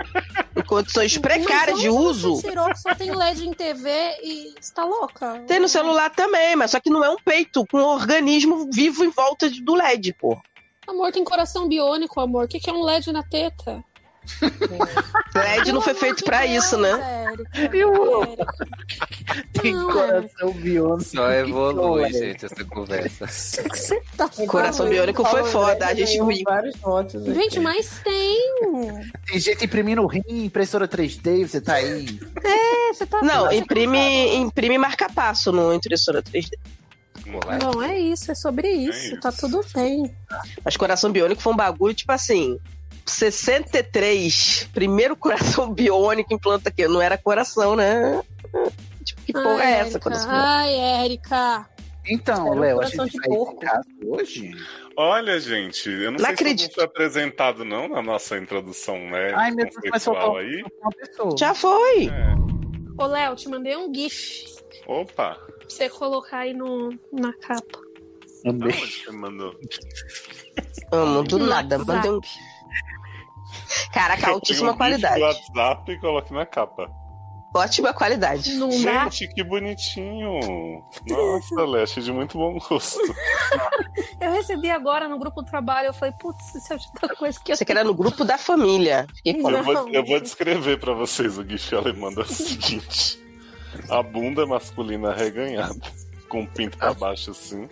[SPEAKER 3] em condições precárias
[SPEAKER 6] Mas
[SPEAKER 3] de
[SPEAKER 6] onde
[SPEAKER 3] uso,
[SPEAKER 6] Você tirou que só tem LED em TV e você tá louca?
[SPEAKER 3] tem no celular também, mas só que não é um peito com um organismo vivo em volta de- do LED, pô.
[SPEAKER 6] Amor, tem coração biônico, amor. O que, que é um LED na teta? É um
[SPEAKER 3] LED não foi feito pra isso, né?
[SPEAKER 2] Tem coração biônico.
[SPEAKER 8] Só evolui, gente, essa conversa.
[SPEAKER 3] Coração biônico
[SPEAKER 5] né?
[SPEAKER 3] foi foda, a gente viu.
[SPEAKER 5] Vários votos.
[SPEAKER 6] Gente, mas tem.
[SPEAKER 2] Tem gente imprimindo rim, impressora 3D, você tá aí.
[SPEAKER 6] É, você tá.
[SPEAKER 3] Não,
[SPEAKER 6] você
[SPEAKER 3] imprime, imprime marca-passo no impressora 3D.
[SPEAKER 6] tá- Bom, é isso, é sobre isso. Tá tudo bem.
[SPEAKER 3] Mas coração biônico foi um bagulho, tipo assim. 63, primeiro coração biônico implanta aqui. Não era coração, né? Tipo, que porra é
[SPEAKER 6] Ai,
[SPEAKER 3] essa?
[SPEAKER 6] Érica.
[SPEAKER 3] Coração biônico?
[SPEAKER 6] Ai, Érica.
[SPEAKER 2] Então,
[SPEAKER 6] Era um
[SPEAKER 2] Léo, a
[SPEAKER 6] coração
[SPEAKER 2] gente
[SPEAKER 6] de
[SPEAKER 2] vai
[SPEAKER 6] porco.
[SPEAKER 2] ficar hoje?
[SPEAKER 7] Olha, gente, eu não,
[SPEAKER 2] Não
[SPEAKER 7] sei se
[SPEAKER 2] acredito.
[SPEAKER 7] eu fui apresentado não na nossa introdução, né?
[SPEAKER 2] Ai, meu Deus, mas
[SPEAKER 7] conceitual
[SPEAKER 2] faltou
[SPEAKER 7] aí.
[SPEAKER 2] uma pessoa.
[SPEAKER 3] Já foi!
[SPEAKER 7] É.
[SPEAKER 6] Ô, Léo, te mandei um GIF
[SPEAKER 7] Opa!
[SPEAKER 6] pra você colocar aí no, na capa.
[SPEAKER 7] Aonde tá você mandou?
[SPEAKER 3] Amo, do
[SPEAKER 6] No
[SPEAKER 3] nada.
[SPEAKER 6] WhatsApp.
[SPEAKER 3] Mandei um... Caraca,
[SPEAKER 7] Eu
[SPEAKER 3] altíssima
[SPEAKER 7] tenho um vídeo
[SPEAKER 3] qualidade.
[SPEAKER 7] do WhatsApp e coloque na capa.
[SPEAKER 3] Ótima qualidade.
[SPEAKER 6] Não dá?
[SPEAKER 7] Gente, que bonitinho! Nossa, Léo, achei de muito bom gosto.
[SPEAKER 6] Eu recebi agora no grupo do trabalho. Eu falei, putz,
[SPEAKER 10] é
[SPEAKER 6] se eu te dar coisa que eu.
[SPEAKER 3] Você que era no grupo da família. Fiquei com
[SPEAKER 7] Eu vou, eu vou descrever pra vocês o GIF alemão da seguinte: a bunda masculina reganhada, com o pinto pra baixo assim.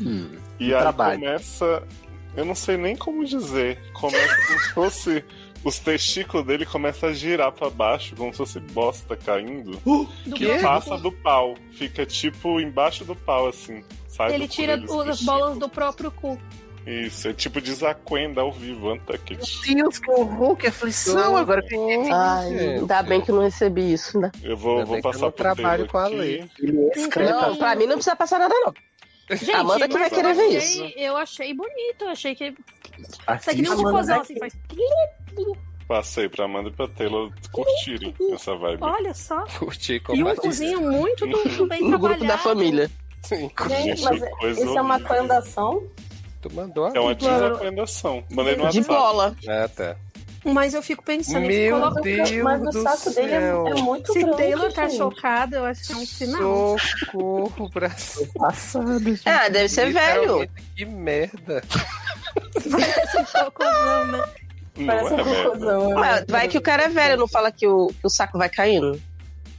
[SPEAKER 10] Hum,
[SPEAKER 7] E aí
[SPEAKER 2] trabalho.
[SPEAKER 7] começa. Eu não sei nem como dizer. Começa como se fosse. Os testículos dele começam a girar pra baixo, como se fosse bosta caindo.
[SPEAKER 6] Do
[SPEAKER 7] que
[SPEAKER 6] quê?
[SPEAKER 7] passa do pau. Fica tipo embaixo do pau, assim. Sai
[SPEAKER 6] Ele
[SPEAKER 7] do cu
[SPEAKER 6] tira
[SPEAKER 7] dele,
[SPEAKER 6] as
[SPEAKER 7] os
[SPEAKER 6] bolas do próprio cu.
[SPEAKER 7] Isso, é tipo desacuenda ao vivo, Antucket.
[SPEAKER 2] Deus, que horror, que
[SPEAKER 8] é
[SPEAKER 2] aflição. Agora eu fiquei feliz.
[SPEAKER 3] Ai, É, ainda bem que eu não recebi isso, né?
[SPEAKER 7] Eu vou, vou passar pro
[SPEAKER 3] trabalho
[SPEAKER 7] Taylor
[SPEAKER 3] com a
[SPEAKER 7] aqui.
[SPEAKER 3] lei. Não,
[SPEAKER 7] Não,
[SPEAKER 3] pra mim não precisa passar nada, não.
[SPEAKER 10] Gente,
[SPEAKER 3] Amanda que vai
[SPEAKER 10] mas eu
[SPEAKER 3] querer ver
[SPEAKER 10] achei-
[SPEAKER 3] É isso.
[SPEAKER 10] Eu achei bonito, eu achei que. Isso
[SPEAKER 7] Assista.
[SPEAKER 10] aqui nem um
[SPEAKER 7] Amanda
[SPEAKER 10] tifosão,
[SPEAKER 7] vai
[SPEAKER 10] assim, faz.
[SPEAKER 7] Passei pra Amanda e pra Taylor curtirem essa vibe.
[SPEAKER 10] Olha só.
[SPEAKER 8] Curti
[SPEAKER 10] E um cozinho muito do, do bem
[SPEAKER 7] No
[SPEAKER 10] trabalhado.
[SPEAKER 7] grupo da
[SPEAKER 3] família.
[SPEAKER 8] Sim,
[SPEAKER 5] Gente, mas
[SPEAKER 7] Que coisa
[SPEAKER 5] isso é uma
[SPEAKER 7] horrível.
[SPEAKER 5] coandação?
[SPEAKER 8] Tu mandou a
[SPEAKER 7] É uma desacoendação. Mandei no
[SPEAKER 8] De
[SPEAKER 7] WhatsApp.
[SPEAKER 8] bola. Ah, tá.
[SPEAKER 10] Mas eu fico pensando
[SPEAKER 8] Meu
[SPEAKER 10] coloca-
[SPEAKER 8] Deus
[SPEAKER 10] mas o
[SPEAKER 8] do
[SPEAKER 10] saco dele é,
[SPEAKER 8] céu.
[SPEAKER 10] é muito
[SPEAKER 5] Se
[SPEAKER 10] grande.
[SPEAKER 5] Taylor tá
[SPEAKER 10] chocado, eu acho que é um
[SPEAKER 8] sinal. Socorro, Brasil.
[SPEAKER 2] Passado, gente.
[SPEAKER 3] Ah, deve ser velho.
[SPEAKER 8] Que merda.
[SPEAKER 3] Parece
[SPEAKER 8] Não é
[SPEAKER 3] um
[SPEAKER 8] merda.
[SPEAKER 5] né?
[SPEAKER 3] cocôzão. Ué, vai que o cara é velho, não fala que o, que o saco vai caindo.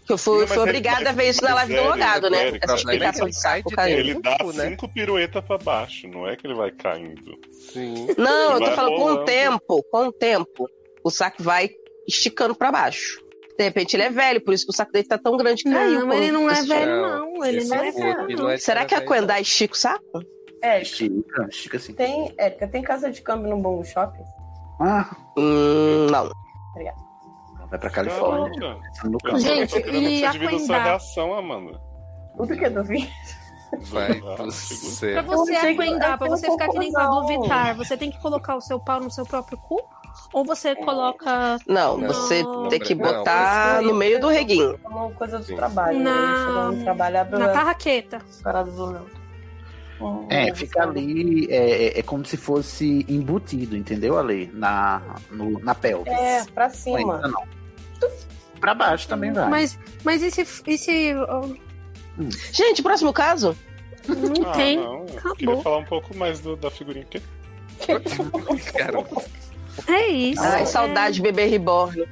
[SPEAKER 3] Que eu fui,
[SPEAKER 7] Não, mas é
[SPEAKER 3] fui
[SPEAKER 7] ele-
[SPEAKER 3] obrigada a ver isso na
[SPEAKER 7] mas
[SPEAKER 3] live do
[SPEAKER 7] ele-
[SPEAKER 3] logado, né?
[SPEAKER 7] ele-
[SPEAKER 3] Essa
[SPEAKER 7] ele-
[SPEAKER 3] explicação de saco caindo.
[SPEAKER 7] Ele dá
[SPEAKER 2] né?
[SPEAKER 7] cinco piruetas pra baixo, não é que ele vai caindo.
[SPEAKER 8] Sim.
[SPEAKER 3] Não, eu tô falando com o tempo, com o tempo, o saco vai esticando pra baixo. De repente ele é velho, por isso que o saco dele tá tão grande que
[SPEAKER 10] Não,
[SPEAKER 3] caiu.
[SPEAKER 10] mas
[SPEAKER 3] quando
[SPEAKER 10] ele não é
[SPEAKER 3] isso-
[SPEAKER 10] velho, não, ele Esse não é corpo, velho, ele não. não é
[SPEAKER 3] Será que a
[SPEAKER 10] velho,
[SPEAKER 3] Quendai estica o saco?
[SPEAKER 5] É,
[SPEAKER 2] Estica, estica assim.
[SPEAKER 5] Tem, Érica, tem casa de câmbio no Bongo Shopping?
[SPEAKER 2] Ah.
[SPEAKER 3] Hum, não.
[SPEAKER 5] Obrigada.
[SPEAKER 2] Vai pra Califórnia.
[SPEAKER 7] Caraca.
[SPEAKER 2] No
[SPEAKER 7] Eu tô
[SPEAKER 5] Gente,
[SPEAKER 7] procurando
[SPEAKER 5] e
[SPEAKER 7] essa
[SPEAKER 5] a
[SPEAKER 7] devida sua
[SPEAKER 5] Coindá?
[SPEAKER 7] reação, Amanda.
[SPEAKER 5] O do que é do vinho?
[SPEAKER 8] Vai do céu.
[SPEAKER 10] Pra você
[SPEAKER 5] Eu achei que-
[SPEAKER 3] é
[SPEAKER 5] é
[SPEAKER 10] aguentar, pra
[SPEAKER 5] eu achei
[SPEAKER 10] você ficar que nem Pablo
[SPEAKER 5] confusão.
[SPEAKER 10] Vittar, você tem que colocar o seu pau no seu próprio cu? Ou
[SPEAKER 3] É.
[SPEAKER 10] você coloca.
[SPEAKER 3] Não, você tem que botar Ah, no meio do reguinho.
[SPEAKER 5] É uma coisa do trabalho.
[SPEAKER 10] Na-
[SPEAKER 5] né? Chegando no trabalho, abre
[SPEAKER 10] Na
[SPEAKER 3] É.
[SPEAKER 5] a-
[SPEAKER 10] tarraqueta.
[SPEAKER 5] parada do Léo.
[SPEAKER 2] É, fica ali, é, é- é como se fosse embutido, entendeu, Ale? Na, no, na pelvis.
[SPEAKER 5] É, pra
[SPEAKER 2] Não
[SPEAKER 3] então
[SPEAKER 5] cima.
[SPEAKER 2] entra, não. Pra baixo também
[SPEAKER 6] Tá.
[SPEAKER 2] vai.
[SPEAKER 10] Mas, mas e se. E se
[SPEAKER 3] Gente, próximo caso?
[SPEAKER 10] Não tem.
[SPEAKER 7] Ah, não. Eu Queria
[SPEAKER 10] Acabou.
[SPEAKER 7] falar um pouco mais do- da figurinha que ah,
[SPEAKER 10] É isso.
[SPEAKER 3] Ai,
[SPEAKER 10] é.
[SPEAKER 3] saudade de bebê reborn.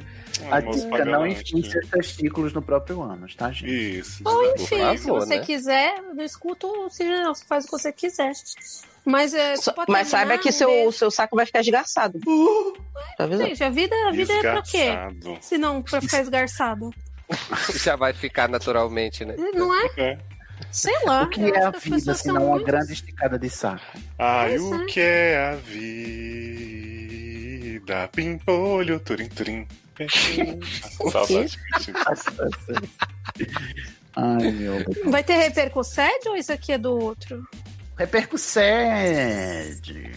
[SPEAKER 2] A
[SPEAKER 3] moço
[SPEAKER 2] dica
[SPEAKER 3] pagante,
[SPEAKER 7] né,
[SPEAKER 2] não enfie seus testículos no próprio ânus, tá, gente?
[SPEAKER 7] Isso.
[SPEAKER 10] Ou enfim, se você
[SPEAKER 6] né?
[SPEAKER 10] quiser, não escuta o Sidney, não. Você faz o que você quiser. Mas, é, você pode
[SPEAKER 3] Mas
[SPEAKER 10] terminar,
[SPEAKER 3] saiba que
[SPEAKER 10] um
[SPEAKER 3] seu,
[SPEAKER 10] beijo.
[SPEAKER 3] o seu saco vai ficar esgarçado. Tá vendo?
[SPEAKER 10] Gente, a vida, a vida é pra quê?
[SPEAKER 7] Esgarçado.
[SPEAKER 10] Se não pra ficar esgarçado.
[SPEAKER 8] Já vai ficar naturalmente, né?
[SPEAKER 10] Não é? Sei lá.
[SPEAKER 2] O que
[SPEAKER 10] eu
[SPEAKER 2] é
[SPEAKER 10] acho
[SPEAKER 2] a
[SPEAKER 10] que Ah, as
[SPEAKER 2] vida
[SPEAKER 10] pessoas
[SPEAKER 2] se
[SPEAKER 10] são
[SPEAKER 2] não uma
[SPEAKER 10] muito-
[SPEAKER 2] grande esticada de saco?
[SPEAKER 7] Ai,
[SPEAKER 10] Pois
[SPEAKER 7] o
[SPEAKER 10] é.
[SPEAKER 7] que é a vida? Pimpolho, turim, turim. É. Saudade.
[SPEAKER 2] Ai, meu.
[SPEAKER 10] Vai ter repercussede ou isso aqui é do outro?
[SPEAKER 2] Repercussede.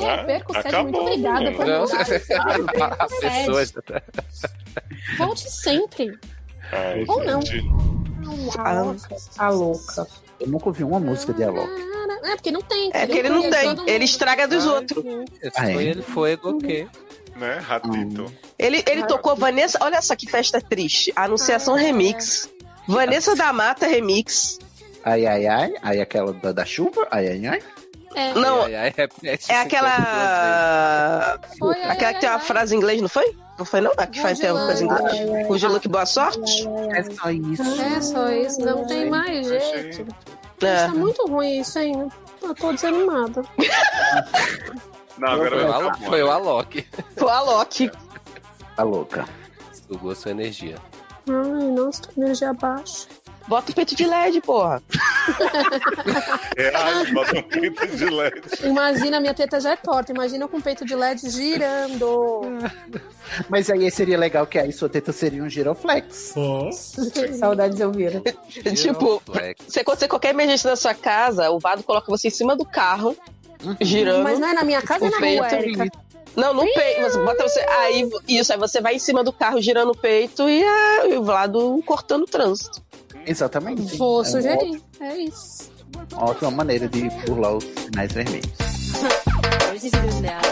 [SPEAKER 10] repercussede, muito obrigada. por
[SPEAKER 8] Não,
[SPEAKER 10] mandar isso.
[SPEAKER 8] a pessoa já tá-
[SPEAKER 10] Volte sempre.
[SPEAKER 7] Ai,
[SPEAKER 10] Ou não.
[SPEAKER 7] gente.
[SPEAKER 10] Ah,
[SPEAKER 5] A louca.
[SPEAKER 2] Eu nunca ouvi uma música de Alok.
[SPEAKER 10] É porque não tem.
[SPEAKER 3] É que ele não tem. Ele estraga dos outros.
[SPEAKER 8] Foi ele foi o quê?
[SPEAKER 7] Né? Ratito.
[SPEAKER 3] Ele, ele tocou Vanessa. Olha só que festa triste. Anunciação Remix. Vanessa da Mata Remix.
[SPEAKER 2] Ai, ai, ai. Aí aquela da, da chuva. Ai, ai, ai.
[SPEAKER 10] É.
[SPEAKER 3] Não,
[SPEAKER 8] Ai, ai, repete
[SPEAKER 3] é
[SPEAKER 8] 52
[SPEAKER 3] aquela.
[SPEAKER 10] Oi, ai,
[SPEAKER 3] Aquela que tem uma frase em inglês, não foi? Não foi, não? A que faz tem uma frase em inglês. O Gelo que boa sorte?
[SPEAKER 2] É só isso.
[SPEAKER 10] É só isso, não tem mais jeito.
[SPEAKER 3] É.
[SPEAKER 10] Tá muito ruim isso aí. Eu tô desanimada.
[SPEAKER 7] Não,
[SPEAKER 8] Foi
[SPEAKER 7] agora
[SPEAKER 8] o Alok. Foi o Alok.
[SPEAKER 3] Foi a Loki.
[SPEAKER 2] A Tá louca.
[SPEAKER 8] Sugou sua energia.
[SPEAKER 10] Ai, nossa, que energia baixa.
[SPEAKER 3] Bota o peito de LED, porra.
[SPEAKER 7] Reage, bota um pinto de LED.
[SPEAKER 10] Imagina, minha teta já é torta. Imagina eu com o peito de LED girando.
[SPEAKER 2] Mas aí seria legal que aí sua teta seria um giroflex.
[SPEAKER 5] Saudades eu viro.
[SPEAKER 3] tipo, se acontecer qualquer emergência na sua casa, o Vado coloca você em cima do carro, girando.
[SPEAKER 10] Mas não é na minha casa, é na rua, Érica.
[SPEAKER 3] Não, no peito. Você bota você. Aí, isso, aí você vai em cima do carro girando o peito e, ah, e o Vlado cortando o trânsito.
[SPEAKER 2] Exatamente.
[SPEAKER 10] Vou
[SPEAKER 2] É
[SPEAKER 10] sugerir. É isso.
[SPEAKER 6] é
[SPEAKER 2] Uma ótima maneira de burlar os sinais vermelhos.
[SPEAKER 6] né?
[SPEAKER 1] Hoje, Julia.